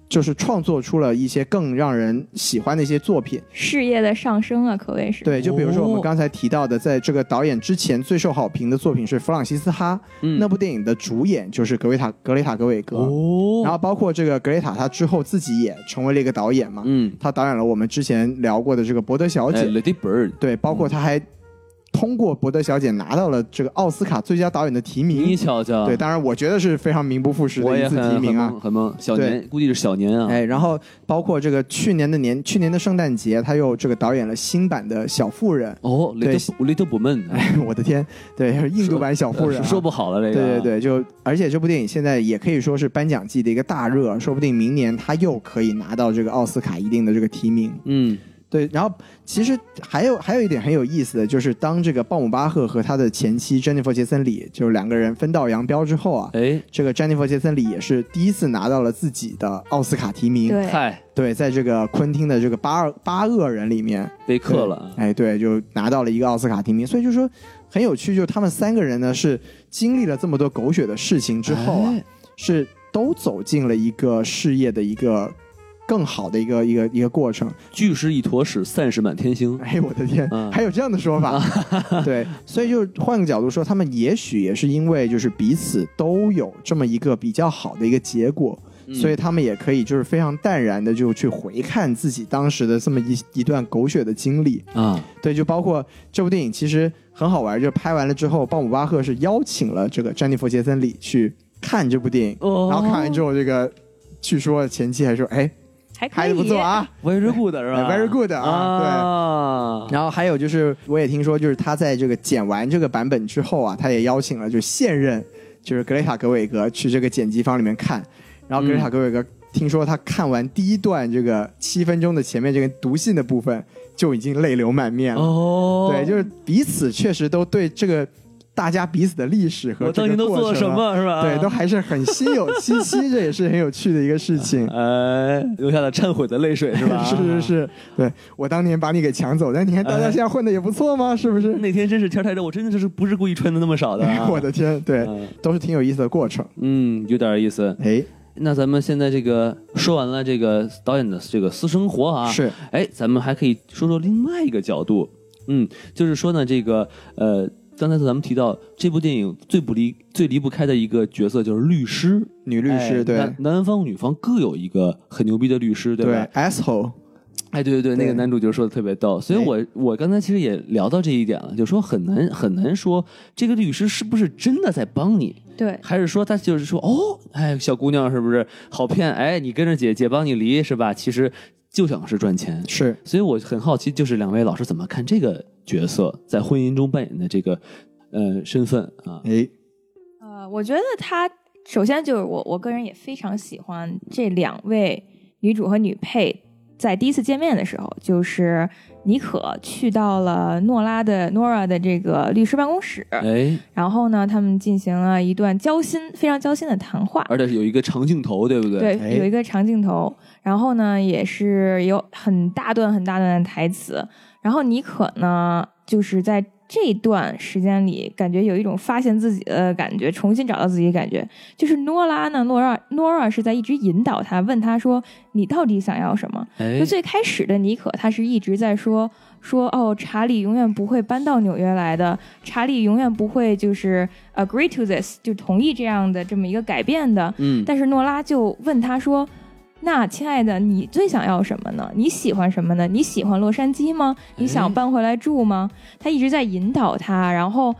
[SPEAKER 1] 就是创作出了一些更让人喜欢的一些作品。
[SPEAKER 3] 事业的上升啊，可谓是。
[SPEAKER 1] 对，就比如说我
[SPEAKER 2] 哦
[SPEAKER 1] 们刚才提到的，在这个导演之前最受好评的作品是《弗朗西斯哈》，
[SPEAKER 2] 嗯
[SPEAKER 1] 那部电影的主演就是格雷塔·格雷塔·格韦格。
[SPEAKER 2] 哦，
[SPEAKER 1] 然后包括这个格雷塔，她之后自己也成为了一个导演嘛，
[SPEAKER 2] 嗯，
[SPEAKER 1] 她导演了我们之前聊过的这个《伯德小姐》
[SPEAKER 2] 哎，Lady Bird，
[SPEAKER 1] 对，包括她还通过《伯德小姐》拿到了这个奥斯卡最佳导演的提
[SPEAKER 2] 你
[SPEAKER 1] 名。
[SPEAKER 2] 瞧瞧，
[SPEAKER 1] 对，当然我觉得是非常名不副实
[SPEAKER 2] 啊我
[SPEAKER 1] 的
[SPEAKER 2] 也
[SPEAKER 1] 一次
[SPEAKER 2] 很
[SPEAKER 1] 提名
[SPEAKER 2] 很
[SPEAKER 1] 啊。
[SPEAKER 2] 懵很懵，小年估计是小年啊，
[SPEAKER 1] 哎，然后包括这个去年的年，去年的圣诞节，她又这个导演了新版的《小妇人
[SPEAKER 2] 哦
[SPEAKER 1] 对
[SPEAKER 2] ，Little Little Woman，哎》，
[SPEAKER 1] 我的天，对，印度版《小妇人、啊
[SPEAKER 2] 呃说不好了这
[SPEAKER 1] 对
[SPEAKER 2] 个，
[SPEAKER 1] 对对，就而且这部电影现在也可以说是颁奖季的一个大热，说不定明年他又可以拿到这个奥斯卡一定的这个提名。
[SPEAKER 2] 嗯，
[SPEAKER 1] 对，然后其实还有还有一点很有意思的就是，当这个鲍姆巴赫和他的前妻詹妮弗·杰森里就是两个人分道扬镳之后啊，
[SPEAKER 2] 哎，
[SPEAKER 1] 这个詹妮弗·杰森里也是第一次拿到了自己的奥斯卡提名。
[SPEAKER 3] 对
[SPEAKER 2] 嗨，
[SPEAKER 1] 对在这个昆汀的这个八二八恶人里面，
[SPEAKER 2] 被克了啊，
[SPEAKER 1] 哎，对，就拿到了一个奥斯卡提名。所以就说，很有趣，就是他们三个人呢是经历了这么多狗血的事情之后啊，
[SPEAKER 2] 哎
[SPEAKER 1] 是都走进了一个事业的一个更好的一个一个一个过程。 <laughs>
[SPEAKER 2] 聚是一坨屎，散是满天星。
[SPEAKER 1] 哎，我的天，
[SPEAKER 2] 嗯
[SPEAKER 1] 还有这样的说
[SPEAKER 2] <laughs>
[SPEAKER 1] 法？对，所以就是换个角度说，他们也许也是因为就是彼此都有这么一个比较好的一个结果，
[SPEAKER 2] 嗯
[SPEAKER 1] 所以他们也可以就是非常淡然的就去回看自己当时的这么一一段狗血的经历。
[SPEAKER 2] 啊，
[SPEAKER 1] 对，就包括这部电影其实很好玩，就拍完了之后，鲍姆巴赫是邀请了这个詹妮弗·杰森里去看这部电影，
[SPEAKER 2] 哦
[SPEAKER 1] 然后看完之后，这个据说前妻还说，哎，
[SPEAKER 3] 还可
[SPEAKER 1] 拍的
[SPEAKER 3] 以，
[SPEAKER 1] 不错啊。
[SPEAKER 2] ，very good 是吧
[SPEAKER 1] 哎，very good 啊
[SPEAKER 2] 啊，
[SPEAKER 1] 然后还有就是，我也听说，就是他在这个剪完这个版本之后啊，他也邀请了就现任就是格雷塔·格韦格去这个剪辑房里面看，然后格雷塔·格韦格听说他看完第一段这个七分钟的前面这个读信的部分就已经泪流满面了。
[SPEAKER 2] 哦，
[SPEAKER 1] 对，就是彼此确实都对这个大家彼此的历史和
[SPEAKER 2] 我当
[SPEAKER 1] 这
[SPEAKER 2] 年
[SPEAKER 1] 个
[SPEAKER 2] 都做
[SPEAKER 1] 过
[SPEAKER 2] 了
[SPEAKER 1] 程
[SPEAKER 2] 什
[SPEAKER 1] 啊，
[SPEAKER 2] 么是吧？
[SPEAKER 1] 对，都还是很心有 <laughs> 戚戚，这也是很有趣的一个事情。
[SPEAKER 2] 哎，留下了忏悔的泪水 <laughs> 是
[SPEAKER 1] <laughs>
[SPEAKER 2] 吧？
[SPEAKER 1] 是是。是，对我当年把你给抢走，但你看大家现在混的也不错
[SPEAKER 2] <laughs>
[SPEAKER 1] 嘛，是不 <laughs> 是？。
[SPEAKER 2] 那天真是天太热，我真的就是不是故意穿的那么少的、啊
[SPEAKER 1] <laughs> 我的天，对，
[SPEAKER 2] 嗯
[SPEAKER 1] 都是挺有意思的过程。
[SPEAKER 2] 嗯，有点意思。
[SPEAKER 1] 哎，
[SPEAKER 2] 那咱们现在这个说完了这个导演的这个私生活啊，
[SPEAKER 1] 是
[SPEAKER 2] 哎，咱们还可以说说另外一个角度，嗯，就是说呢，这个呃，刚才咱们提到这部电影最不离最离不开的一个角色就是律师，
[SPEAKER 1] 女律师，
[SPEAKER 2] 哎
[SPEAKER 1] 对
[SPEAKER 2] 男男方女方各有一个很牛逼的律师，对吧？
[SPEAKER 1] ，asshole，
[SPEAKER 2] 哎，对对
[SPEAKER 1] 对
[SPEAKER 2] 对，那个男主角说的特别逗，所以
[SPEAKER 1] 哎
[SPEAKER 2] 我我刚才其实也聊到这一点了，就说很难很难说这个律师是不是真的在帮你，
[SPEAKER 3] 对，
[SPEAKER 2] 还是说他就是说哦，哎，小姑娘是不是好骗？哎，你跟着姐姐帮你离是吧？其实就想是赚钱，
[SPEAKER 1] 是
[SPEAKER 2] 所以我很好奇，就是两位老师怎么看这个角色在婚姻中扮演的这个呃身份啊？
[SPEAKER 1] 哎，
[SPEAKER 3] 呃，我觉得她首先就是我，我个人也非常喜欢这两位女主和女配在第一次见面的时候，就是妮可去到了诺拉的 Nora 的这个律师办公室，
[SPEAKER 2] 哎，
[SPEAKER 3] 然后呢，他们进行了一段交心、非常交心的谈话。
[SPEAKER 2] 而且是有一个长镜头，对不对？
[SPEAKER 3] 对，
[SPEAKER 1] 哎
[SPEAKER 3] 有一个长镜头，然后呢，也是有很大段很大段的台词。然后妮可呢，就是在这段时间里，感觉有一种发现自己的感觉，重新找到自己的感觉。就是诺拉呢，诺拉诺拉是在一直引导他，问他说：“你到底想要什么？”
[SPEAKER 2] 哎
[SPEAKER 3] 就，最开始的妮可，她是一直在说说哦，查理永远不会搬到纽约来的，查理永远不会就是呃 agree to this，就同意这样的这么一个改变的。
[SPEAKER 2] 嗯，
[SPEAKER 3] 但是诺拉就问他说：“那亲爱的，你最想要什么呢？你喜欢什么呢？你喜欢洛杉矶吗？你想搬回来住吗？”他一直在引导他，然后，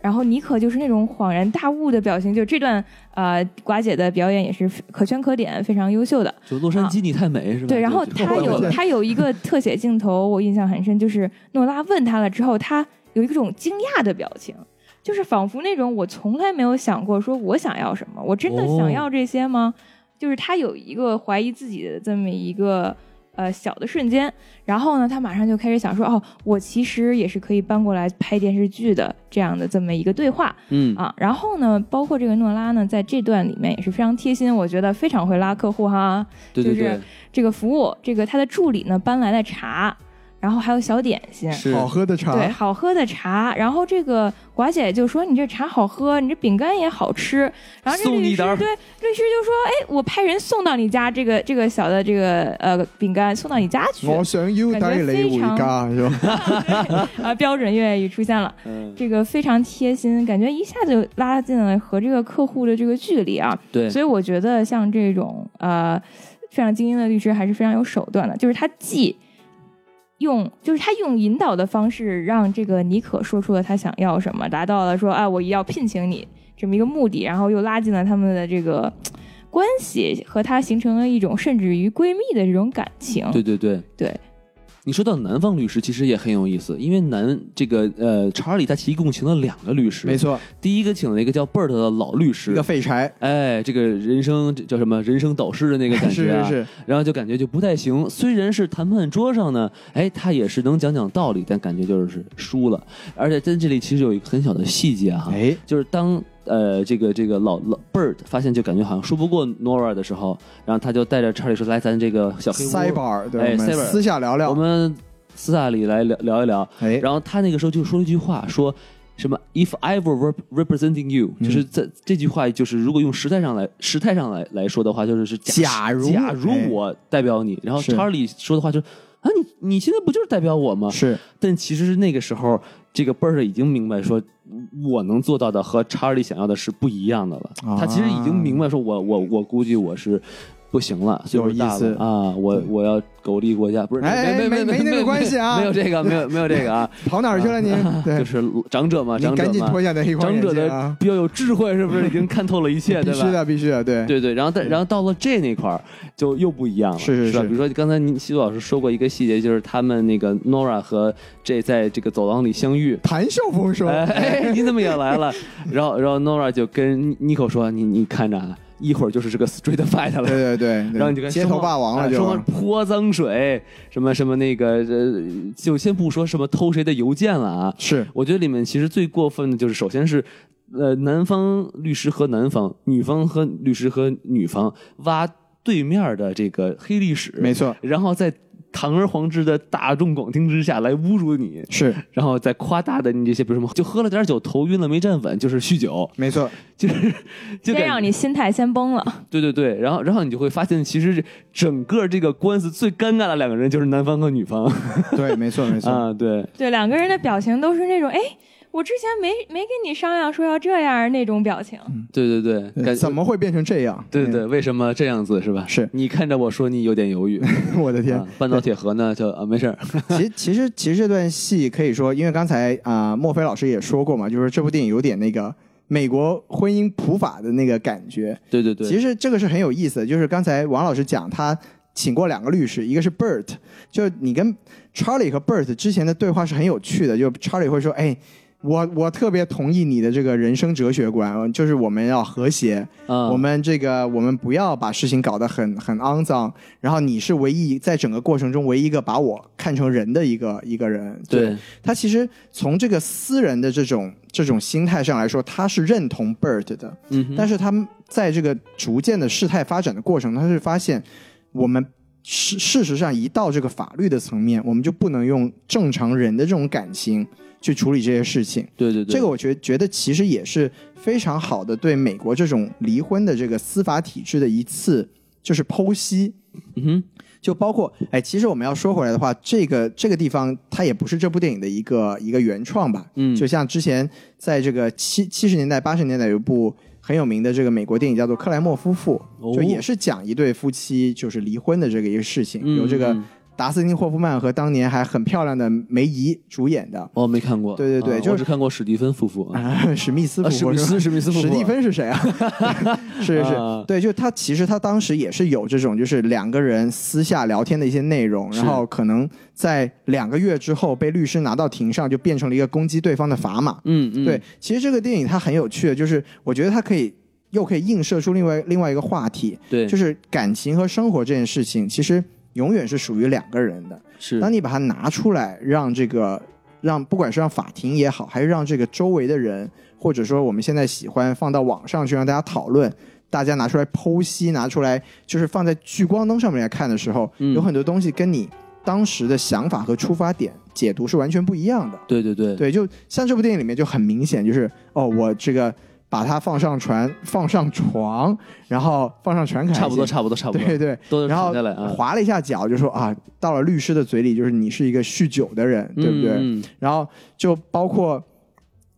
[SPEAKER 3] 然后妮可就是那种恍然大悟的表情。就这段呃，寡姐的表演也是可圈可点，非常优秀的。
[SPEAKER 2] 就洛杉矶你太美是吧？
[SPEAKER 3] 啊对，然后
[SPEAKER 2] 就
[SPEAKER 3] 他有他有一个特写镜头，我印象很深，就是诺拉问他了之后，他有一种惊讶的表情，就是仿佛那种我从来没有想过，说我想要什么，我真的
[SPEAKER 2] 哦
[SPEAKER 3] 想要这些吗？就是他有一个怀疑自己的这么一个呃小的瞬间，然后呢，他马上就开始想说，哦，我其实也是可以搬过来拍电视剧的这样的这么一个对话，
[SPEAKER 2] 嗯
[SPEAKER 3] 啊，然后呢，包括这个诺拉呢，在这段里面也是非常贴心，我觉得非常会拉客户哈，
[SPEAKER 2] 对对
[SPEAKER 3] 就是
[SPEAKER 2] 对，
[SPEAKER 3] 这个服务，这个他的助理呢搬来的茶，然后还有小点心，
[SPEAKER 2] 是啊
[SPEAKER 1] 好喝的
[SPEAKER 3] 对，
[SPEAKER 1] 茶，
[SPEAKER 3] 好喝的茶。然后这个寡姐就说：“你这茶好喝，你这饼干也好吃。”然后这
[SPEAKER 2] 送你
[SPEAKER 3] 律
[SPEAKER 2] 一
[SPEAKER 3] 师
[SPEAKER 2] 点儿
[SPEAKER 3] 对律师就说：“哎，我派人送到你家这个这个小的这个呃饼干送到你家去。”
[SPEAKER 1] 我
[SPEAKER 2] 哦
[SPEAKER 1] 想要带你回家，是
[SPEAKER 2] <laughs>
[SPEAKER 1] 吧？
[SPEAKER 3] 啊，标准粤语出现了。
[SPEAKER 2] 嗯，
[SPEAKER 3] 这个非常贴心，感觉一下就拉近了和这个客户的这个距离啊。
[SPEAKER 2] 对，
[SPEAKER 3] 所以我觉得像这种呃非常精英的律师还是非常有手段的，就是他既用就是他用引导的方式让这个妮可说出了他想要什么，达到了说啊我要聘请你这么一个目的，然后又拉近了他们的这个嘖关系，和他形成了一种甚至于闺蜜的这种感情。
[SPEAKER 2] 对对对
[SPEAKER 3] 对。
[SPEAKER 2] 你说到南方律师，其实也很有意思，因为南这个呃查理他其一共请了两个律师，
[SPEAKER 1] 没，错，
[SPEAKER 2] 第一个请了一个叫贝尔的老律
[SPEAKER 1] 一个
[SPEAKER 2] 师，
[SPEAKER 1] 废柴，
[SPEAKER 2] 哎，这个人生这叫什么人生导师的那个感
[SPEAKER 1] 是
[SPEAKER 2] 觉、
[SPEAKER 1] <laughs>
[SPEAKER 2] 啊，
[SPEAKER 1] 是是，
[SPEAKER 2] 然后就感觉就不太行。虽然是谈判桌上呢，哎，他也是能讲讲道理，但感觉就是输了。而且在这里其实有一个很小的细节哈、
[SPEAKER 1] 哎，
[SPEAKER 2] 就是当呃这个这个老老 Bird 发现就感觉好像说不过 Nora 的时候，然后他就带着查理说：“来，咱这个小黑
[SPEAKER 1] 塞
[SPEAKER 2] 屋，
[SPEAKER 1] 巴尔，
[SPEAKER 2] 哎
[SPEAKER 1] 对，我们
[SPEAKER 2] 塞巴尔
[SPEAKER 1] 私下聊
[SPEAKER 2] 我
[SPEAKER 1] 聊，
[SPEAKER 2] 们私下里来聊聊一聊。”
[SPEAKER 1] 哎，
[SPEAKER 2] 然后他那个时候就说了一句话，说：“什么 “If I were rep- representing you”，、就是
[SPEAKER 1] 嗯
[SPEAKER 2] 在这句话，就是如果用时态上来时态上来来说的话，就是是
[SPEAKER 1] 假如
[SPEAKER 2] 假如
[SPEAKER 1] 哎
[SPEAKER 2] 我代表你，然后
[SPEAKER 1] 是
[SPEAKER 2] Charlie 说的话就是啊，你你现在不就是代表我吗？
[SPEAKER 1] 是
[SPEAKER 2] 但其实是那个时候，这个贝儿已经明白说，我能做到的和查理想要的是不一样的了。
[SPEAKER 1] 啊
[SPEAKER 2] 他其实已经明白说我，我我估计我是不行了，岁数大
[SPEAKER 1] 有意思
[SPEAKER 2] 了啊，我我要苟利国家，不是，
[SPEAKER 1] 哎
[SPEAKER 2] 没
[SPEAKER 1] 没
[SPEAKER 2] 没
[SPEAKER 1] 没那个关系啊
[SPEAKER 2] 没有这个，没有没有这个啊，
[SPEAKER 1] 跑哪儿去了你？ <laughs> 对，
[SPEAKER 2] 就是长者嘛，
[SPEAKER 1] 你
[SPEAKER 2] 长者
[SPEAKER 1] 赶紧脱
[SPEAKER 2] 嘛，
[SPEAKER 1] 下那黑框
[SPEAKER 2] 长
[SPEAKER 1] 眼
[SPEAKER 2] 者
[SPEAKER 1] 镜
[SPEAKER 2] 的
[SPEAKER 1] 啊！
[SPEAKER 2] 比较有智慧，是不是已经看透了一
[SPEAKER 1] <laughs>
[SPEAKER 2] 切，
[SPEAKER 1] 必
[SPEAKER 2] 对吧
[SPEAKER 1] 须？的，必须的，对，
[SPEAKER 2] 对对，然后但然后到了这那块儿就又不一样了，
[SPEAKER 1] 是是
[SPEAKER 2] 吧？
[SPEAKER 1] 是
[SPEAKER 2] 比如说刚才您西渡老师说过一个细节，就是他们那个 Nora 和 J 在这个走廊里相遇。
[SPEAKER 1] 谭秀峰说，
[SPEAKER 2] 哎， <laughs> 你怎么也来了？然后，然后 Nora 就跟 Nico 说：“你你看着啊，一会儿就是这个 street fight 了。”
[SPEAKER 1] 对对对，对
[SPEAKER 2] 然后你就跟
[SPEAKER 1] 街头霸王了
[SPEAKER 2] 哎
[SPEAKER 1] 就
[SPEAKER 2] 双方泼脏水，什么什么那个，呃，就先不说什么偷谁的邮件了啊。
[SPEAKER 1] 是
[SPEAKER 2] 我觉得里面其实最过分的就是，首先是，呃，男方律师和男方，女方和律师和女方挖对面的这个黑历史，
[SPEAKER 1] 没错，
[SPEAKER 2] 然后在堂而皇之的大众广听之下来侮辱你，
[SPEAKER 1] 是
[SPEAKER 2] 然后再夸大的你这些，比如什么就喝了点酒头晕了没站稳，就是酗酒，
[SPEAKER 1] 没错，
[SPEAKER 2] 就是 <laughs> 就
[SPEAKER 3] 先
[SPEAKER 2] 感
[SPEAKER 3] 让你心态先崩了。
[SPEAKER 2] 对对对，然后然后你就会发现，其实整个这个官司最尴尬的两个人就是男方和女方
[SPEAKER 1] 对，没
[SPEAKER 2] <laughs>
[SPEAKER 1] 错，没嗯错，
[SPEAKER 2] 啊，对，
[SPEAKER 3] 对，两个人的表情都是那种，哎，我之前没没跟你商量说要这样儿那种表情。
[SPEAKER 2] 对对对，
[SPEAKER 1] 对
[SPEAKER 2] 感
[SPEAKER 1] 怎么会变成这样？
[SPEAKER 2] 对对对，为什么这样子是吧？
[SPEAKER 1] 嗯是
[SPEAKER 2] 你看着我说你有点犹
[SPEAKER 1] <laughs>
[SPEAKER 2] 豫，
[SPEAKER 1] 嗯， <laughs> 我的天
[SPEAKER 2] 啊，、半岛铁盒呢就啊没
[SPEAKER 1] <laughs>
[SPEAKER 2] 事儿，
[SPEAKER 1] 其实其实其实这段戏可以说，因为刚才啊、莫非老师也说过嘛，就是这部电影有点那个美国婚姻普法的那个感觉。
[SPEAKER 2] 对对对，
[SPEAKER 1] 其实这个是很有意思的，就是刚才王老师讲他。请过两个律师，一个是 Bert，就你跟 Charlie 和 Bert 之前的对话是很有趣的，就 Charlie 会说：“哎，我我特别同意你的这个人生哲学观，就是我们要和谐，
[SPEAKER 2] 啊，
[SPEAKER 1] 我们这个我们不要把事情搞得很很肮脏，然后你是唯一在整个过程中唯一一个把我看成人的一个一个人。
[SPEAKER 2] 对
[SPEAKER 1] 他其实从这个私人的这种这种心态上来说，他是认同 Bert 的，
[SPEAKER 2] 嗯哼
[SPEAKER 1] 但是他们在这个逐渐的事态发展的过程，他是发现我们。事事实上，一到这个法律的层面，我们就不能用正常人的这种感情去处理这些事情。
[SPEAKER 2] 对对对，
[SPEAKER 1] 这个我觉得觉得其实也是非常好的对美国这种离婚的这个司法体制的一次就是剖析，
[SPEAKER 2] 嗯哼
[SPEAKER 1] 就包括哎，其实我们要说回来的话，这个这个地方它也不是这部电影的一个一个原创吧，
[SPEAKER 2] 嗯
[SPEAKER 1] 就像之前在这个七七十年代八十年代有一部。很有名的这个美国电影叫做《克莱默夫妇
[SPEAKER 2] 哦》，
[SPEAKER 1] 就也是讲一对夫妻就是离婚的这个一个事情，
[SPEAKER 2] 嗯
[SPEAKER 1] 由这个
[SPEAKER 2] 嗯
[SPEAKER 1] 达斯汀·霍夫曼和当年还很漂亮的梅姨主演的，
[SPEAKER 2] 我没看过，
[SPEAKER 1] 对对对
[SPEAKER 2] 啊
[SPEAKER 1] 就是
[SPEAKER 2] 我只看过史蒂芬夫妇啊，
[SPEAKER 1] 啊，史密斯夫
[SPEAKER 2] 啊史
[SPEAKER 1] 妇
[SPEAKER 2] 密
[SPEAKER 1] 是吧
[SPEAKER 2] 斯史密斯夫妇
[SPEAKER 1] 史蒂芬是谁啊？ <laughs> 是是
[SPEAKER 2] 啊
[SPEAKER 1] 是，对，就他其实他当时也是有这种，就是两个人私下聊天的一些内容，
[SPEAKER 2] 是
[SPEAKER 1] 然后可能在两个月之后被律师拿到庭上，就变成了一个攻击对方的砝码。
[SPEAKER 2] 嗯嗯，
[SPEAKER 1] 对，其实这个电影它很有趣的，就是我觉得它可以又可以映射出另外另外一个话题，
[SPEAKER 2] 对，
[SPEAKER 1] 就是是感情和生活这件事情，其实永远是属于两个人的。
[SPEAKER 2] 是
[SPEAKER 1] 当你把它拿出来，让这个让不管是让法庭也好，还是让这个周围的人，或者说我们现在喜欢放到网上去让大家讨论，大家拿出来剖析，拿出来就是放在聚光灯上面来看的时候，
[SPEAKER 2] 嗯
[SPEAKER 1] 有很多东西跟你当时的想法和出发点解读是完全不一样的。
[SPEAKER 2] 对对对
[SPEAKER 1] 对，就像这部电影里面就很明显，就是哦，我这个把它放上船，放上床，然后放上船，
[SPEAKER 2] 差不多差不多差不多，
[SPEAKER 1] 对对，
[SPEAKER 2] 都是
[SPEAKER 1] 然后
[SPEAKER 2] 躺下来啊
[SPEAKER 1] 划了一下脚，就说啊，到了律师的嘴里，就是你是一个酗酒的人，对不对？
[SPEAKER 2] 嗯嗯
[SPEAKER 1] 然后就包括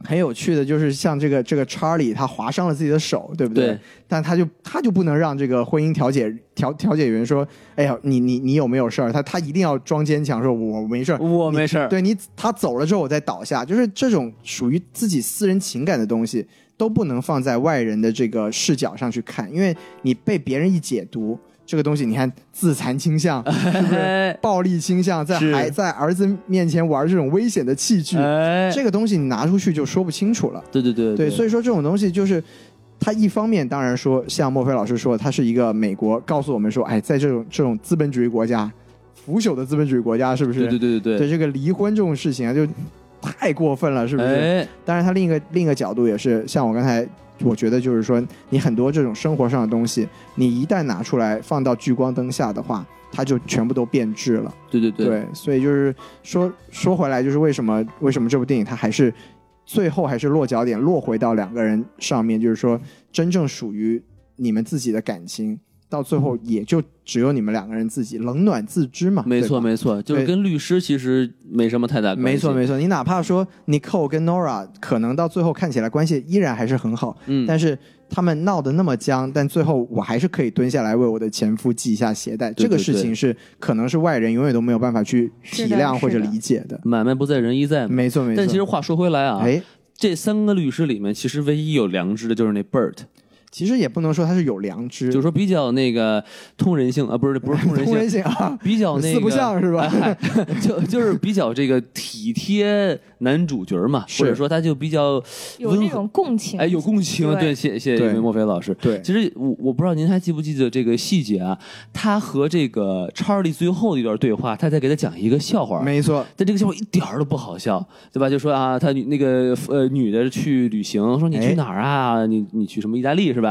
[SPEAKER 1] 很有趣的，就是像这个这个查理，他划伤了自己的手，对不
[SPEAKER 2] 对
[SPEAKER 1] 但他就他就不能让这个婚姻调解调调解员说，哎呀，你你你有没有事儿？他他一定要装坚强，说我没事儿。
[SPEAKER 2] 我没 <laughs> 事儿，
[SPEAKER 1] 对你，他走了之后我再倒下，就是这种属于自己私人情感的东西，都不能放在外人的这个视角上去看，因为你被别人一解读，这个东西你看自残倾
[SPEAKER 2] <laughs>
[SPEAKER 1] 向，是不
[SPEAKER 2] 哎
[SPEAKER 1] 是？暴力倾向，在
[SPEAKER 2] 是
[SPEAKER 1] 还在儿子面前玩这种危险的器具，
[SPEAKER 2] 哎，
[SPEAKER 1] 这个东西你拿出去就说不清楚了。
[SPEAKER 2] 对对对
[SPEAKER 1] 对，所以说这种东西就是。它一方面当然说，像莫非老师说，它是一个美国告诉我们说，哎，在这种这种资本主义国家，腐朽的资本主义国家，是不是？
[SPEAKER 2] 对对对对
[SPEAKER 1] 对
[SPEAKER 2] 对，
[SPEAKER 1] 这个离婚这种事情啊，就太过分了，是不是？
[SPEAKER 2] 哎，
[SPEAKER 1] 当然，他另一个另一个角度也是，像我刚才，我觉得就是说，你很多这种生活上的东西，你一旦拿出来放到聚光灯下的话，它就全部都变质了。
[SPEAKER 2] 对对对，
[SPEAKER 1] 所以就是说说回来，就是为什么为什么这部电影它还是最后还是落脚点落回到两个人上面，就是说真正属于你们自己的感情，到最
[SPEAKER 2] 嗯
[SPEAKER 1] 后也就只有你们两个人自己冷暖自知嘛。
[SPEAKER 2] 没
[SPEAKER 1] 对吧
[SPEAKER 2] 错，没错，就是
[SPEAKER 1] 对
[SPEAKER 2] 跟律师其实没什么太大关系。
[SPEAKER 1] 没错，没错。你哪怕说 Nicole 跟 Nora 可能到最后看起来关系依然还是很好，
[SPEAKER 2] 嗯，
[SPEAKER 1] 但是他们闹得那么僵，但最后我还是可以蹲下来为我的前夫系一下鞋带。
[SPEAKER 2] 对
[SPEAKER 1] 这个
[SPEAKER 2] 对
[SPEAKER 1] 事
[SPEAKER 2] 对
[SPEAKER 1] 情是可能是外人永远都没有办法去
[SPEAKER 3] 是
[SPEAKER 1] 体
[SPEAKER 3] 的
[SPEAKER 1] 谅或者
[SPEAKER 3] 是的
[SPEAKER 1] 理解的。
[SPEAKER 2] 买卖不在人意在嘛。
[SPEAKER 1] 没错，没错。
[SPEAKER 2] 但其实话说回来啊，
[SPEAKER 1] 哎，
[SPEAKER 2] 这三个律师里面，其实唯一有良知的就是那 Bert，
[SPEAKER 1] 其实也不能说他是有良知，
[SPEAKER 2] 就是说比较那个通人性啊，不是不是通
[SPEAKER 1] <laughs>
[SPEAKER 2] 人
[SPEAKER 1] 通人
[SPEAKER 2] 性，
[SPEAKER 1] 性啊，
[SPEAKER 2] 比较那个
[SPEAKER 1] <laughs> 四不像是
[SPEAKER 2] <laughs>
[SPEAKER 1] 吧？
[SPEAKER 2] 哎就就是比较这个体贴男主角嘛，
[SPEAKER 1] 是
[SPEAKER 2] 或者说他就比较
[SPEAKER 3] 有那
[SPEAKER 2] 温和
[SPEAKER 3] 种共情，
[SPEAKER 2] 哎有共情，
[SPEAKER 3] 对
[SPEAKER 2] 对，谢谢
[SPEAKER 1] 对
[SPEAKER 2] 谢莫非老师。
[SPEAKER 1] 对，
[SPEAKER 2] 其实我我不知道您还记不记得这个细节啊？他和这个查理最后的一段对话，他在给他讲一个笑话，
[SPEAKER 1] 没错，
[SPEAKER 2] 但这个笑话一点儿都不好笑，对吧？就说啊，他女那个呃女的去旅行，说你
[SPEAKER 1] 哎
[SPEAKER 2] 去哪儿啊？你你去什么意大利是吧？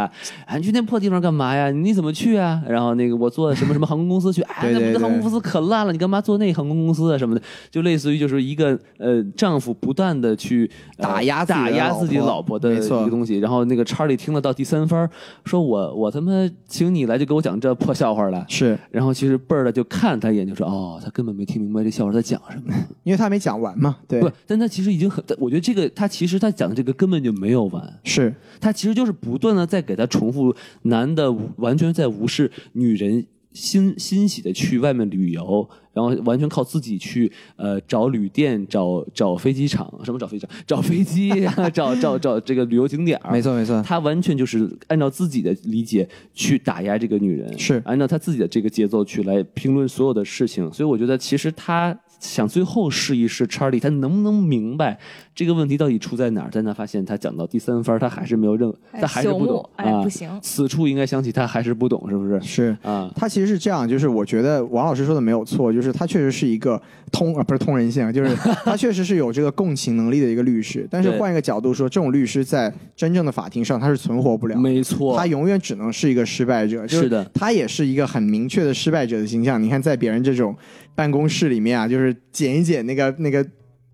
[SPEAKER 2] 啊，你去那破地方干嘛呀？你怎么去啊？然后那个我坐什么什么航空公司去，哎，
[SPEAKER 1] <laughs> 对对
[SPEAKER 2] 那
[SPEAKER 1] 对
[SPEAKER 2] 不航空公司可烂了，你干嘛坐那航空公司啊什么的？就类似于就是一个呃丈夫不断的去、呃
[SPEAKER 1] 打压自己的
[SPEAKER 2] 打压自己
[SPEAKER 1] 老婆
[SPEAKER 2] 老婆的
[SPEAKER 1] 没
[SPEAKER 2] 一
[SPEAKER 1] 错
[SPEAKER 2] 个东西。然后那个查理听了到第三番儿，说我我他妈请你来就给我讲这破笑话来。
[SPEAKER 1] 是
[SPEAKER 2] <laughs> 然后其实贝儿的就看他一眼就说哦，他根本没听明白这笑话在讲什么。
[SPEAKER 1] 因为他没讲完嘛，对
[SPEAKER 2] 不，，但他其实已经很，但我觉得这个他其实他讲的这个根本就没有完，
[SPEAKER 1] 是
[SPEAKER 2] 他其实就是不断的在给他重复，男的无完全在无视女人欣欣喜的去外面旅游，然后完全靠自己去呃找旅店、找找飞机场，什么找飞机场、找飞机、 <laughs> 找找找这个旅游景点儿
[SPEAKER 1] 没错，没错，
[SPEAKER 2] 他完全就是按照自己的理解去打压这个女人，
[SPEAKER 1] 是
[SPEAKER 2] 按照他自己的这个节奏去来评论所有的事情。所以我觉得，其实他想最后试一试查理，他能不能明白这个问题到底出在哪儿？但他发现，他讲到第三番，他还是没有任，
[SPEAKER 3] 哎
[SPEAKER 2] 他还是不
[SPEAKER 3] 朽
[SPEAKER 2] 懂
[SPEAKER 3] 木，哎
[SPEAKER 2] 啊
[SPEAKER 3] 不行
[SPEAKER 2] 此处应该想起他还是不懂，是不是？
[SPEAKER 1] 是。
[SPEAKER 2] 啊，
[SPEAKER 1] 他其实是这样，就是我觉得王老师说的没有错，就是他确实是一个通啊、不是通人性，就是他确实是有这个共情能力的一个律师。但是
[SPEAKER 2] 对
[SPEAKER 1] 换一个角度说，这种律师在真正的法庭上他是存活不了的，
[SPEAKER 2] 没错
[SPEAKER 1] 他，永远只能是一个失败者。就是
[SPEAKER 2] 的，
[SPEAKER 1] 他也是一个很明确的失败者的形象。你看，在别人这种办公室里面啊，就是捡一捡那个那个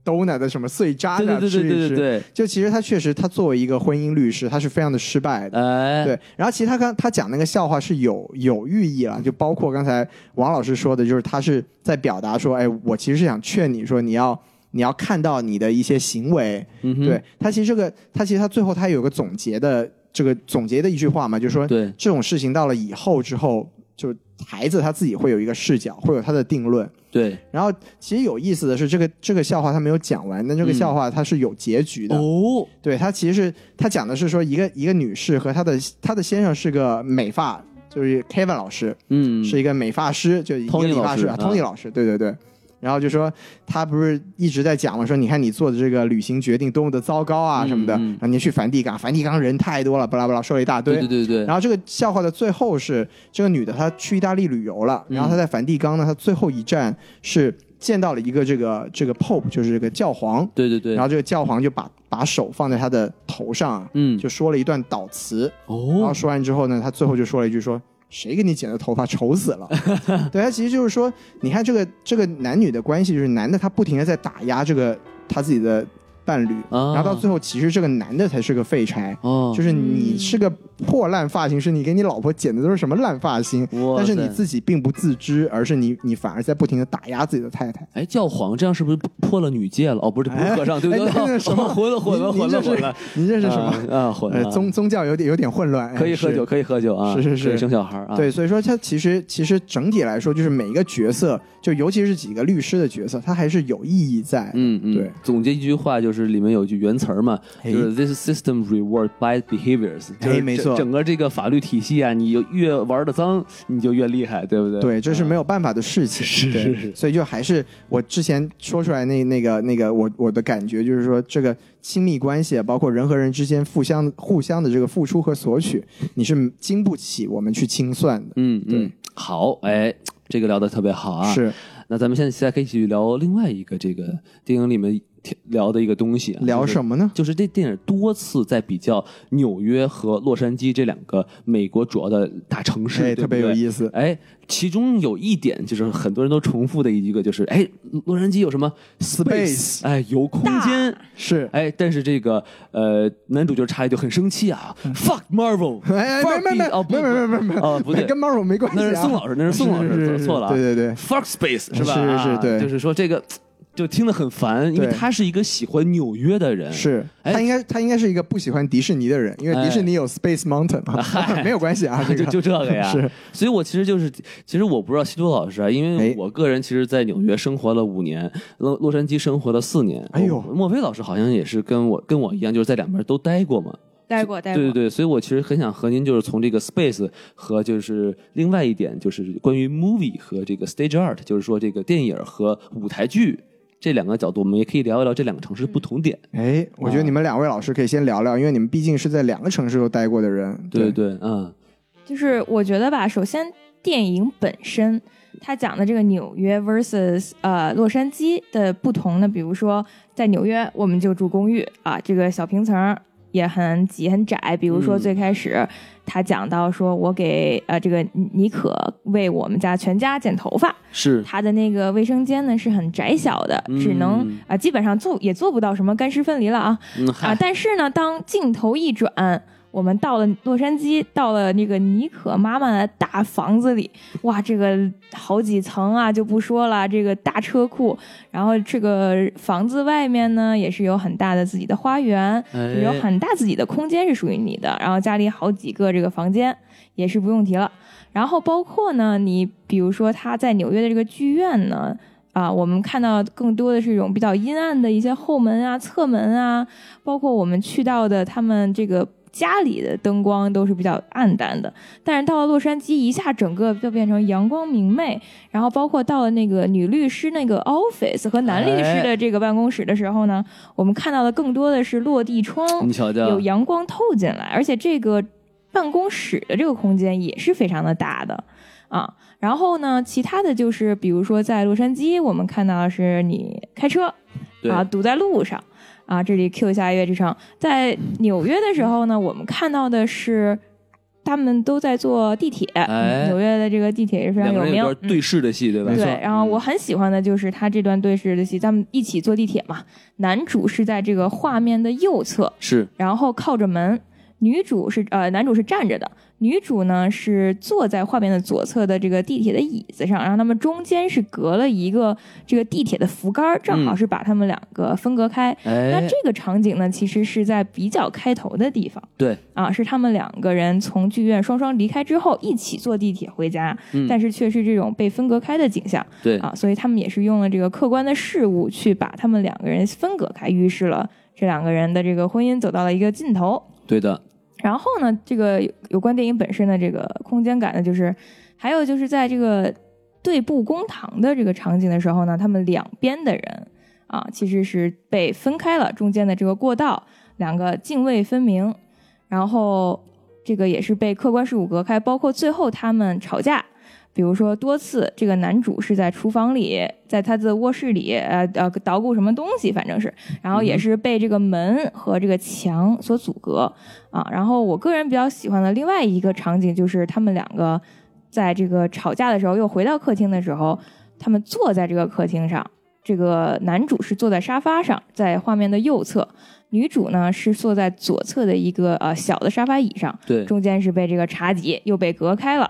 [SPEAKER 1] donut 的什么碎渣
[SPEAKER 2] 对
[SPEAKER 1] 呢，
[SPEAKER 2] 对对对
[SPEAKER 1] 吃一
[SPEAKER 2] 对对
[SPEAKER 1] 吃。
[SPEAKER 2] 对，
[SPEAKER 1] 就其实他确实，他作为一个婚姻律师，他是非常的失败的。
[SPEAKER 2] 哎，
[SPEAKER 1] 对，然后其实他刚他讲那个笑话是有有寓意
[SPEAKER 2] 嗯
[SPEAKER 1] 了，就包括刚才王老师说的，就是他是在表达说，哎，我其实是想劝你说，你要你要看到你的一些行为，
[SPEAKER 2] 嗯哼，
[SPEAKER 1] 对他其实这个他其实他最后他有个总结的这个总结的一句话嘛，就是说
[SPEAKER 2] 对
[SPEAKER 1] 这种事情到了以后之后，就孩子他自己会有一个视角，会有他的定论。
[SPEAKER 2] 对，
[SPEAKER 1] 然后其实有意思的是，这个这个笑话他没有讲完，但这个
[SPEAKER 2] 嗯
[SPEAKER 1] 笑话它是有结局的。
[SPEAKER 2] 哦，
[SPEAKER 1] 对他其实是他讲的是说一个一个女士和她的她的先生是个美发，就是 Kevin 老师，
[SPEAKER 2] 嗯，
[SPEAKER 1] 是一个美发师，就一个
[SPEAKER 2] Tony
[SPEAKER 1] 理发师
[SPEAKER 2] 老师
[SPEAKER 1] ，Tony
[SPEAKER 2] 啊
[SPEAKER 1] 老师，对对对。然后就说他不是一直在讲嘛，说你看你做的这个旅行决定多么的糟糕啊
[SPEAKER 2] 嗯
[SPEAKER 1] 什么的，
[SPEAKER 2] 嗯
[SPEAKER 1] 然后你去梵蒂冈，梵蒂冈人太多了，巴拉巴拉说了一大堆。
[SPEAKER 2] 对对对对，
[SPEAKER 1] 然后这个笑话的最后是这个女的她去意大利旅游了，
[SPEAKER 2] 嗯
[SPEAKER 1] 然后她在梵蒂冈呢，她最后一站是见到了一个这个这个 Pope，就是这个教皇，
[SPEAKER 2] 对对对
[SPEAKER 1] 然，后这个教皇就把把手放在她的头上，啊
[SPEAKER 2] 嗯，
[SPEAKER 1] 就说了一段悼词，然后
[SPEAKER 2] 哦，
[SPEAKER 1] 说完之后呢，他最后就说了一句说。谁给你剪的头发，丑死
[SPEAKER 2] <laughs>
[SPEAKER 1] 了！对他其实就是说，你看这个这个男女的关系，就是男的他不停的在打压这个他自己的伴侣，
[SPEAKER 2] 啊
[SPEAKER 1] 然后到最后其实这个男的才是个废柴，
[SPEAKER 2] 哦
[SPEAKER 1] 就是你是个破烂发型师，你给你老婆剪的都是什么烂发型，
[SPEAKER 2] 哇
[SPEAKER 1] 但是你
[SPEAKER 2] 塞
[SPEAKER 1] 自己并不自知，而是你你反而在不停的打压自己的太太。
[SPEAKER 2] 哎，教皇这样是不是破了女戒了？哦，不是，不是
[SPEAKER 1] 哎
[SPEAKER 2] 和尚，对不
[SPEAKER 1] 哎
[SPEAKER 2] 对？
[SPEAKER 1] 那那什
[SPEAKER 2] <laughs>
[SPEAKER 1] 么
[SPEAKER 2] 混了，混了，
[SPEAKER 1] 您
[SPEAKER 2] 混
[SPEAKER 1] 您这
[SPEAKER 2] 了，
[SPEAKER 1] 是
[SPEAKER 2] 混了，
[SPEAKER 1] 您这是什么？
[SPEAKER 2] 啊？啊混
[SPEAKER 1] 呃
[SPEAKER 2] 了，，
[SPEAKER 1] 宗宗教有点有点混乱，哎
[SPEAKER 2] 可以喝
[SPEAKER 1] 是
[SPEAKER 2] 酒，可以喝酒啊，
[SPEAKER 1] 是是是
[SPEAKER 2] 可以生小孩啊，
[SPEAKER 1] 对，所以说他其实其实整体来说，就是每一个角色，就尤其是几个律师的角色，他还是有意义在。
[SPEAKER 2] 嗯嗯，
[SPEAKER 1] 对。
[SPEAKER 2] 总结一句话，就是里面有一句原词儿嘛，
[SPEAKER 1] 哎
[SPEAKER 2] 就是 “This system reward bad behaviors”，
[SPEAKER 1] 哎
[SPEAKER 2] 就是
[SPEAKER 1] 没
[SPEAKER 2] 整
[SPEAKER 1] 错
[SPEAKER 2] 整个这个法律体系啊，你越玩的脏，你就越厉害，对不对？
[SPEAKER 1] 对，这是没有办法的事情。
[SPEAKER 2] 啊是
[SPEAKER 1] 对
[SPEAKER 2] 是是
[SPEAKER 1] 所以就还是我之前说出来那那个那个我我的感觉就是说，这个亲密关系，啊包括人和人之间互相互相的这个付出和索取，你是经不起我们去清算的。
[SPEAKER 2] 嗯嗯
[SPEAKER 1] 对，
[SPEAKER 2] 好，哎，这个聊的特别好啊，
[SPEAKER 1] 是
[SPEAKER 2] 那咱们现在现在可以继续聊另外一个这个电影里面聊的一个东西、啊，
[SPEAKER 1] 聊
[SPEAKER 2] 就是
[SPEAKER 1] 什么呢？
[SPEAKER 2] 就是这电影多次在比较纽约和洛杉矶这两个美国主要的大城市，
[SPEAKER 1] 哎，
[SPEAKER 2] 对
[SPEAKER 1] 特
[SPEAKER 2] 不
[SPEAKER 1] 别有
[SPEAKER 2] 对
[SPEAKER 1] 意
[SPEAKER 2] <laughs>
[SPEAKER 1] 思。
[SPEAKER 2] 哎，其中有一点就是很多人都重复的一个就是，哎，洛杉矶有什么
[SPEAKER 1] Space
[SPEAKER 2] 哎，有空间，
[SPEAKER 1] 是，
[SPEAKER 2] 哎，但是这个呃，男主角查理就很生气啊，fuck Marvel，
[SPEAKER 1] 嗯哎，
[SPEAKER 2] fuck
[SPEAKER 1] 哎没没
[SPEAKER 2] Disney- 哦，不
[SPEAKER 1] 没没没没没没
[SPEAKER 2] 哦，不对，
[SPEAKER 1] 跟 Marvel 没关系啊。
[SPEAKER 2] 那是宋老师，那是宋
[SPEAKER 1] <laughs>
[SPEAKER 2] 老
[SPEAKER 1] 是是
[SPEAKER 2] 师，
[SPEAKER 1] 是
[SPEAKER 2] 错
[SPEAKER 1] 是
[SPEAKER 2] 错了啊，
[SPEAKER 1] 对对对，
[SPEAKER 2] Fuck Space 是吧？
[SPEAKER 1] 是是
[SPEAKER 2] 啊
[SPEAKER 1] 对
[SPEAKER 2] 就是说这个就听得很烦，因为
[SPEAKER 1] 对
[SPEAKER 2] 他是一个喜欢纽约的人，
[SPEAKER 1] 是
[SPEAKER 2] 哎
[SPEAKER 1] 他应该他应该是一个不喜欢迪士尼的人，因为迪士尼有 Space Mountain
[SPEAKER 2] <laughs>
[SPEAKER 1] 嘛，没有关系啊，这
[SPEAKER 2] <laughs> 就
[SPEAKER 1] 个
[SPEAKER 2] 就这个呀。
[SPEAKER 1] 是，
[SPEAKER 2] 所以我其实就是，其实我不知道西多老师啊，因为
[SPEAKER 1] 哎
[SPEAKER 2] 我个人其实，在纽约生活了五年，洛洛杉矶生活了四年。
[SPEAKER 1] 哎呦
[SPEAKER 2] 我莫非老师好像也是跟我跟我一样，就是在两边都待过嘛。
[SPEAKER 3] 待过待
[SPEAKER 2] 对
[SPEAKER 3] 过。
[SPEAKER 2] 对对，所以我其实很想和您就是从这个 space 和就是另外一点就是关于 movie 和这个 stage art，就是说这个电影和舞台剧这两个角度，我们也可以聊一聊这两个城市的不同点。
[SPEAKER 1] 哎，我觉得你们两位老师可以先聊聊，因为你们毕竟是在两个城市都待过的人。
[SPEAKER 2] 对对，嗯，
[SPEAKER 3] 就是我觉得吧，首先电影本身，它讲的这个纽约 versus 呃洛杉矶的不同呢，比如说在纽约我们就住公寓啊，这个小平层儿也很挤很窄。比如说
[SPEAKER 2] 嗯
[SPEAKER 3] 最开始他讲到说，我给呃这个妮可为我们家全家剪头发，
[SPEAKER 2] 是
[SPEAKER 3] 他的那个卫生间呢是很窄小的，只能
[SPEAKER 2] 嗯
[SPEAKER 3] 啊、基本上做也做不到什么干湿分离了啊。
[SPEAKER 2] 嗯
[SPEAKER 3] 啊，
[SPEAKER 2] 嗨，
[SPEAKER 3] 但是呢，当镜头一转，我们到了洛杉矶，到了那个妮可妈妈的大房子里，哇，这个好几层啊，就不说了，这个大车库，然后这个房子外面呢，也是有很大的自己的花园，
[SPEAKER 2] 哎
[SPEAKER 3] 有很大自己的空间是属于你的，然后家里好几个这个房间也是不用提了，然后包括呢，你比如说他在纽约的这个剧院呢。啊，我们看到更多的是一种比较阴暗的一些后门啊、侧门啊，包括我们去到的他们这个家里的灯光都是比较暗淡的。但是到了洛杉矶，一下整个就变成阳光明媚，然后包括到了那个女律师那个 office 和男律师的这个办公室的时候呢，我们看到的更多的是落地窗，
[SPEAKER 2] 你瞧瞧，
[SPEAKER 3] 有阳光透进来，而且这个办公室的这个空间也是非常的大的啊。然后呢，其他的就是比如说在洛杉矶，我们看到的是你开车
[SPEAKER 2] 对
[SPEAKER 3] 啊堵在路上啊，这里 Q 一下乐之城。在纽约的时候呢，我们看到的是。他们都在坐地铁、
[SPEAKER 2] 哎
[SPEAKER 3] 嗯纽约的这个地铁也是非常
[SPEAKER 2] 两
[SPEAKER 3] 有
[SPEAKER 2] 个人
[SPEAKER 3] 名。
[SPEAKER 2] 有
[SPEAKER 3] 嗯
[SPEAKER 2] 段对视的戏，对吧？嗯
[SPEAKER 1] 没错
[SPEAKER 3] 对，然后我很喜欢的就是他这段对视的戏，他们一起坐地铁嘛，男主是在这个画面的右侧，
[SPEAKER 2] 是
[SPEAKER 3] 然后靠着门，女主是呃男主是站着的，女主呢是坐在画面的左侧的这个地铁的椅子上，然后他们中间是隔了一个这个地铁的扶杆儿，正好
[SPEAKER 2] 嗯
[SPEAKER 3] 是把他们两个分隔开。那
[SPEAKER 2] 哎
[SPEAKER 3] 这，个场景呢，其实是在比较开头的地方。
[SPEAKER 2] 对
[SPEAKER 3] 啊，是他们两个人从剧院双双离开之后，一起坐地铁回家，
[SPEAKER 2] 嗯
[SPEAKER 3] 但是却是这种被分隔开的景象。
[SPEAKER 2] 对
[SPEAKER 3] 啊，所以他们也是用了这个客观的事物去把他们两个人分隔开，预示了这两个人的这个婚姻走到了一个尽头。
[SPEAKER 2] 对的，
[SPEAKER 3] 然后呢，这个有有关电影本身的这个空间感呢，就是还有就是在这个对簿公堂的这个场景的时候呢，他们两边的人啊，其实是被分开了，中间的这个过道两个泾渭分明，然后这个也是被客观事物隔开，包括最后他们吵架。比如说，多次这个男主是在厨房里，在他的卧室里，呃呃，捣鼓什么东西，反正是，然后也是被这个门和这个墙所阻隔。啊。然后我个人比较喜欢的另外一个场景就是他们两个在这个吵架的时候，又回到客厅的时候，他们坐在这个客厅上。这个男主是坐在沙发上，在画面的右侧；女主呢是坐在左侧的一个呃小的沙发椅上，
[SPEAKER 2] 对，
[SPEAKER 3] 中间是被这个茶几又被隔开了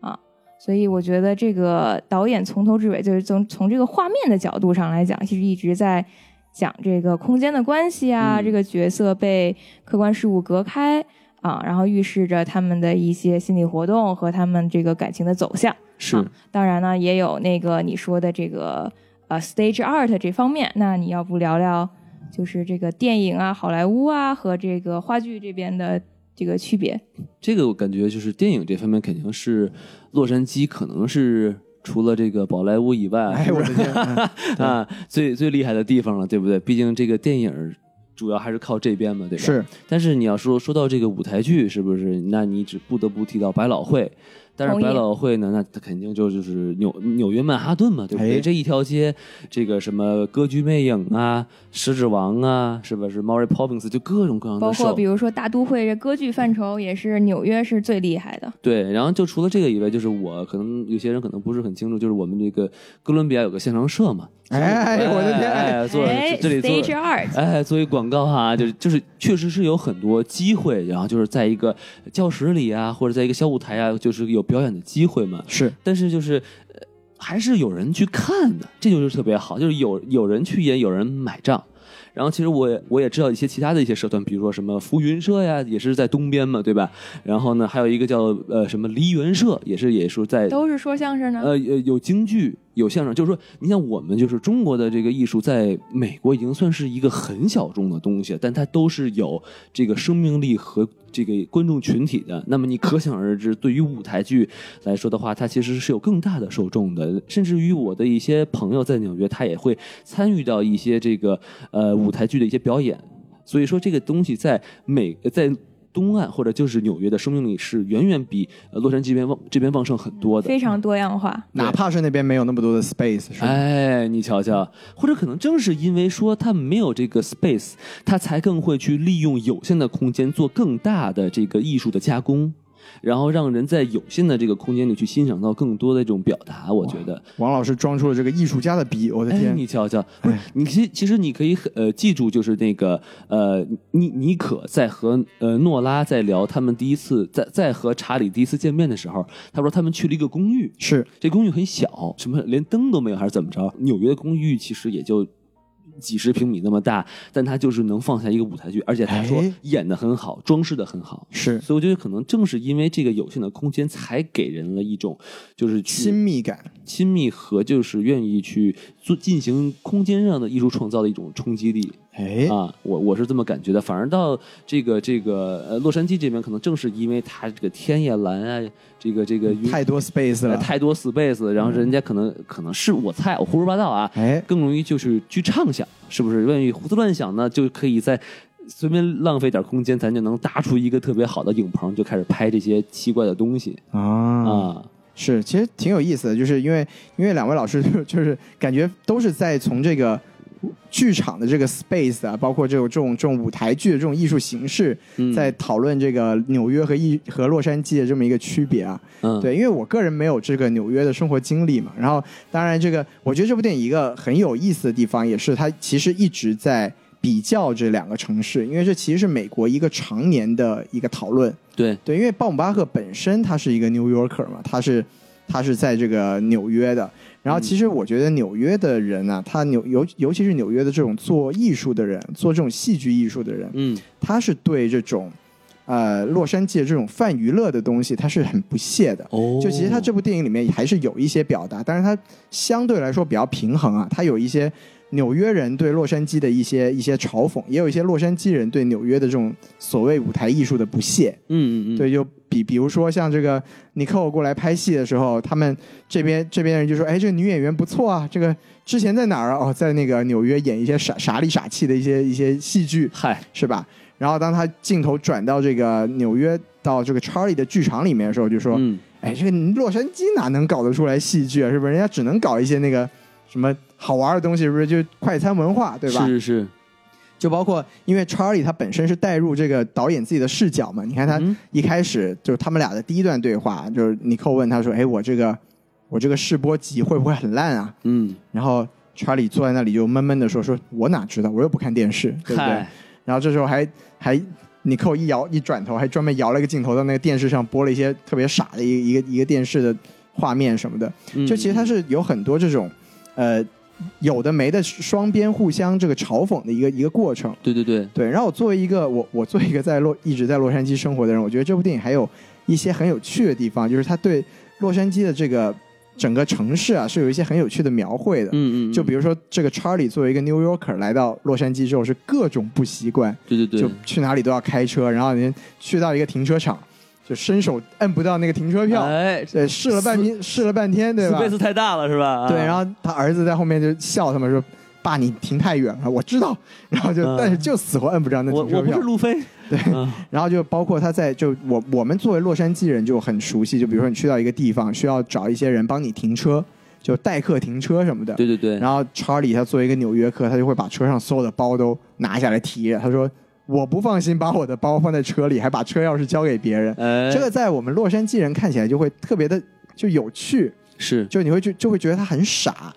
[SPEAKER 3] 啊。所以我觉得这个导演从头至尾就是从从这个画面的角度上来讲，其实一直在讲这个空间的关系啊，
[SPEAKER 2] 嗯
[SPEAKER 3] 这个角色被客观事物隔开啊，然后预示着他们的一些心理活动和他们这个感情的走向。
[SPEAKER 2] 是
[SPEAKER 3] 啊当然呢，也有那个你说的这个呃 stage art 这方面，那你要不聊聊就是这个电影啊、好莱坞啊和这个话剧这边的这个区别？
[SPEAKER 2] 这个我感觉就是电影这方面肯定是洛杉矶，可能是除了这个宝莱坞以外，
[SPEAKER 1] 哎，我的天，嗯
[SPEAKER 2] 啊最最厉害的地方了，对不对？毕竟这个电影主要还是靠这边 <laughs> 嘛，对
[SPEAKER 1] <laughs>
[SPEAKER 2] 吧？。
[SPEAKER 1] 是
[SPEAKER 2] 但是你要说说到这个舞台剧，是不是？那你只不得不提到百老汇。但是
[SPEAKER 3] 同意
[SPEAKER 2] 百老汇呢，那它肯定就就是纽纽约曼哈顿嘛，对不对？
[SPEAKER 1] 哎
[SPEAKER 2] 这一条街，这个什么歌剧魅影啊、狮子王啊，是不是 Mary Poppins 就各种各样
[SPEAKER 3] 包
[SPEAKER 2] 的
[SPEAKER 3] 括
[SPEAKER 2] 秀
[SPEAKER 3] 比。如说大都会这歌剧范畴，也是纽约是最厉害的。
[SPEAKER 2] 对，然后就除了这个以外，就是我可能有些人可能不是很清楚，就是我们这个哥伦比亚有个现场社嘛。 <laughs>
[SPEAKER 1] 哎
[SPEAKER 2] 哎，
[SPEAKER 1] 我的天
[SPEAKER 2] 哎做
[SPEAKER 3] 哎
[SPEAKER 2] 这里做
[SPEAKER 3] ，Stage Art，
[SPEAKER 2] 哎，作为广告哈、就是就是确实是有很多机会，然后就是在一个教室里啊，或者在一个小舞台啊，就是有表演的机会嘛。
[SPEAKER 1] 是
[SPEAKER 2] 但是就是。呃还是有人去看的，这就是特别好，就是有有人去演，有人买账。然后其实我也我也知道一些其他的一些社团，比如说什么浮云社呀，也是在东边嘛，对吧？然后呢，还有一个叫呃什么梨园社，也是也是在
[SPEAKER 3] 都是说相声
[SPEAKER 2] 呃
[SPEAKER 3] 呢。
[SPEAKER 2] 呃有京剧有相声，就是说你像我们就是中国的这个艺术，在美国已经算是一个很小众的东西，但它都是有这个生命力和这个观众群体的。那么你可想而知，对于舞台剧来说的话，它其实是有更大的受众的。甚至于我的一些朋友在纽约，他也会参与到一些这个呃舞台剧的一些表演。所以说，这个东西在美呃在。东岸或者就是纽约的生命力是远远比呃洛杉矶这边旺这边旺盛很多的，
[SPEAKER 3] 非常多样化，
[SPEAKER 1] 哪怕是那边没有那么多的 space，是吧？
[SPEAKER 2] 哎，你瞧瞧，或者可能正是因为说他没有这个 space，他才更会去利用有限的空间做更大的这个艺术的加工，然后让人在有限的这个空间里去欣赏到更多的这种表达。我觉得，
[SPEAKER 1] 王老师装出了这个艺术家的笔，我的
[SPEAKER 2] 哎，
[SPEAKER 1] 天！
[SPEAKER 2] 你瞧瞧，不是你其其实你可以很呃记住，就是那个呃妮妮可在和呃诺拉在聊他们第一次在在和查理第一次见面的时候，他说他们去了一个公寓，
[SPEAKER 1] 是
[SPEAKER 2] 这公寓很小，什么连灯都没有，还是怎么着？纽约的公寓其实也就几十平米那么大，但它就是能放下一个舞台剧，而且他说
[SPEAKER 1] 哎
[SPEAKER 2] 演的很好，装饰的很好。
[SPEAKER 1] 是，
[SPEAKER 2] 所以我觉得可能正是因为这个有限的空间，才给人了一种就是去
[SPEAKER 1] 亲密感，
[SPEAKER 2] 亲密和就是愿意去做进行空间上的艺术创造的一种冲击力。
[SPEAKER 1] 哎，
[SPEAKER 2] 啊，我我是这么感觉的。反而到这个这个呃洛杉矶这边，可能正是因为它这个天也蓝啊，这个这个云
[SPEAKER 1] 哎太多 space
[SPEAKER 2] 呃
[SPEAKER 1] 了，
[SPEAKER 2] 太多 space，然后人家可能、可能是我猜，我胡说八道啊，
[SPEAKER 1] 哎，
[SPEAKER 2] 嗯更容易就是去畅想，是不是？愿意胡思乱想呢，就可以在随便浪费点空间，咱就能搭出一个特别好的影棚，就开始拍这些奇怪的东西
[SPEAKER 1] 啊，
[SPEAKER 2] 啊。
[SPEAKER 1] 是，其实挺有意思的，就是因为因为两位老师就就是感觉都是在从这个剧场的这个 space 啊，包括这种这种这种舞台剧的这种艺术形式，
[SPEAKER 2] 嗯
[SPEAKER 1] 在讨论这个纽约和艺和洛杉矶的这么一个区别啊。
[SPEAKER 2] 嗯，
[SPEAKER 1] 对，因为我个人没有这个纽约的生活经历嘛，然后当然这个我觉得这部电影一个很有意思的地方，也是它其实一直在比较这两个城市，因为这其实是美国一个常年的一个讨论。
[SPEAKER 2] 嗯对
[SPEAKER 1] 对，因为鲍姆巴赫本身他是一个 New Yorker 嘛，他是他是在这个纽约的。然后其实我觉得纽约的人啊，他纽尤尤其是纽约的这种做艺术的人，做这种戏剧艺术的人，
[SPEAKER 2] 嗯
[SPEAKER 1] 他是对这种呃洛杉矶的这种泛娱乐的东西，他是很不屑的。
[SPEAKER 2] 哦，
[SPEAKER 1] 就其实他这部电影里面还是有一些表达，但是它相对来说比较平衡啊。它有一些纽约人对洛杉矶的一些一些嘲讽，也有一些洛杉矶人对纽约的这种所谓舞台艺术的不屑。
[SPEAKER 2] 嗯嗯嗯，
[SPEAKER 1] 对，就比比如说像这个尼寇过来拍戏的时候，他们这边这边人就说：“哎，这个女演员不错啊，这个之前在哪儿啊？哦，在那个纽约演一些傻傻里傻气的一些一些戏剧，
[SPEAKER 2] 嗨，
[SPEAKER 1] 是吧？”然后当他镜头转到这个纽约到这个查理的剧场里面的时候，就说：“
[SPEAKER 2] 嗯
[SPEAKER 1] 哎，这个洛杉矶哪能搞得出来戏剧啊？是不是？人家只能搞一些那个什么好玩的东西，是不是？就快餐文化，对吧？
[SPEAKER 2] 是是，
[SPEAKER 1] 就包括因为 Charlie 他本身是带入这个导演自己的视角嘛，你看他
[SPEAKER 2] 嗯
[SPEAKER 1] 一开始就是他们俩的第一段对话，就是尼寇问他说：“哎，我这个我这个试播集会不会很烂啊
[SPEAKER 2] 嗯，？”
[SPEAKER 1] 然后 Charlie 坐在那里就闷闷的说：“说我哪知道，我又不看电视，对不对
[SPEAKER 2] 嗨，？”
[SPEAKER 1] 然后这时候还还尼寇一摇一转头，还专门摇了一个镜头到那个电视上播了一些特别傻的一个一个一个电视的画面什么的。
[SPEAKER 2] 嗯
[SPEAKER 1] 就其实它是有很多这种，呃，有的没的双边互相这个嘲讽的一个一个过程。
[SPEAKER 2] 嗯对对对，
[SPEAKER 1] 对，然后我作为一个我我作为一个在洛一直在洛杉矶生活的人，我觉得这部电影还有一些很有趣的地方，就是它对洛杉矶的这个整个城市啊是有一些很有趣的描绘的。
[SPEAKER 2] 嗯嗯，
[SPEAKER 1] 就
[SPEAKER 2] 嗯
[SPEAKER 1] 比如说，这个 Charlie 作为一个 New Yorker 来到洛杉矶之后是各种不习惯，
[SPEAKER 2] 对对对，
[SPEAKER 1] 就去哪里都要开车，然后您去到一个停车场就伸手摁不到那个停车票，
[SPEAKER 2] 哎，
[SPEAKER 1] 对，试了半天，试了半天，对吧？
[SPEAKER 2] ，space 太大了是吧？
[SPEAKER 1] 对，
[SPEAKER 2] 啊
[SPEAKER 1] 然后他儿子在后面就笑他们说：“爸，你停太远了，我知道。”然后就、
[SPEAKER 2] 嗯
[SPEAKER 1] 但是就死活摁不着那
[SPEAKER 2] 我
[SPEAKER 1] 停车
[SPEAKER 2] 我不
[SPEAKER 1] 票
[SPEAKER 2] 是。路飞，
[SPEAKER 1] 然后就包括他在就我我们作为洛杉矶人就很熟悉，就比如说你去到一个地方需要找一些人帮你停车，就代客停车什么的。
[SPEAKER 2] 对对对，
[SPEAKER 1] 然后查理他作为一个纽约客，他就会把车上所有的包都拿下来提着。他说：“我不放心把我的包放在车里，还把车钥匙交给别人。
[SPEAKER 2] 哎，
[SPEAKER 1] 这个在我们洛杉矶人看起来就会特别的就有趣，
[SPEAKER 2] 是
[SPEAKER 1] 就你会就就会觉得他很傻，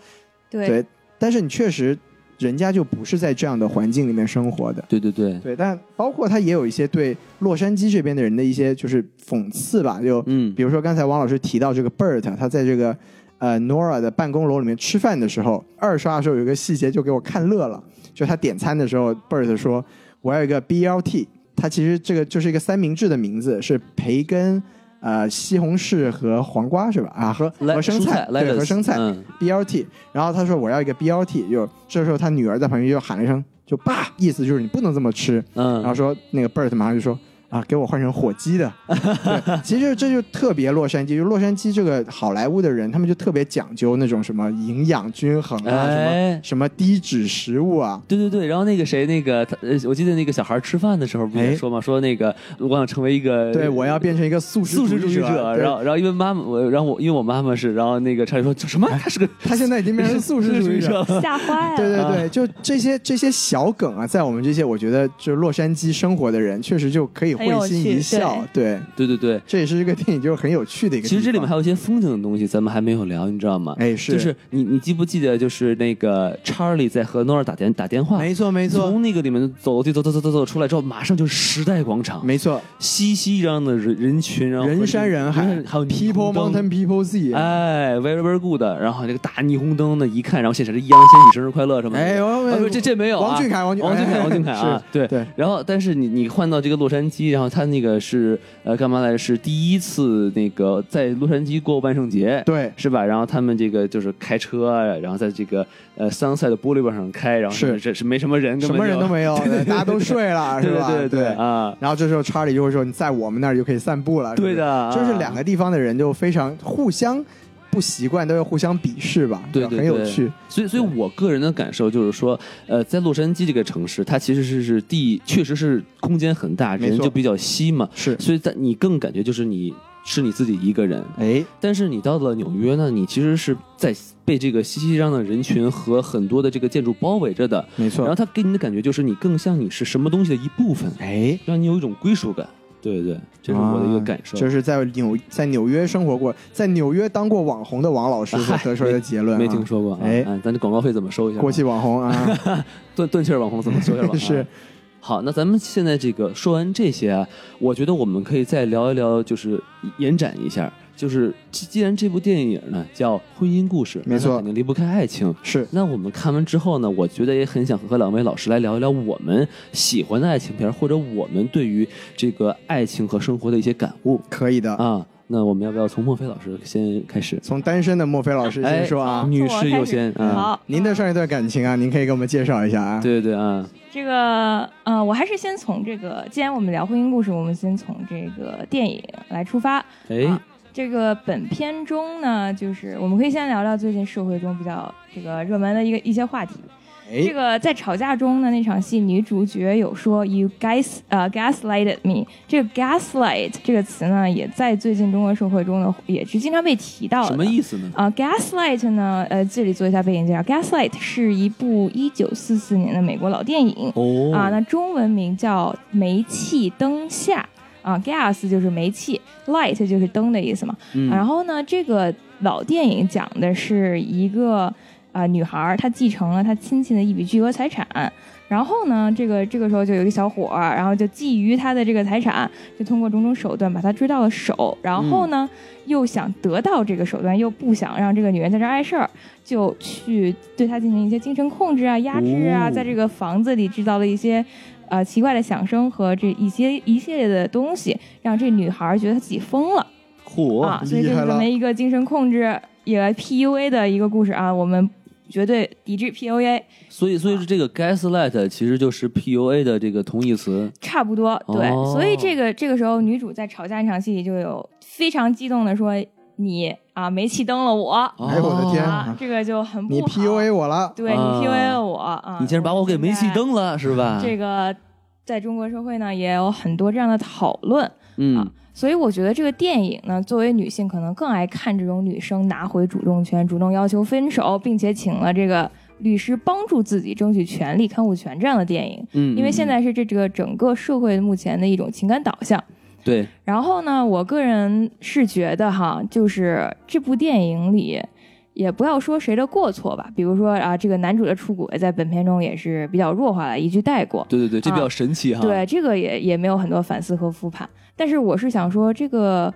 [SPEAKER 3] 对
[SPEAKER 1] 对。但是你确实，人家就不是在这样的环境里面生活的。
[SPEAKER 2] 对对对，
[SPEAKER 1] 对，但包括他也有一些对洛杉矶这边的人的一些就是讽刺吧，就
[SPEAKER 2] 嗯
[SPEAKER 1] 比如说刚才王老师提到这个 Bert，他在这个呃 Nora 的办公楼里面吃饭的时候，二刷的时候有一个细节就给我看乐了，就他点餐的时候，Bert 说：“我要一个 BLT。”他其实这个就是一个三明治的名字，是培根、呃西红柿和黄瓜是吧？啊，和
[SPEAKER 2] 来
[SPEAKER 1] 和生
[SPEAKER 2] 蔬
[SPEAKER 1] 菜，对，
[SPEAKER 2] lettuce，
[SPEAKER 1] 和生菜、
[SPEAKER 2] 嗯
[SPEAKER 1] BLT。然后他说我要一个 BLT，就这时候他女儿在旁边就喊了一声，就爸，意思就是你不能这么吃。然后
[SPEAKER 2] 嗯，
[SPEAKER 1] 说那个 Bert 马上就说啊，给我换成火鸡
[SPEAKER 2] <laughs>
[SPEAKER 1] 的。对，其实这就特别洛杉矶，就洛杉矶这个好莱坞的人，他们就特别讲究那种什么营养均衡啊，
[SPEAKER 2] 哎
[SPEAKER 1] 什么什么低脂食物啊。
[SPEAKER 2] 对对对，然后那个谁，那个他，呃我记得那个小孩吃饭的时候不
[SPEAKER 1] 哎
[SPEAKER 2] 也说嘛，说那个我想成为一个
[SPEAKER 1] 对，我要变成一个素食
[SPEAKER 2] 素食
[SPEAKER 1] 主
[SPEAKER 2] 主义者，然
[SPEAKER 1] 对
[SPEAKER 2] 后然后因为妈妈，我然后我因为我妈妈是，然后那个查理说叫什么？他是个
[SPEAKER 1] 哎他现在已经变成素食
[SPEAKER 2] <laughs>
[SPEAKER 1] 主义者。
[SPEAKER 2] 了。
[SPEAKER 3] 吓坏了，
[SPEAKER 1] 对对
[SPEAKER 2] <laughs>
[SPEAKER 1] 对，就这些这些小梗啊，在我们这些我觉得就洛杉矶生活的人，确实就可以会
[SPEAKER 3] 很有
[SPEAKER 1] 心
[SPEAKER 3] 趣
[SPEAKER 1] 一笑。对，
[SPEAKER 2] 对对对，
[SPEAKER 1] 这也是这个电影就是很有趣的一个地
[SPEAKER 2] 其
[SPEAKER 1] 方。
[SPEAKER 2] 实这里面还有一些风景的东西，咱们还没有聊，你知道吗？
[SPEAKER 1] 哎是
[SPEAKER 2] 就是你你记不记得，就是那个查理在和诺尔打电打电话，
[SPEAKER 1] 没错没错
[SPEAKER 2] 从那个里面走楼梯走走走走走出来之后，马上就是时代广场，
[SPEAKER 1] 没错，
[SPEAKER 2] 熙熙攘攘的人人群，然后
[SPEAKER 1] 人山人海，
[SPEAKER 2] 还有霓
[SPEAKER 1] people
[SPEAKER 2] 虹
[SPEAKER 1] mountain
[SPEAKER 2] 灯
[SPEAKER 1] people sea，
[SPEAKER 2] 哎，very very good，然后这个大霓虹灯的一看，然后现场是易烊千玺生日快乐什么的。
[SPEAKER 1] 哎呦
[SPEAKER 2] 啊不是这这没有啊
[SPEAKER 1] 王俊凯王俊
[SPEAKER 2] 王俊凯，
[SPEAKER 1] <laughs> 哎
[SPEAKER 2] 王俊凯啊，
[SPEAKER 1] 是
[SPEAKER 2] 对
[SPEAKER 1] 对
[SPEAKER 2] 然后，但是你你换到这个洛杉矶，然后他那个是呃干嘛来着？是第一次那个在洛杉矶过万圣节，
[SPEAKER 1] 对
[SPEAKER 2] 是吧？然后他们这个就是开车啊，然后在这个呃 Sunset 的玻璃板上开，然后
[SPEAKER 1] 是
[SPEAKER 2] 这是没什么人，根
[SPEAKER 1] 什
[SPEAKER 2] 本
[SPEAKER 1] 么人
[SPEAKER 2] 就
[SPEAKER 1] 都，
[SPEAKER 2] <laughs>
[SPEAKER 1] 没有，大家都睡了，
[SPEAKER 2] 对
[SPEAKER 1] 是吧？
[SPEAKER 2] 对
[SPEAKER 1] 对。
[SPEAKER 2] 啊，
[SPEAKER 1] 然后这时候查理就会说：“你在我们那儿就可以散步了。”是不是
[SPEAKER 2] 对的啊
[SPEAKER 1] 就是两个地方的人就非常互相不习惯，都要互相鄙视吧，
[SPEAKER 2] 对
[SPEAKER 1] 吧
[SPEAKER 2] 对
[SPEAKER 1] 很有
[SPEAKER 2] 对
[SPEAKER 1] 趣。
[SPEAKER 2] 所以，所以我个人的感受就是说，呃，在洛杉矶这个城市，它其实是是地，确实是空间很大，
[SPEAKER 1] 没错
[SPEAKER 2] 人就比较稀嘛，
[SPEAKER 1] 是，
[SPEAKER 2] 所以在你更感觉就是你是你自己一个人。
[SPEAKER 1] 哎，
[SPEAKER 2] 但是你到了纽约呢，你其实是在被这个熙熙攘攘的人群和很多的这个建筑包围着的，
[SPEAKER 1] 没
[SPEAKER 2] 然
[SPEAKER 1] 错。
[SPEAKER 2] 后它给你的感觉就是你更像你是什么东西的一部分，
[SPEAKER 1] 哎，
[SPEAKER 2] 让你有一种归属感。对对，这是我的一个感受。
[SPEAKER 1] 啊就是在纽在纽约生活过，在纽约当过网红的王老师
[SPEAKER 2] <laughs>
[SPEAKER 1] 所
[SPEAKER 2] 嗨
[SPEAKER 1] 得出来的结论、啊
[SPEAKER 2] 没听说过啊，
[SPEAKER 1] 哎
[SPEAKER 2] 啊咱这广告费怎么收一下啊？
[SPEAKER 1] 过气网红啊，
[SPEAKER 2] 断断气儿网红怎么说一
[SPEAKER 1] <laughs>
[SPEAKER 2] 下吧？
[SPEAKER 1] 是
[SPEAKER 2] 啊。好，那咱们现在这个说完这些啊，我觉得我们可以再聊一聊，就是延展一下，就是既既然这部电影呢叫《婚姻故事》，
[SPEAKER 1] 没错
[SPEAKER 2] 那它肯定离不开爱情。
[SPEAKER 1] 是
[SPEAKER 2] 那我们看完之后呢，我觉得也很想和两位老师来聊一聊我们喜欢的爱情片儿，或者我们对于这个爱情和生活的一些感悟
[SPEAKER 1] 哦可以的。
[SPEAKER 2] 啊。那我们要不要从孟非老师先开始？
[SPEAKER 1] 从单身的墨菲老师先
[SPEAKER 2] 哎
[SPEAKER 1] 说啊，
[SPEAKER 2] 女士优先
[SPEAKER 3] 从我开始
[SPEAKER 2] 啊，
[SPEAKER 3] 好，
[SPEAKER 1] 嗯您的上一段感情啊，您可以给我们介绍一下啊。
[SPEAKER 2] 对对对啊，
[SPEAKER 3] 这个，呃，我还是先从这个，既然我们聊婚姻故事，我们先从这个电影来出发。
[SPEAKER 2] 哎
[SPEAKER 3] 啊，这个本片中呢，就是我们可以先聊聊最近社会中比较这个热门的一个一些话题。
[SPEAKER 1] 哎，
[SPEAKER 3] 这个在吵架中呢，那场戏女主角有说 “you guys 呃、gaslighted me”。这个 “gaslight” 这个词呢，也在最近中国社会中呢，也是经常被提到的。
[SPEAKER 2] 什么意思呢？
[SPEAKER 3] 啊、g a s l i g h t 呢？呃，这里做一下背景介绍，《Gaslight》是一部1944年的美国老电影啊、
[SPEAKER 2] 哦
[SPEAKER 3] 那中文名叫《煤气灯下》啊、g a s 就是煤气，light 就是灯的意思嘛。
[SPEAKER 2] 嗯
[SPEAKER 3] 然后呢，这个老电影讲的是一个啊、呃女孩儿，她继承了她亲戚的一笔巨额财产。然后呢，这个这个时候就有一个小伙儿，然后就觊觎她的这个财产，就通过种种手段把她追到了手。然后呢，
[SPEAKER 2] 嗯
[SPEAKER 3] 又想得到这个手段，又不想让这个女人在这儿碍事儿，就去对她进行一些精神控制啊、压制啊，
[SPEAKER 2] 哦
[SPEAKER 3] 在这个房子里制造了一些呃奇怪的响声和这一些一系列的东西，让这女孩儿觉得她自己疯了。
[SPEAKER 2] 嚯
[SPEAKER 3] 啊，所以
[SPEAKER 1] 厉
[SPEAKER 3] 这是
[SPEAKER 1] 害
[SPEAKER 3] 这
[SPEAKER 1] 了
[SPEAKER 3] 么一个精神控制也 PUA 的一个故事啊，我们绝对抵制 PUA，
[SPEAKER 2] 所以，所以是这个 gaslight 其实就是 PUA 的这个同义词。
[SPEAKER 3] 差不多对。
[SPEAKER 2] 哦
[SPEAKER 3] 所以这个这个时候，女主在吵架那场戏里就有非常激动的说：“你啊，煤气灯了我
[SPEAKER 2] 哦
[SPEAKER 1] 哎呦我的天
[SPEAKER 3] 啊！”这个就很不
[SPEAKER 1] 你
[SPEAKER 3] 好
[SPEAKER 1] PUA 我了，
[SPEAKER 3] 对你
[SPEAKER 2] 啊
[SPEAKER 3] PUA 了我啊，
[SPEAKER 2] 你竟然把我给煤气
[SPEAKER 3] 现在
[SPEAKER 2] 灯了，是吧？
[SPEAKER 3] 这个在中国社会呢，也有很多这样的讨论。
[SPEAKER 2] 嗯
[SPEAKER 3] 啊，所以我觉得这个电影呢，作为女性可能更爱看这种女生拿回主动权，主动要求分手，并且请了这个律师帮助自己争取权利、看护权这样的电影。
[SPEAKER 2] 嗯，
[SPEAKER 3] 因为现
[SPEAKER 2] 嗯
[SPEAKER 3] 在是这这个整个社会目前的一种情感导向。
[SPEAKER 2] 对，
[SPEAKER 3] 然后呢，我个人是觉得哈，就是这部电影里。也不要说谁的过错吧，比如说啊，这个男主的出轨在本片中也是比较弱化了，一句带过。
[SPEAKER 2] 对对对，这比
[SPEAKER 3] 啊
[SPEAKER 2] 较神奇哈。
[SPEAKER 3] 对，这个也也没有很多反思和复盘。但是我是想说，这个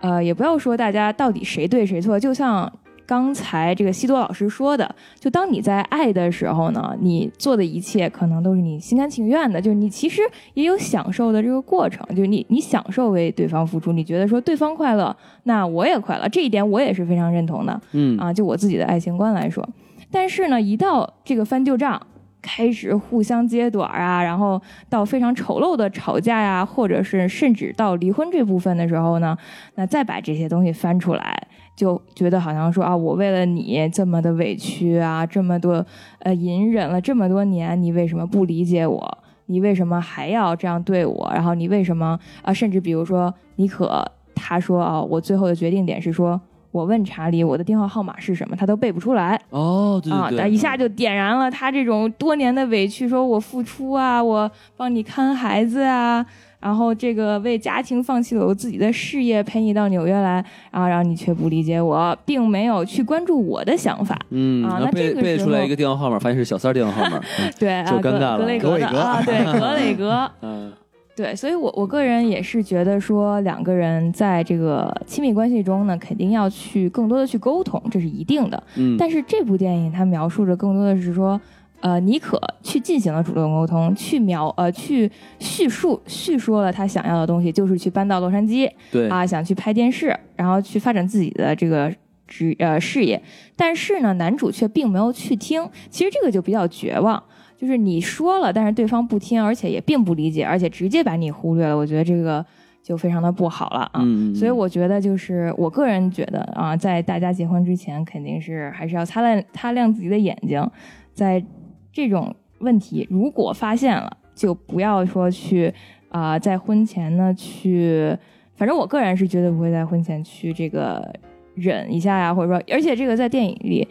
[SPEAKER 3] 呃，也不要说大家到底谁对谁错，就像。刚才这个西多老师说的，就当你在爱的时候呢，你做的一切可能都是你心甘情愿的，就是你其实也有享受的这个过程，就是你你享受为对方付出，你觉得说对方快乐，那我也快乐，这一点我也是非常认同的。
[SPEAKER 2] 嗯，
[SPEAKER 3] 啊，就我自己的爱情观来说。但是呢，一到这个翻旧账，开始互相揭短儿啊，然后到非常丑陋的吵架呀、或者是甚至到离婚这部分的时候呢，那再把这些东西翻出来，就觉得好像说啊，我为了你这么的委屈啊，这么多呃隐忍了这么多年，你为什么不理解我？你为什么还要这样对我？然后你为什么啊？甚至比如说，妮可她说啊，我最后的决定点是说，我问查理我的电话号码是什么，他都背不出来。
[SPEAKER 2] 哦，对对对，
[SPEAKER 3] 啊，一下
[SPEAKER 2] 嗯
[SPEAKER 3] 就点燃了他这种多年的委屈，说我付出啊，我帮你看孩子啊，然后这个为家庭放弃了我自己的事业，陪你到纽约来，然后然后你却不理解我，并没有去关注我的想法，
[SPEAKER 2] 嗯，
[SPEAKER 3] 啊
[SPEAKER 2] 然后
[SPEAKER 3] 那
[SPEAKER 2] 背
[SPEAKER 3] 这个
[SPEAKER 2] 背
[SPEAKER 3] 时
[SPEAKER 2] 出来
[SPEAKER 3] 候
[SPEAKER 2] 一个电话号码，发现是小三儿电话号码。
[SPEAKER 3] <laughs>
[SPEAKER 2] 嗯
[SPEAKER 3] 对啊，
[SPEAKER 2] 就
[SPEAKER 3] 格
[SPEAKER 2] 尴尬了
[SPEAKER 3] 格雷
[SPEAKER 1] 格
[SPEAKER 3] 格
[SPEAKER 1] 里
[SPEAKER 3] 的
[SPEAKER 1] 格
[SPEAKER 3] 啊，对，
[SPEAKER 2] <laughs>
[SPEAKER 3] 格雷格，
[SPEAKER 2] 嗯
[SPEAKER 3] 对，所以我我个人也是觉得说，两个人在这个亲密关系中呢，肯定要去更多的去沟通，这是一定的。
[SPEAKER 2] 嗯，
[SPEAKER 3] 但是这部电影它描述着更多的是说，呃，妮可去进行了主动沟通，去描呃去叙述叙说了她想要的东西，就是去搬到洛杉矶
[SPEAKER 2] 对
[SPEAKER 3] 啊，想去拍电视，然后去发展自己的这个。职呃事业，但是呢，男主却并没有去听，其实这个就比较绝望，就是你说了，但是对方不听，而且也并不理解，而且直接把你忽略了，我觉得这个就非常的不好了啊。
[SPEAKER 2] 嗯，嗯
[SPEAKER 3] 所以
[SPEAKER 2] 嗯
[SPEAKER 3] 我觉得，就是我个人觉得啊，在大家结婚之前，肯定是还是要擦亮擦亮自己的眼睛，在这种问题如果发现了，就不要说去啊、在婚前呢去，反正我个人是绝对不会在婚前去这个忍一下呀，或者说，而且这个在电影里。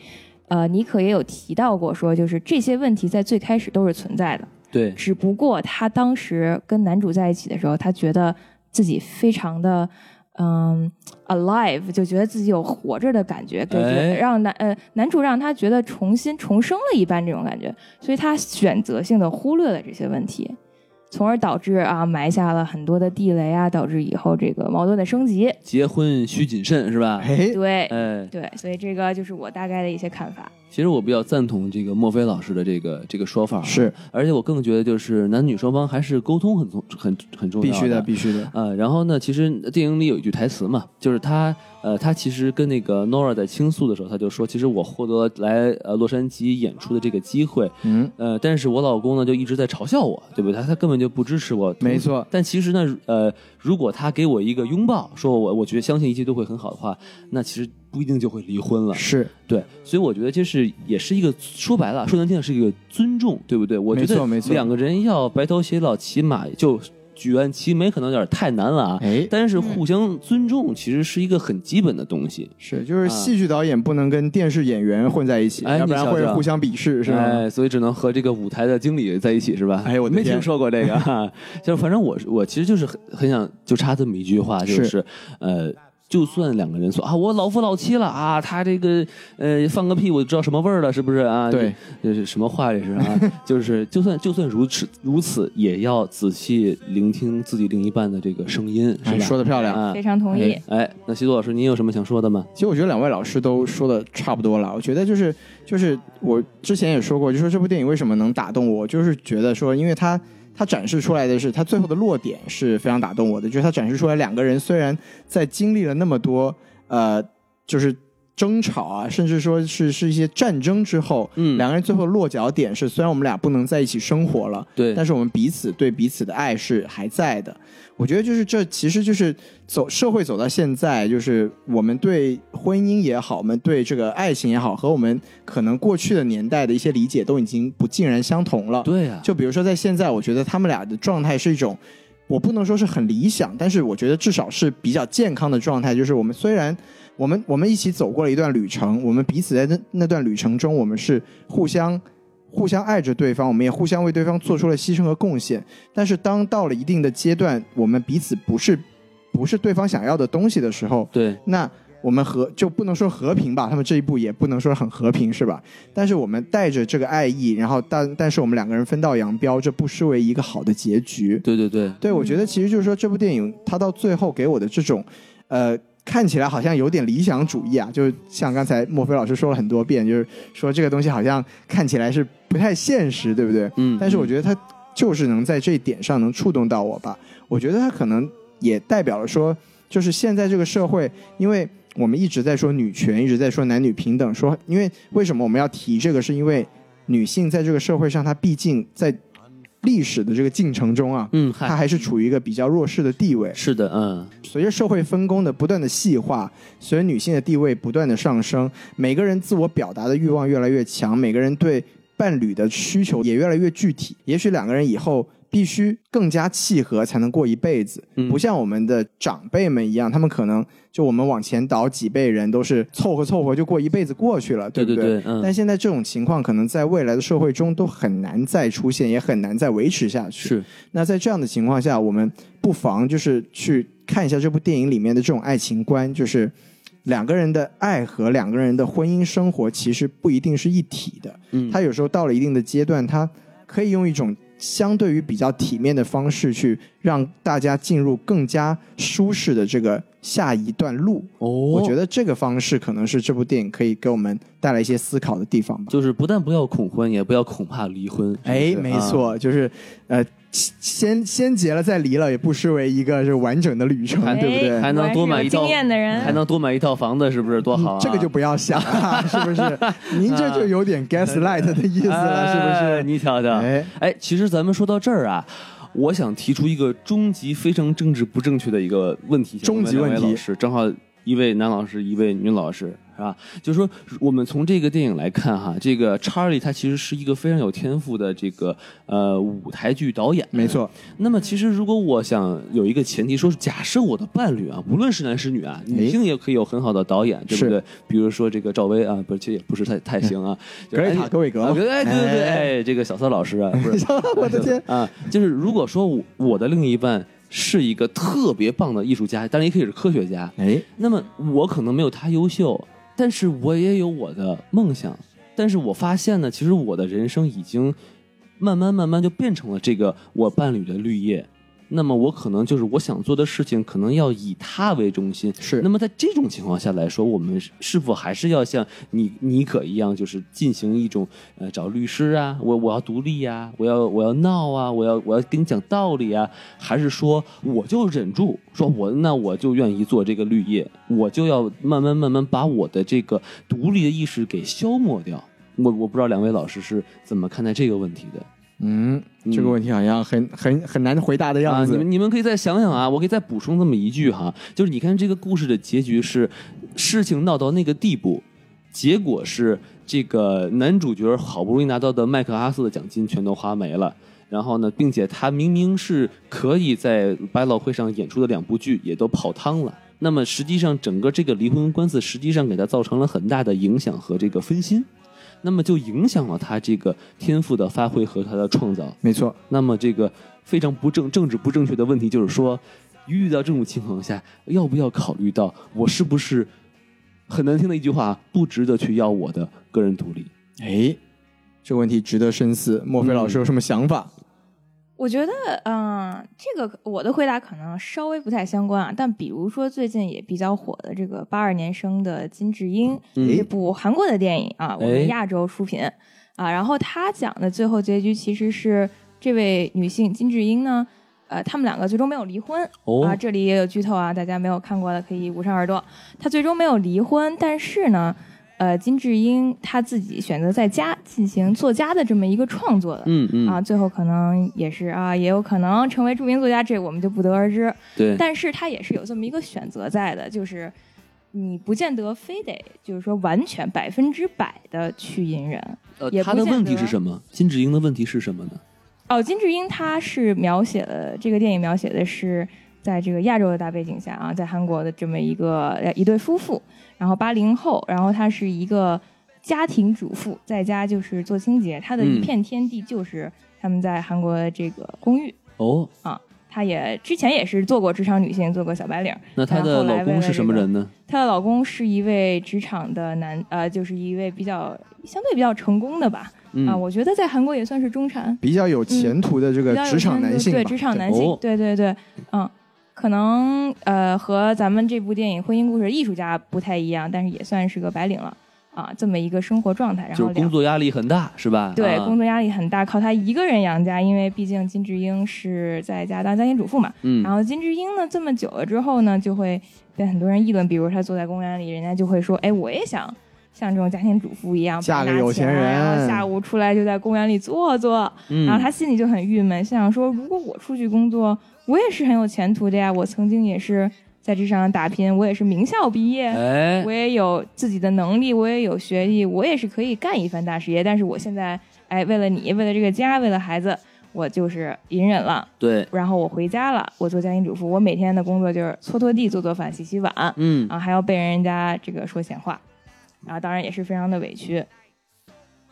[SPEAKER 3] 呃，妮可也有提到过，说就是这些问题在最开始都是存在的，
[SPEAKER 2] 对
[SPEAKER 3] 只不过她当时跟男主在一起的时候，她觉得自己非常的。嗯，alive 就觉得自己有活着的感觉，感觉、
[SPEAKER 2] 哎
[SPEAKER 3] 让男呃男主让她觉得重新重生了一般这种感觉，所以她选择性的忽略了这些问题，从而导致啊埋下了很多的地雷啊，导致以后这个矛盾的升级。
[SPEAKER 2] 结婚需谨慎是吧？
[SPEAKER 1] 哎，
[SPEAKER 3] 对、
[SPEAKER 2] 哎，
[SPEAKER 3] 对，所以这个就是我大概的一些看法。
[SPEAKER 2] 其实我比较赞同这个墨菲老师的这个这个说法，啊
[SPEAKER 1] 是
[SPEAKER 2] 而且我更觉得就是男女双方还是沟通很重很很重要，
[SPEAKER 1] 必须的，必须的。
[SPEAKER 2] 呃，然后呢，其实电影里有一句台词嘛，就是他呃，他其实跟那个 Nora 在倾诉的时候，他就说，其实我获得来呃洛杉矶演出的这个机会，
[SPEAKER 1] 嗯，
[SPEAKER 2] 呃，但是我老公呢就一直在嘲笑我，对不对？他他根本就不支持我，
[SPEAKER 1] 没错
[SPEAKER 2] 但其实呢，呃，如果他给我一个拥抱，说我我觉得相信一切都会很好的话，那其实不一定就会离婚了。
[SPEAKER 1] 是，
[SPEAKER 2] 对，所以我觉得这是也是一个说白了，说难听点是一个尊重，对不对？我觉
[SPEAKER 1] 没
[SPEAKER 2] 得
[SPEAKER 1] 错没错
[SPEAKER 2] 两个人要白头偕老，骑马就举案齐眉，可能有点太难了啊。
[SPEAKER 1] 哎，
[SPEAKER 2] 但是互相尊重其实是一个很基本的东西。
[SPEAKER 1] 是，就是戏剧导演不能跟电视演员混在一起，
[SPEAKER 2] 哎
[SPEAKER 1] 要不然
[SPEAKER 2] 你瞧
[SPEAKER 1] 会
[SPEAKER 2] 瞧
[SPEAKER 1] 互相鄙视，是吧？
[SPEAKER 2] 哎，所以只能和这个舞台的经理在一起，是吧？
[SPEAKER 1] 哎我的
[SPEAKER 2] 没
[SPEAKER 1] 天
[SPEAKER 2] 听说过这个， <laughs> 哈就是反正我我其实就是很很想就插这么一句话，就是
[SPEAKER 1] 是
[SPEAKER 2] 呃。就算两个人说啊，我老夫老妻了啊，他这个呃放个屁，我知道什么味儿了，是不是啊？
[SPEAKER 1] 对
[SPEAKER 2] 这，这是什么话这是啊？ <laughs> 就是就算就算如此如此，也要仔细聆听自己另一半的这个声音，是吧？
[SPEAKER 1] 哎说的漂亮。
[SPEAKER 2] 啊
[SPEAKER 3] 非，常同意。
[SPEAKER 2] 哎，那西多老师，您有什么想说的吗？
[SPEAKER 1] 其实我觉得两位老师都说的差不多了。我觉得就是就是我之前也说过，就说这部电影为什么能打动我，就是觉得说，因为它它展示出来的是它最后的落点是非常打动我的，就是它展示出来两个人虽然在经历了那么多呃，就是争吵啊，甚至说是是一些战争之后，
[SPEAKER 2] 嗯
[SPEAKER 1] 两个人最后落脚点是，虽然我们俩不能在一起生活了，
[SPEAKER 2] 对
[SPEAKER 1] 但是我们彼此对彼此的爱是还在的。我觉得就是这，其实就是走社会走到现在，就是我们对婚姻也好，我们对这个爱情也好，和我们可能过去的年代的一些理解都已经不尽然相同了。
[SPEAKER 2] 对啊，
[SPEAKER 1] 就比如说在现在，我觉得他们俩的状态是一种，我不能说是很理想，但是我觉得至少是比较健康的状态。就是我们虽然我们我们一起走过了一段旅程，我们彼此在那那段旅程中，我们是互相。互相爱着对方，我们也互相为对方做出了牺牲和贡献。但是，当到了一定的阶段，我们彼此不是不是对方想要的东西的时候，
[SPEAKER 2] 对
[SPEAKER 1] 那我们和就不能说和平吧，他们这一步也不能说很和平，是吧？但是我们带着这个爱意，然后但但是我们两个人分道扬镳，这不失为一个好的结局。
[SPEAKER 2] 对对对，
[SPEAKER 1] 对，我觉得其实就是说这部电影它到最后给我的这种，呃。看起来好像有点理想主义啊，就是像刚才莫非老师说了很多遍，就是说这个东西好像看起来是不太现实，对不对？
[SPEAKER 2] 嗯，
[SPEAKER 1] 但是我觉得他就是能在这一点上能触动到我吧。我觉得他可能也代表了说，就是现在这个社会，因为我们一直在说女权，一直在说男女平等，说因为为什么我们要提这个，是因为女性在这个社会上，她毕竟在历史的这个进程中啊，
[SPEAKER 2] 嗯，
[SPEAKER 1] 她
[SPEAKER 2] 嗨，
[SPEAKER 1] 还是处于一个比较弱势的地位。
[SPEAKER 2] 是的，嗯，
[SPEAKER 1] 随着社会分工的不断的细化，随着女性的地位不断的上升，每个人自我表达的欲望越来越强，每个人对伴侣的需求也越来越具体。也许两个人以后必须更加契合才能过一辈子，
[SPEAKER 2] 嗯
[SPEAKER 1] 不像我们的长辈们一样，他们可能就我们往前倒几辈人都是凑合凑合就过一辈子过去了，
[SPEAKER 2] 对
[SPEAKER 1] 不
[SPEAKER 2] 对，嗯，
[SPEAKER 1] 但现在这种情况可能在未来的社会中都很难再出现，也很难再维持下去。
[SPEAKER 2] 是，
[SPEAKER 1] 那在这样的情况下，我们不妨就是去看一下这部电影里面的这种爱情观，就是两个人的爱和两个人的婚姻生活其实不一定是一体的。
[SPEAKER 2] 嗯，
[SPEAKER 1] 他有时候到了一定的阶段，他可以用一种相对于比较体面的方式去让大家进入更加舒适的这个下一段路。
[SPEAKER 2] 哦，
[SPEAKER 1] 我觉
[SPEAKER 2] 得
[SPEAKER 1] 得这个方式可能是这部电影可以给我们带来一些思考的地方吧。
[SPEAKER 2] 就是不但不要恐婚，也不要恐怕离婚，啊
[SPEAKER 1] 哎
[SPEAKER 2] 是，不是
[SPEAKER 1] 没，错，就是呃，先先结了再离了，也不失为一个就是完整的旅程，
[SPEAKER 2] 还
[SPEAKER 1] 对不对？
[SPEAKER 2] 还能多买一套
[SPEAKER 3] 哎我还是有经验的
[SPEAKER 2] 啊还
[SPEAKER 3] 人，
[SPEAKER 2] 能多买一套房子，是不是多好啊？
[SPEAKER 1] 嗯这个就不要 <laughs> 想了，是不是？您这就有点 gaslight 的意思了，
[SPEAKER 2] 哎
[SPEAKER 1] 是不是？
[SPEAKER 2] 你瞧瞧，
[SPEAKER 1] 啊哎
[SPEAKER 2] 哎，其实咱们说到这儿啊，我想提出一个终极非常政治不正确的一个问题，
[SPEAKER 1] 终极问题
[SPEAKER 2] 想问两位老师正好一位男老师，一位女老师，是吧？就是说，我们从这个电影来看哈，这个查理他其实是一个非常有天赋的这个呃舞台剧导演，
[SPEAKER 1] 没。错，
[SPEAKER 2] 那么其实如果我想有一个前提，说是假设我的伴侣啊，无论是男是女啊，女性也可以有很好的导演，对不
[SPEAKER 1] 哎是
[SPEAKER 2] 对？比如说这个赵薇啊，不是，其实也不是太太行啊，就
[SPEAKER 1] 格
[SPEAKER 2] 是
[SPEAKER 1] 瑞塔·
[SPEAKER 2] 哎
[SPEAKER 1] 嗯格韦格
[SPEAKER 2] 啊
[SPEAKER 1] 嘛
[SPEAKER 2] 对，对对对对，
[SPEAKER 1] 哎
[SPEAKER 2] 哎，这个小三老师啊，
[SPEAKER 1] <laughs>
[SPEAKER 2] 不是，
[SPEAKER 1] 我的天，
[SPEAKER 2] 啊，就是如果说我我的另一半是一个特别棒的艺术家，当然也可以是科学家，
[SPEAKER 1] 哎，
[SPEAKER 2] 那么我可能没有他优秀，但是我也有我的梦想。但是我发现呢，其实我的人生已经慢慢慢慢就变成了这个我伴侣的绿叶。那么我可能就是我想做的事情，可能要以他为中心。
[SPEAKER 1] 是
[SPEAKER 2] 那么在这种情况下来说，我们是是否还是要像你妮可一样，就是进行一种呃找律师啊，我我要独立啊，我要我要闹啊，我要我要跟你讲道理啊，还是说我就忍住，说我那我就愿意做这个绿叶，我就要慢慢慢慢把我的这个独立的意识给消磨掉。我我不知道两位老师是怎么看待这个问题的。
[SPEAKER 1] 嗯，这个问题好像很很很难回答的
[SPEAKER 2] 啊，
[SPEAKER 1] 样
[SPEAKER 2] 你
[SPEAKER 1] 子。
[SPEAKER 2] 们你们可以再想想啊，我可以再补充这么一句哈，就是你看这个故事的结局是，事情闹到那个地步，结果是这个男主角好不容易拿到的麦克阿瑟的奖金全都花没了。然后呢，并且他明明是可以在百老汇上演出的两部剧也都泡汤了。那么实际上，整个这个离婚官司实际上给他造成了很大的影响和这个分心，那么就影响了他这个天赋的发挥和他的创造。
[SPEAKER 1] 没错，
[SPEAKER 2] 那么这个非常不正、政治不正确的问题就是说，遇到这种情况下，要不要考虑到我是不是很难听的一句话，不值得去要我的个人独立？
[SPEAKER 1] 哎，这个问题值得深思。莫非老师有什么想法？
[SPEAKER 3] 我觉得，嗯、这个我的回答可能稍微不太相关啊，但比如说最近也比较火的这个八二年生的金智英、
[SPEAKER 2] 嗯
[SPEAKER 3] 这部韩国的电影啊，我
[SPEAKER 2] 哎
[SPEAKER 3] 们亚洲出品啊，然后他讲的最后结局其实是这位女性金智英呢，呃，他们两个最终没有离婚
[SPEAKER 2] 哦
[SPEAKER 3] 啊，这里也有剧透啊，大家没有看过的可以捂上耳朵。他最终没有离婚，但是呢，呃，金智英她自己选择在家进行作家的这么一个创作的。
[SPEAKER 2] 嗯嗯，
[SPEAKER 3] 啊，最后可能也是啊，也有可能成为著名作家，这我们就不得而知。
[SPEAKER 2] 对，
[SPEAKER 3] 但是他也是有这么一个选择在的，就是你不见得非得就是说完全百分之百的去隐忍。
[SPEAKER 2] 呃，
[SPEAKER 3] 也
[SPEAKER 2] 他
[SPEAKER 3] 不
[SPEAKER 2] 的
[SPEAKER 3] 见
[SPEAKER 2] 问题
[SPEAKER 3] 得
[SPEAKER 2] 是什么？金智英的问题是什么呢？
[SPEAKER 3] 哦，金智英她是描写了这个电影描写的是在这个亚洲的大背景下啊，在韩国的这么一个呃一对夫妇，然后八零后，然后她是一个家庭主妇，在家就是做清洁，她的一
[SPEAKER 2] 嗯
[SPEAKER 3] 片天地就是他们在韩国的这个公寓。
[SPEAKER 2] 哦，
[SPEAKER 3] 她也之前也是做过职场女性，做过小白领，
[SPEAKER 2] 那她
[SPEAKER 3] 然
[SPEAKER 2] 的
[SPEAKER 3] 后来
[SPEAKER 2] 老
[SPEAKER 3] 为
[SPEAKER 2] 公
[SPEAKER 3] 了
[SPEAKER 2] 是
[SPEAKER 3] 这
[SPEAKER 2] 什么
[SPEAKER 3] 个
[SPEAKER 2] 人呢？
[SPEAKER 3] 她的老公是一位职场的男，呃，就是一位比较相对比较成功的吧，
[SPEAKER 2] 嗯
[SPEAKER 3] 啊，，我觉得在韩国也算是中产，
[SPEAKER 1] 比较有前途的这
[SPEAKER 3] 比
[SPEAKER 1] 个
[SPEAKER 3] 较有
[SPEAKER 1] 职场
[SPEAKER 3] 深
[SPEAKER 1] 男
[SPEAKER 3] 度
[SPEAKER 1] 性吧，
[SPEAKER 3] 对职场男
[SPEAKER 2] 对
[SPEAKER 3] 性，
[SPEAKER 2] 哦
[SPEAKER 3] 对对对，嗯，可能呃和咱们这部电影《婚姻故事》艺术家不太一样，但是也算是个白领了啊，这么一个生活状态，然
[SPEAKER 2] 就
[SPEAKER 3] 后
[SPEAKER 2] 是
[SPEAKER 3] 两
[SPEAKER 2] 工作压力很大，是吧？
[SPEAKER 3] 对，
[SPEAKER 2] 啊
[SPEAKER 3] 工作压力很大，靠她一个人养家，因为毕竟金智英是在家当家庭主妇嘛，
[SPEAKER 2] 嗯
[SPEAKER 3] 然后金智英呢，这么久了之后呢，就会被很多人议论，比如她坐在公园里，人家就会说，哎，我也想像这种家庭主妇一样
[SPEAKER 1] 嫁个
[SPEAKER 3] 拿
[SPEAKER 1] 有
[SPEAKER 3] 钱啊
[SPEAKER 1] 钱人
[SPEAKER 3] 然后下午出来就在公园里坐坐。
[SPEAKER 2] 嗯，
[SPEAKER 3] 然后她心里就很郁闷，心想说，如果我出去工作，我也是很有前途的呀，我曾经也是在职场上打拼，我也是名校毕业。
[SPEAKER 2] 哎
[SPEAKER 3] 我，也有自己的能力，我也有学历，我也是可以干一番大事业。但是我现在，哎，为了你，为了这个家，为了孩子，我就是隐忍了。
[SPEAKER 2] 对，
[SPEAKER 3] 然后我回家了，我做家庭主妇，我每天的工作就是搓拖地、做做饭、洗洗碗，
[SPEAKER 2] 嗯，
[SPEAKER 3] 啊，还要被人家这个说闲话，然后当然也是非常的委屈。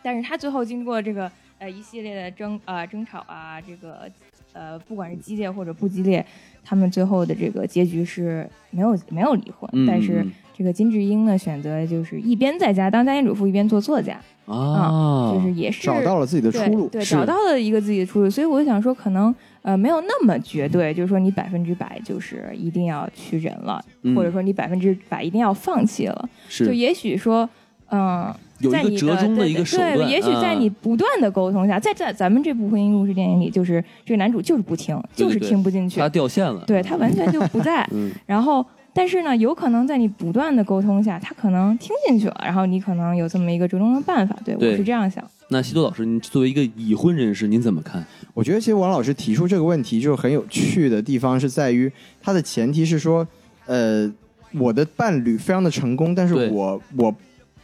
[SPEAKER 3] 但是他最后经过这个呃一系列的争呃争吵啊，这个呃不管是激烈或者不激烈，他们最后的这个结局是没有没有离婚，
[SPEAKER 2] 嗯
[SPEAKER 3] 但是
[SPEAKER 2] 嗯
[SPEAKER 3] 这个金智英呢选择就是一边在家当家庭主妇，一边做作家，
[SPEAKER 2] 嗯啊，
[SPEAKER 3] 就是也是
[SPEAKER 1] 找到了自己的
[SPEAKER 3] 对
[SPEAKER 1] 出路。
[SPEAKER 3] 对，
[SPEAKER 2] 是
[SPEAKER 3] 找到了一个自己的出路，所以我就想说，可能呃没有那么绝对，就是说你百分之百就是一定要去忍了，
[SPEAKER 2] 嗯
[SPEAKER 3] 或者说你百分之百一定要放弃了，就是也许说，嗯、
[SPEAKER 2] 有
[SPEAKER 3] 在
[SPEAKER 2] 一
[SPEAKER 3] 你
[SPEAKER 2] 个折中
[SPEAKER 3] 的
[SPEAKER 2] 一个手段，嗯
[SPEAKER 3] 对，也许在你
[SPEAKER 2] 啊
[SPEAKER 3] 不断的沟通下，在在咱们这部婚姻故事电影里，就是这个男主就是不听，
[SPEAKER 2] 对
[SPEAKER 3] 就是
[SPEAKER 2] 对
[SPEAKER 3] 听不进去，
[SPEAKER 2] 他掉线了，，
[SPEAKER 3] 对他完全就不在
[SPEAKER 2] <laughs> 嗯，
[SPEAKER 3] 然后。但是呢，有可能在你不断的沟通下，他可能听进去了，然后你可能有这么一个折中的办法。对
[SPEAKER 2] 对
[SPEAKER 3] 我是这样想。
[SPEAKER 2] 那西多老师，您作为一个已婚人士，您怎么看？
[SPEAKER 1] 我觉得其实王老师提出这个问题就是很有趣的地方是在于，他的前提是说，呃，我的伴侣非常的成功，但是
[SPEAKER 2] 对
[SPEAKER 1] 我我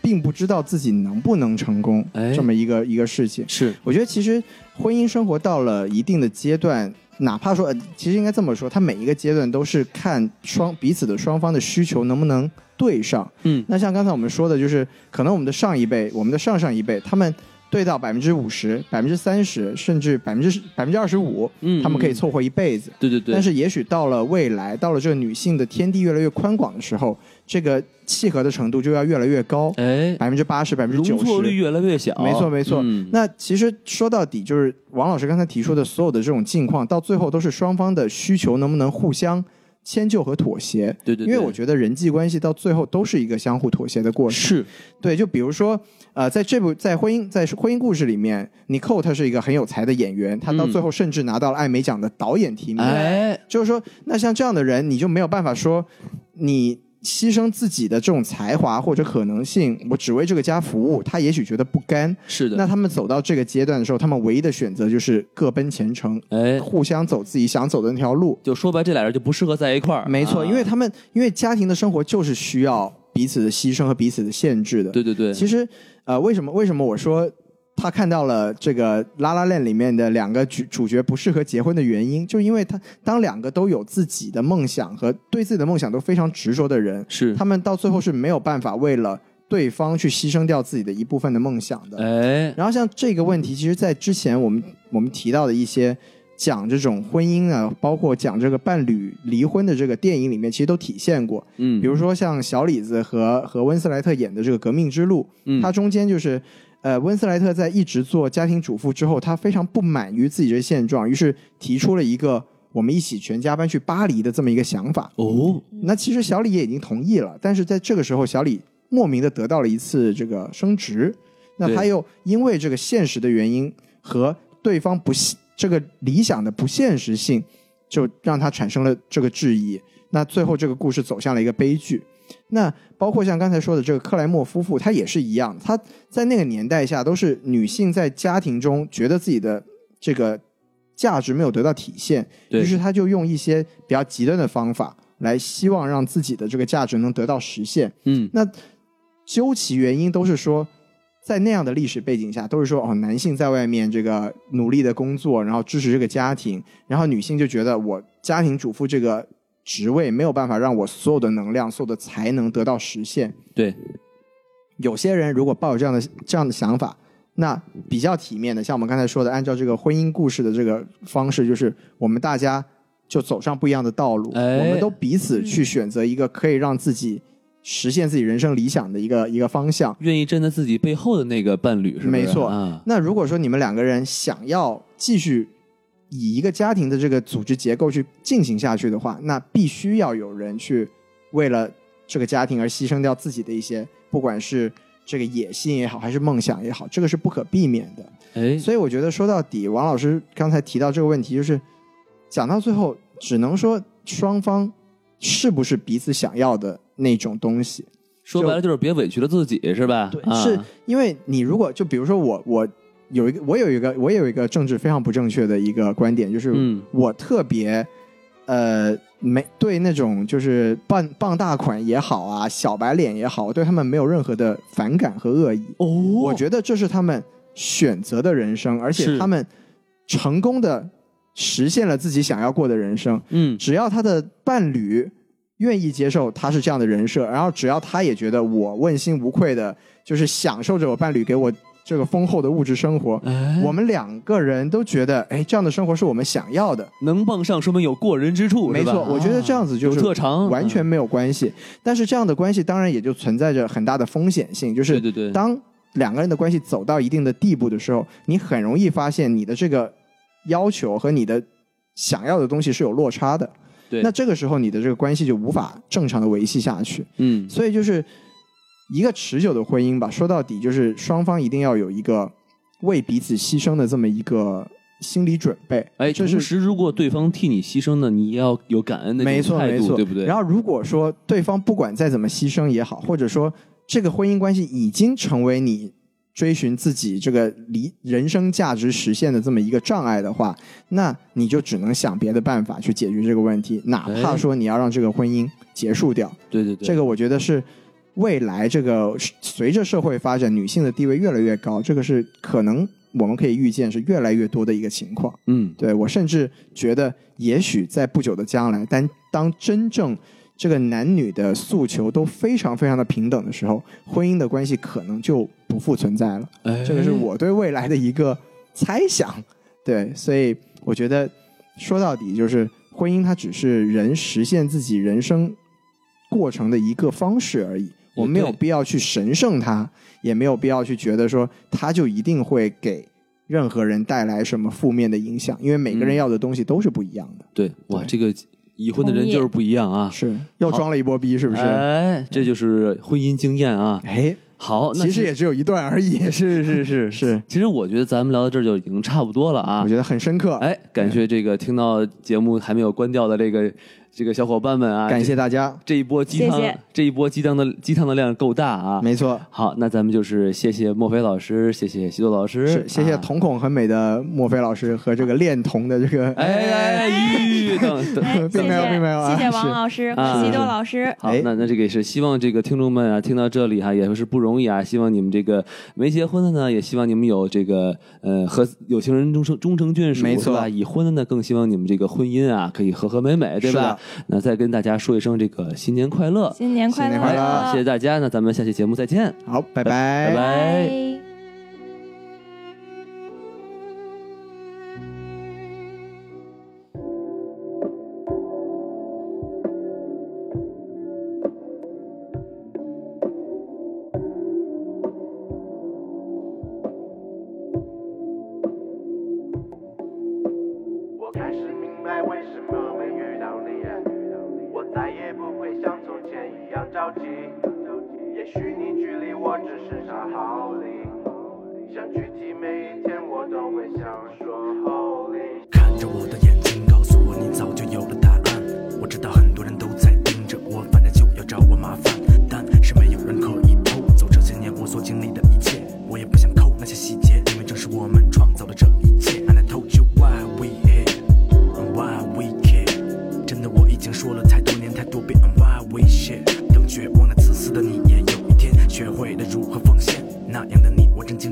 [SPEAKER 1] 并不知道自己能不能成功
[SPEAKER 2] 哎
[SPEAKER 1] 这么一个一个事情。
[SPEAKER 2] 是，
[SPEAKER 1] 我觉得其实婚姻生活到了一定的阶段，哪怕说，呃其实应该这么说，它每一个阶段都是看双彼此的双方的需求能不能对上。
[SPEAKER 2] 嗯
[SPEAKER 1] 那像刚才我们说的，就是可能我们的上一辈、我们的上上一辈，他们
[SPEAKER 2] 嗯
[SPEAKER 1] 对到百分之五十、百分之三十，甚至百分之百分之二十五，
[SPEAKER 2] 嗯，
[SPEAKER 1] 他们可以
[SPEAKER 2] 嗯，
[SPEAKER 1] 凑合一辈子。
[SPEAKER 2] 对对对，
[SPEAKER 1] 但是也许到了未来，到了这个女性的天地越来越宽广的时候，这个契合的程度就要越来越高，
[SPEAKER 2] 哎，
[SPEAKER 1] 百分之八十、百分之
[SPEAKER 2] 容
[SPEAKER 1] 九
[SPEAKER 2] 错
[SPEAKER 1] 十
[SPEAKER 2] 率。越来越小，
[SPEAKER 1] 没错没错
[SPEAKER 2] 嗯
[SPEAKER 1] 那其实说到底，就是王老师刚才提出的所有的这种境况，到最后都是双方的需求能不能互相迁就和妥协。
[SPEAKER 2] 对对，
[SPEAKER 1] 因为
[SPEAKER 2] 对
[SPEAKER 1] 我觉得人际关系到最后都是一个相互妥协的过程。
[SPEAKER 2] 是
[SPEAKER 1] 对，就比如说，呃，在这部在婚姻在婚姻故事里面，尼寇他是一个很有才的演员，他到
[SPEAKER 2] 嗯
[SPEAKER 1] 最后甚至拿到了艾美奖的导演提名。
[SPEAKER 2] 哎，
[SPEAKER 1] 就是说，那像这样的人，你就没有办法说你牺牲自己的这种才华或者可能性，我只为这个家服务，他也许觉得不甘。
[SPEAKER 2] 是的，
[SPEAKER 1] 那他们走到这个阶段的时候，他们唯一的选择就是各奔前程，
[SPEAKER 2] 哎，
[SPEAKER 1] 互相走自己想走的那条路。
[SPEAKER 2] 就说白，这俩人就不适合在一块儿，
[SPEAKER 1] 没错，
[SPEAKER 2] 啊
[SPEAKER 1] 因为他们因为家庭的生活就是需要彼此的牺牲和彼此的限制的。
[SPEAKER 2] 对对对，
[SPEAKER 1] 其实呃，为什么为什么我说他看到了这个《拉拉链》里面的两个主主角不适合结婚的原因，就因为他当两个都有自己的梦想和对自己的梦想都非常执着的人，
[SPEAKER 2] 是
[SPEAKER 1] 他们到最后是没有办法为了对方去牺牲掉自己的一部分的梦想的。
[SPEAKER 2] 哎，
[SPEAKER 1] 然后像这个问题，其实，在之前我们我们提到的一些讲这种婚姻啊，包括讲这个伴侣离婚的这个电影里面，其实都体现过。
[SPEAKER 2] 嗯，
[SPEAKER 1] 比如说像小李子和和温斯莱特演的这个《革命之路》，
[SPEAKER 2] 嗯
[SPEAKER 1] 它中间就是，呃，温斯莱特在一直做家庭主妇之后，她非常不满于自己这现状，于是提出了一个我们一起全家搬去巴黎的这么一个想法。
[SPEAKER 2] 哦，
[SPEAKER 1] 那其实小李也已经同意了，但是在这个时候，小李莫名的得到了一次这个升职，那
[SPEAKER 2] 对
[SPEAKER 1] 他又因为这个现实的原因和对方不现这个理想的不现实性，就让他产生了这个质疑。那最后这个故事走向了一个悲剧。那包括像刚才说的这个克莱默夫妇，他也是一样，他在那个年代下都是女性在家庭中觉得自己的这个价值没有得到体现，
[SPEAKER 2] 对
[SPEAKER 1] 于是他就用一些比较极端的方法来希望让自己的这个价值能得到实现。
[SPEAKER 2] 嗯，
[SPEAKER 1] 那究其原因，都是说在那样的历史背景下，都是说哦，男性在外面这个努力的工作，然后支持这个家庭，然后女性就觉得我家庭主妇这个职位没有办法让我所有的能量、所有的才能得到实现。
[SPEAKER 2] 对，
[SPEAKER 1] 有些人如果抱有这样的这样的想法，那比较体面的，像我们刚才说的，按照这个婚姻故事的这个方式，就是我们大家就走上不一样的道路，
[SPEAKER 2] 哎
[SPEAKER 1] 我们都彼此去选择一个可以让自己实现自己人生理想的一个一个方向。
[SPEAKER 2] 愿意站在自己背后的那个伴侣，是不是
[SPEAKER 1] 没错
[SPEAKER 2] 啊，
[SPEAKER 1] 那如果说你们两个人想要继续以一个家庭的这个组织结构去进行下去的话，那必须要有人去为了这个家庭而牺牲掉自己的一些，不管是这个野心也好，还是梦想也好，这个是不可避免的。
[SPEAKER 2] 哎，
[SPEAKER 1] 嗯所以我觉得说到底，王老师刚才提到这个问题，就是讲到最后，只能说双方是不是彼此想要的那种东西。
[SPEAKER 2] 说白了就是别委屈了自己，是吧？啊
[SPEAKER 1] 是因为你如果就比如说我，我有一个，我有一个，我有一个政治非常不正确的一个观点，就是
[SPEAKER 2] 嗯
[SPEAKER 1] 我特别。呃，没对那种就是傍傍大款也好啊，小白脸也好，我对他们没有任何的反感和恶意。
[SPEAKER 2] 哦，
[SPEAKER 1] 我觉得这是他们选择的人生，而且
[SPEAKER 2] 是
[SPEAKER 1] 他们成功的实现了自己想要过的人生。
[SPEAKER 2] 嗯，
[SPEAKER 1] 只要他的伴侣愿意接受他是这样的人设，然后只要他也觉得我问心无愧的，就是享受着我伴侣给我这个丰厚的物质生活，
[SPEAKER 2] 哎，
[SPEAKER 1] 我们两个人都觉得，哎，这样的生活是我们想要的。
[SPEAKER 2] 能傍上，说明有过人之处，
[SPEAKER 1] 没
[SPEAKER 2] 是吧
[SPEAKER 1] 错，我觉得这样子就
[SPEAKER 2] 有
[SPEAKER 1] 是
[SPEAKER 2] 特长，
[SPEAKER 1] 完全
[SPEAKER 2] 嗯
[SPEAKER 1] 没有关系。但是这样的关系当然也就存在着很大的风险性，就是
[SPEAKER 2] 对对对，
[SPEAKER 1] 当两个人的关系走到一定的地步的时候，你很容易发现你的这个要求和你的想要的东西是有落差的。
[SPEAKER 2] 对
[SPEAKER 1] 那这个时候你的这个关系就无法正常的维系下去。
[SPEAKER 2] 嗯
[SPEAKER 1] 所以就是一个持久的婚姻吧，说到底就是双方一定要有一个为彼此牺牲的这么一个心理准备。
[SPEAKER 2] 哎，
[SPEAKER 1] 这
[SPEAKER 2] 同
[SPEAKER 1] 是
[SPEAKER 2] 时，如果对方替你牺牲呢，你也要有感恩的
[SPEAKER 1] 没
[SPEAKER 2] 这
[SPEAKER 1] 错，
[SPEAKER 2] 种态
[SPEAKER 1] 没错，
[SPEAKER 2] 度，对不对？
[SPEAKER 1] 然后如果说对方不管再怎么牺牲也好，或者说这个婚姻关系已经成为你追寻自己这个离人生价值实现的这么一个障碍的话，那你就只能想别的办法去解决这个问题，哪怕
[SPEAKER 2] 哎
[SPEAKER 1] 说你要让这个婚姻结束掉，
[SPEAKER 2] 对对对，
[SPEAKER 1] 这个我觉得是。未来这个随着社会发展，女性的地位越来越高，这个是可能我们可以预见是越来越多的一个情况。
[SPEAKER 2] 嗯，
[SPEAKER 1] 对我甚至觉得，也许在不久的将来，但当真正这个男女的诉求都非常非常的平等的时候，婚姻的关系可能就不复存在了。
[SPEAKER 2] 哎，
[SPEAKER 1] 这个是我对未来的一个猜想。对，所以我觉得说到底就是婚姻，它只是人实现自己人生过程的一个方式而已。我们没有
[SPEAKER 2] 嗯对
[SPEAKER 1] 必要去神圣它，也没有必要去觉得说它就一定会给任何人带来什么负面的影响，因为每个人
[SPEAKER 2] 嗯
[SPEAKER 1] 要的东西都是不一样的。
[SPEAKER 2] 对哇，
[SPEAKER 1] 对
[SPEAKER 2] 这个已婚的
[SPEAKER 3] 同
[SPEAKER 2] 人
[SPEAKER 3] 意
[SPEAKER 2] 就是不一样啊，
[SPEAKER 1] 是又装了一波逼，是不是？
[SPEAKER 2] 哎，这就是婚姻经验啊。
[SPEAKER 1] 哎，
[SPEAKER 2] 好，那
[SPEAKER 1] 其实也只有一段而已。
[SPEAKER 2] 是是是
[SPEAKER 1] 是，
[SPEAKER 2] 其实我觉得咱们聊到这儿就已经差不多了啊
[SPEAKER 1] 我。觉得很深刻，
[SPEAKER 2] 哎，感谢这个听到节目还没有关掉的这个这个小伙伴们啊，
[SPEAKER 1] 感谢
[SPEAKER 2] 这
[SPEAKER 1] 大家。
[SPEAKER 2] 这一波鸡汤
[SPEAKER 3] 谢谢，
[SPEAKER 2] 这一波鸡汤的鸡汤的量够大啊。
[SPEAKER 1] 没错，
[SPEAKER 2] 好，那咱们就是谢谢莫非老师，谢谢西多老师
[SPEAKER 1] 是，谢谢
[SPEAKER 2] 啊
[SPEAKER 1] 瞳孔很美的莫非老师和这个恋童的这个，
[SPEAKER 2] 哎哎，咦，等等。
[SPEAKER 3] 哎，
[SPEAKER 1] <laughs>
[SPEAKER 3] 谢
[SPEAKER 1] 并
[SPEAKER 3] 谢
[SPEAKER 1] 没有并没有啊
[SPEAKER 3] 谢谢
[SPEAKER 1] 是
[SPEAKER 3] 王老师
[SPEAKER 2] 啊
[SPEAKER 3] 和西多老师，
[SPEAKER 2] 好
[SPEAKER 1] 哎，
[SPEAKER 2] 那那这个也是希望这个听众们啊，听到这里哈、也是不容易啊。希望你们这个没结婚的呢，也希望你们有这个呃和有情人终成终成眷属，
[SPEAKER 1] 没错
[SPEAKER 2] 是吧？已婚的呢，更希望你们这个婚姻啊可以和和美美，对
[SPEAKER 1] 是
[SPEAKER 2] 吧
[SPEAKER 1] 的？
[SPEAKER 2] 那再跟大家说一声这个新年快乐，
[SPEAKER 3] 新年快
[SPEAKER 1] 新年快
[SPEAKER 3] 乐，
[SPEAKER 1] 乐
[SPEAKER 2] 谢谢大家。那咱们下期节目再见，
[SPEAKER 1] 好，拜
[SPEAKER 2] 拜
[SPEAKER 1] 拜。
[SPEAKER 2] 拜。
[SPEAKER 3] 拜
[SPEAKER 5] 我开始明白为什么没遇到你，我再也不会像从前一样着急。也许你距离我只剩下毫厘，相聚起每一天我都会想说 Holy。
[SPEAKER 6] 看着我的眼睛，告诉我你早就有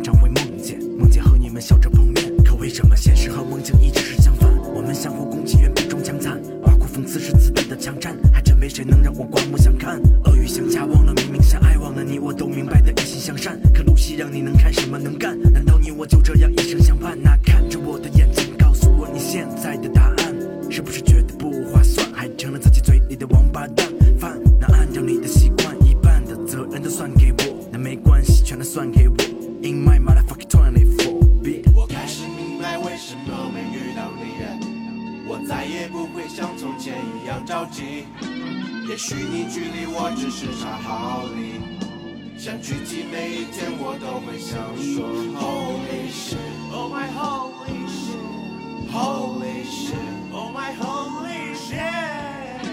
[SPEAKER 6] 常会梦见，梦见和你们笑着碰面。可为什么现实和梦境一直是相反？我们相互攻击，原比中强残，挖苦讽刺是自对的强占，还真没谁能让我刮目相看。恶语相加，忘了明明相爱，忘了你我都明白的一心向善。可露西让你能看什么能干？难道你我就这样一生相伴？那看着我的眼睛，告诉我你现在的答案，是不是觉得不划算？还成了自己嘴里的王八蛋饭？那按照你的习惯，一半的责任都算给我，那没关系，全都算给我。In my motherfucking twenty four bit。
[SPEAKER 5] 我开始明白为什么没遇到你，我再也不会像从前一样着急。也许你距离我只是差毫厘，想聚集每一天我都会想说 Holy shit，Oh my holy shit，Holy shit，Oh my holy shit。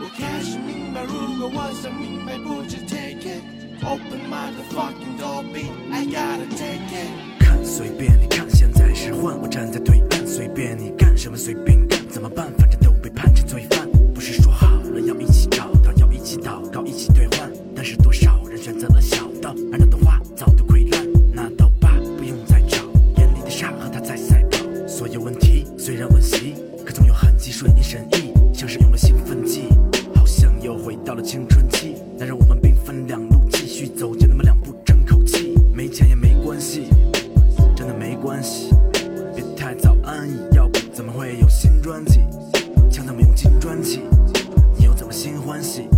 [SPEAKER 5] 我开始明白，如果我想明白，不止 take it。Open motherfucking door, b I gotta take it.
[SPEAKER 6] 看随便你看，现在是换我站在对岸，随便你干什么随便干，怎么办？反正都被判成罪犯。不是说好了要一起找到，要一起祷告，一起兑换，但是多少人选择了小道，而那朵花早都溃烂。那刀疤不用再找，眼里的沙和它在赛跑。所有问题虽然惋惜，可总有痕迹顺应神意，像是用了兴奋剂，好像又回到了青春期。那让我们兵分两路，继续走进那么两步，争口气。没钱也没关系。真的没关系，别太早安逸，要不怎么会有新专辑？抢到没用金专辑，你又怎么心欢喜？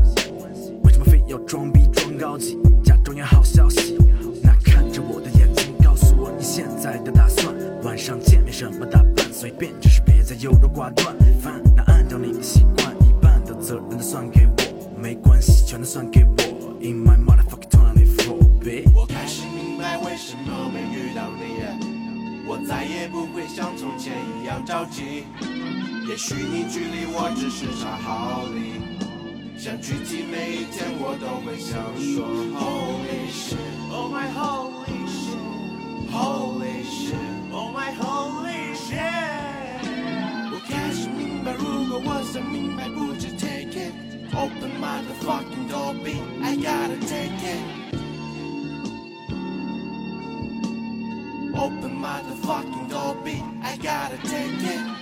[SPEAKER 6] 为什么非要装逼装高级，假装有好消息？那看着我的眼睛，告诉我你现在的打算。晚上见面什么打扮？随便，只是别再优柔寡断。烦，那按照你的习惯，一半的责任都算给我，没关系，全都算给我。In my motherfucking twenty four, bitch。
[SPEAKER 5] 我开始明白为什么没遇到你，我再也不会像从前一样着急。也许你距离我只是差毫厘，想聚集每一天我都会想说 Holy shit, oh my holy shit, holy shit, oh my holy shit。我开始明白，如果我想明白，不止 take it。Open motherfucking door, b I gotta take it. Open motherfucking door, B. I gotta take it.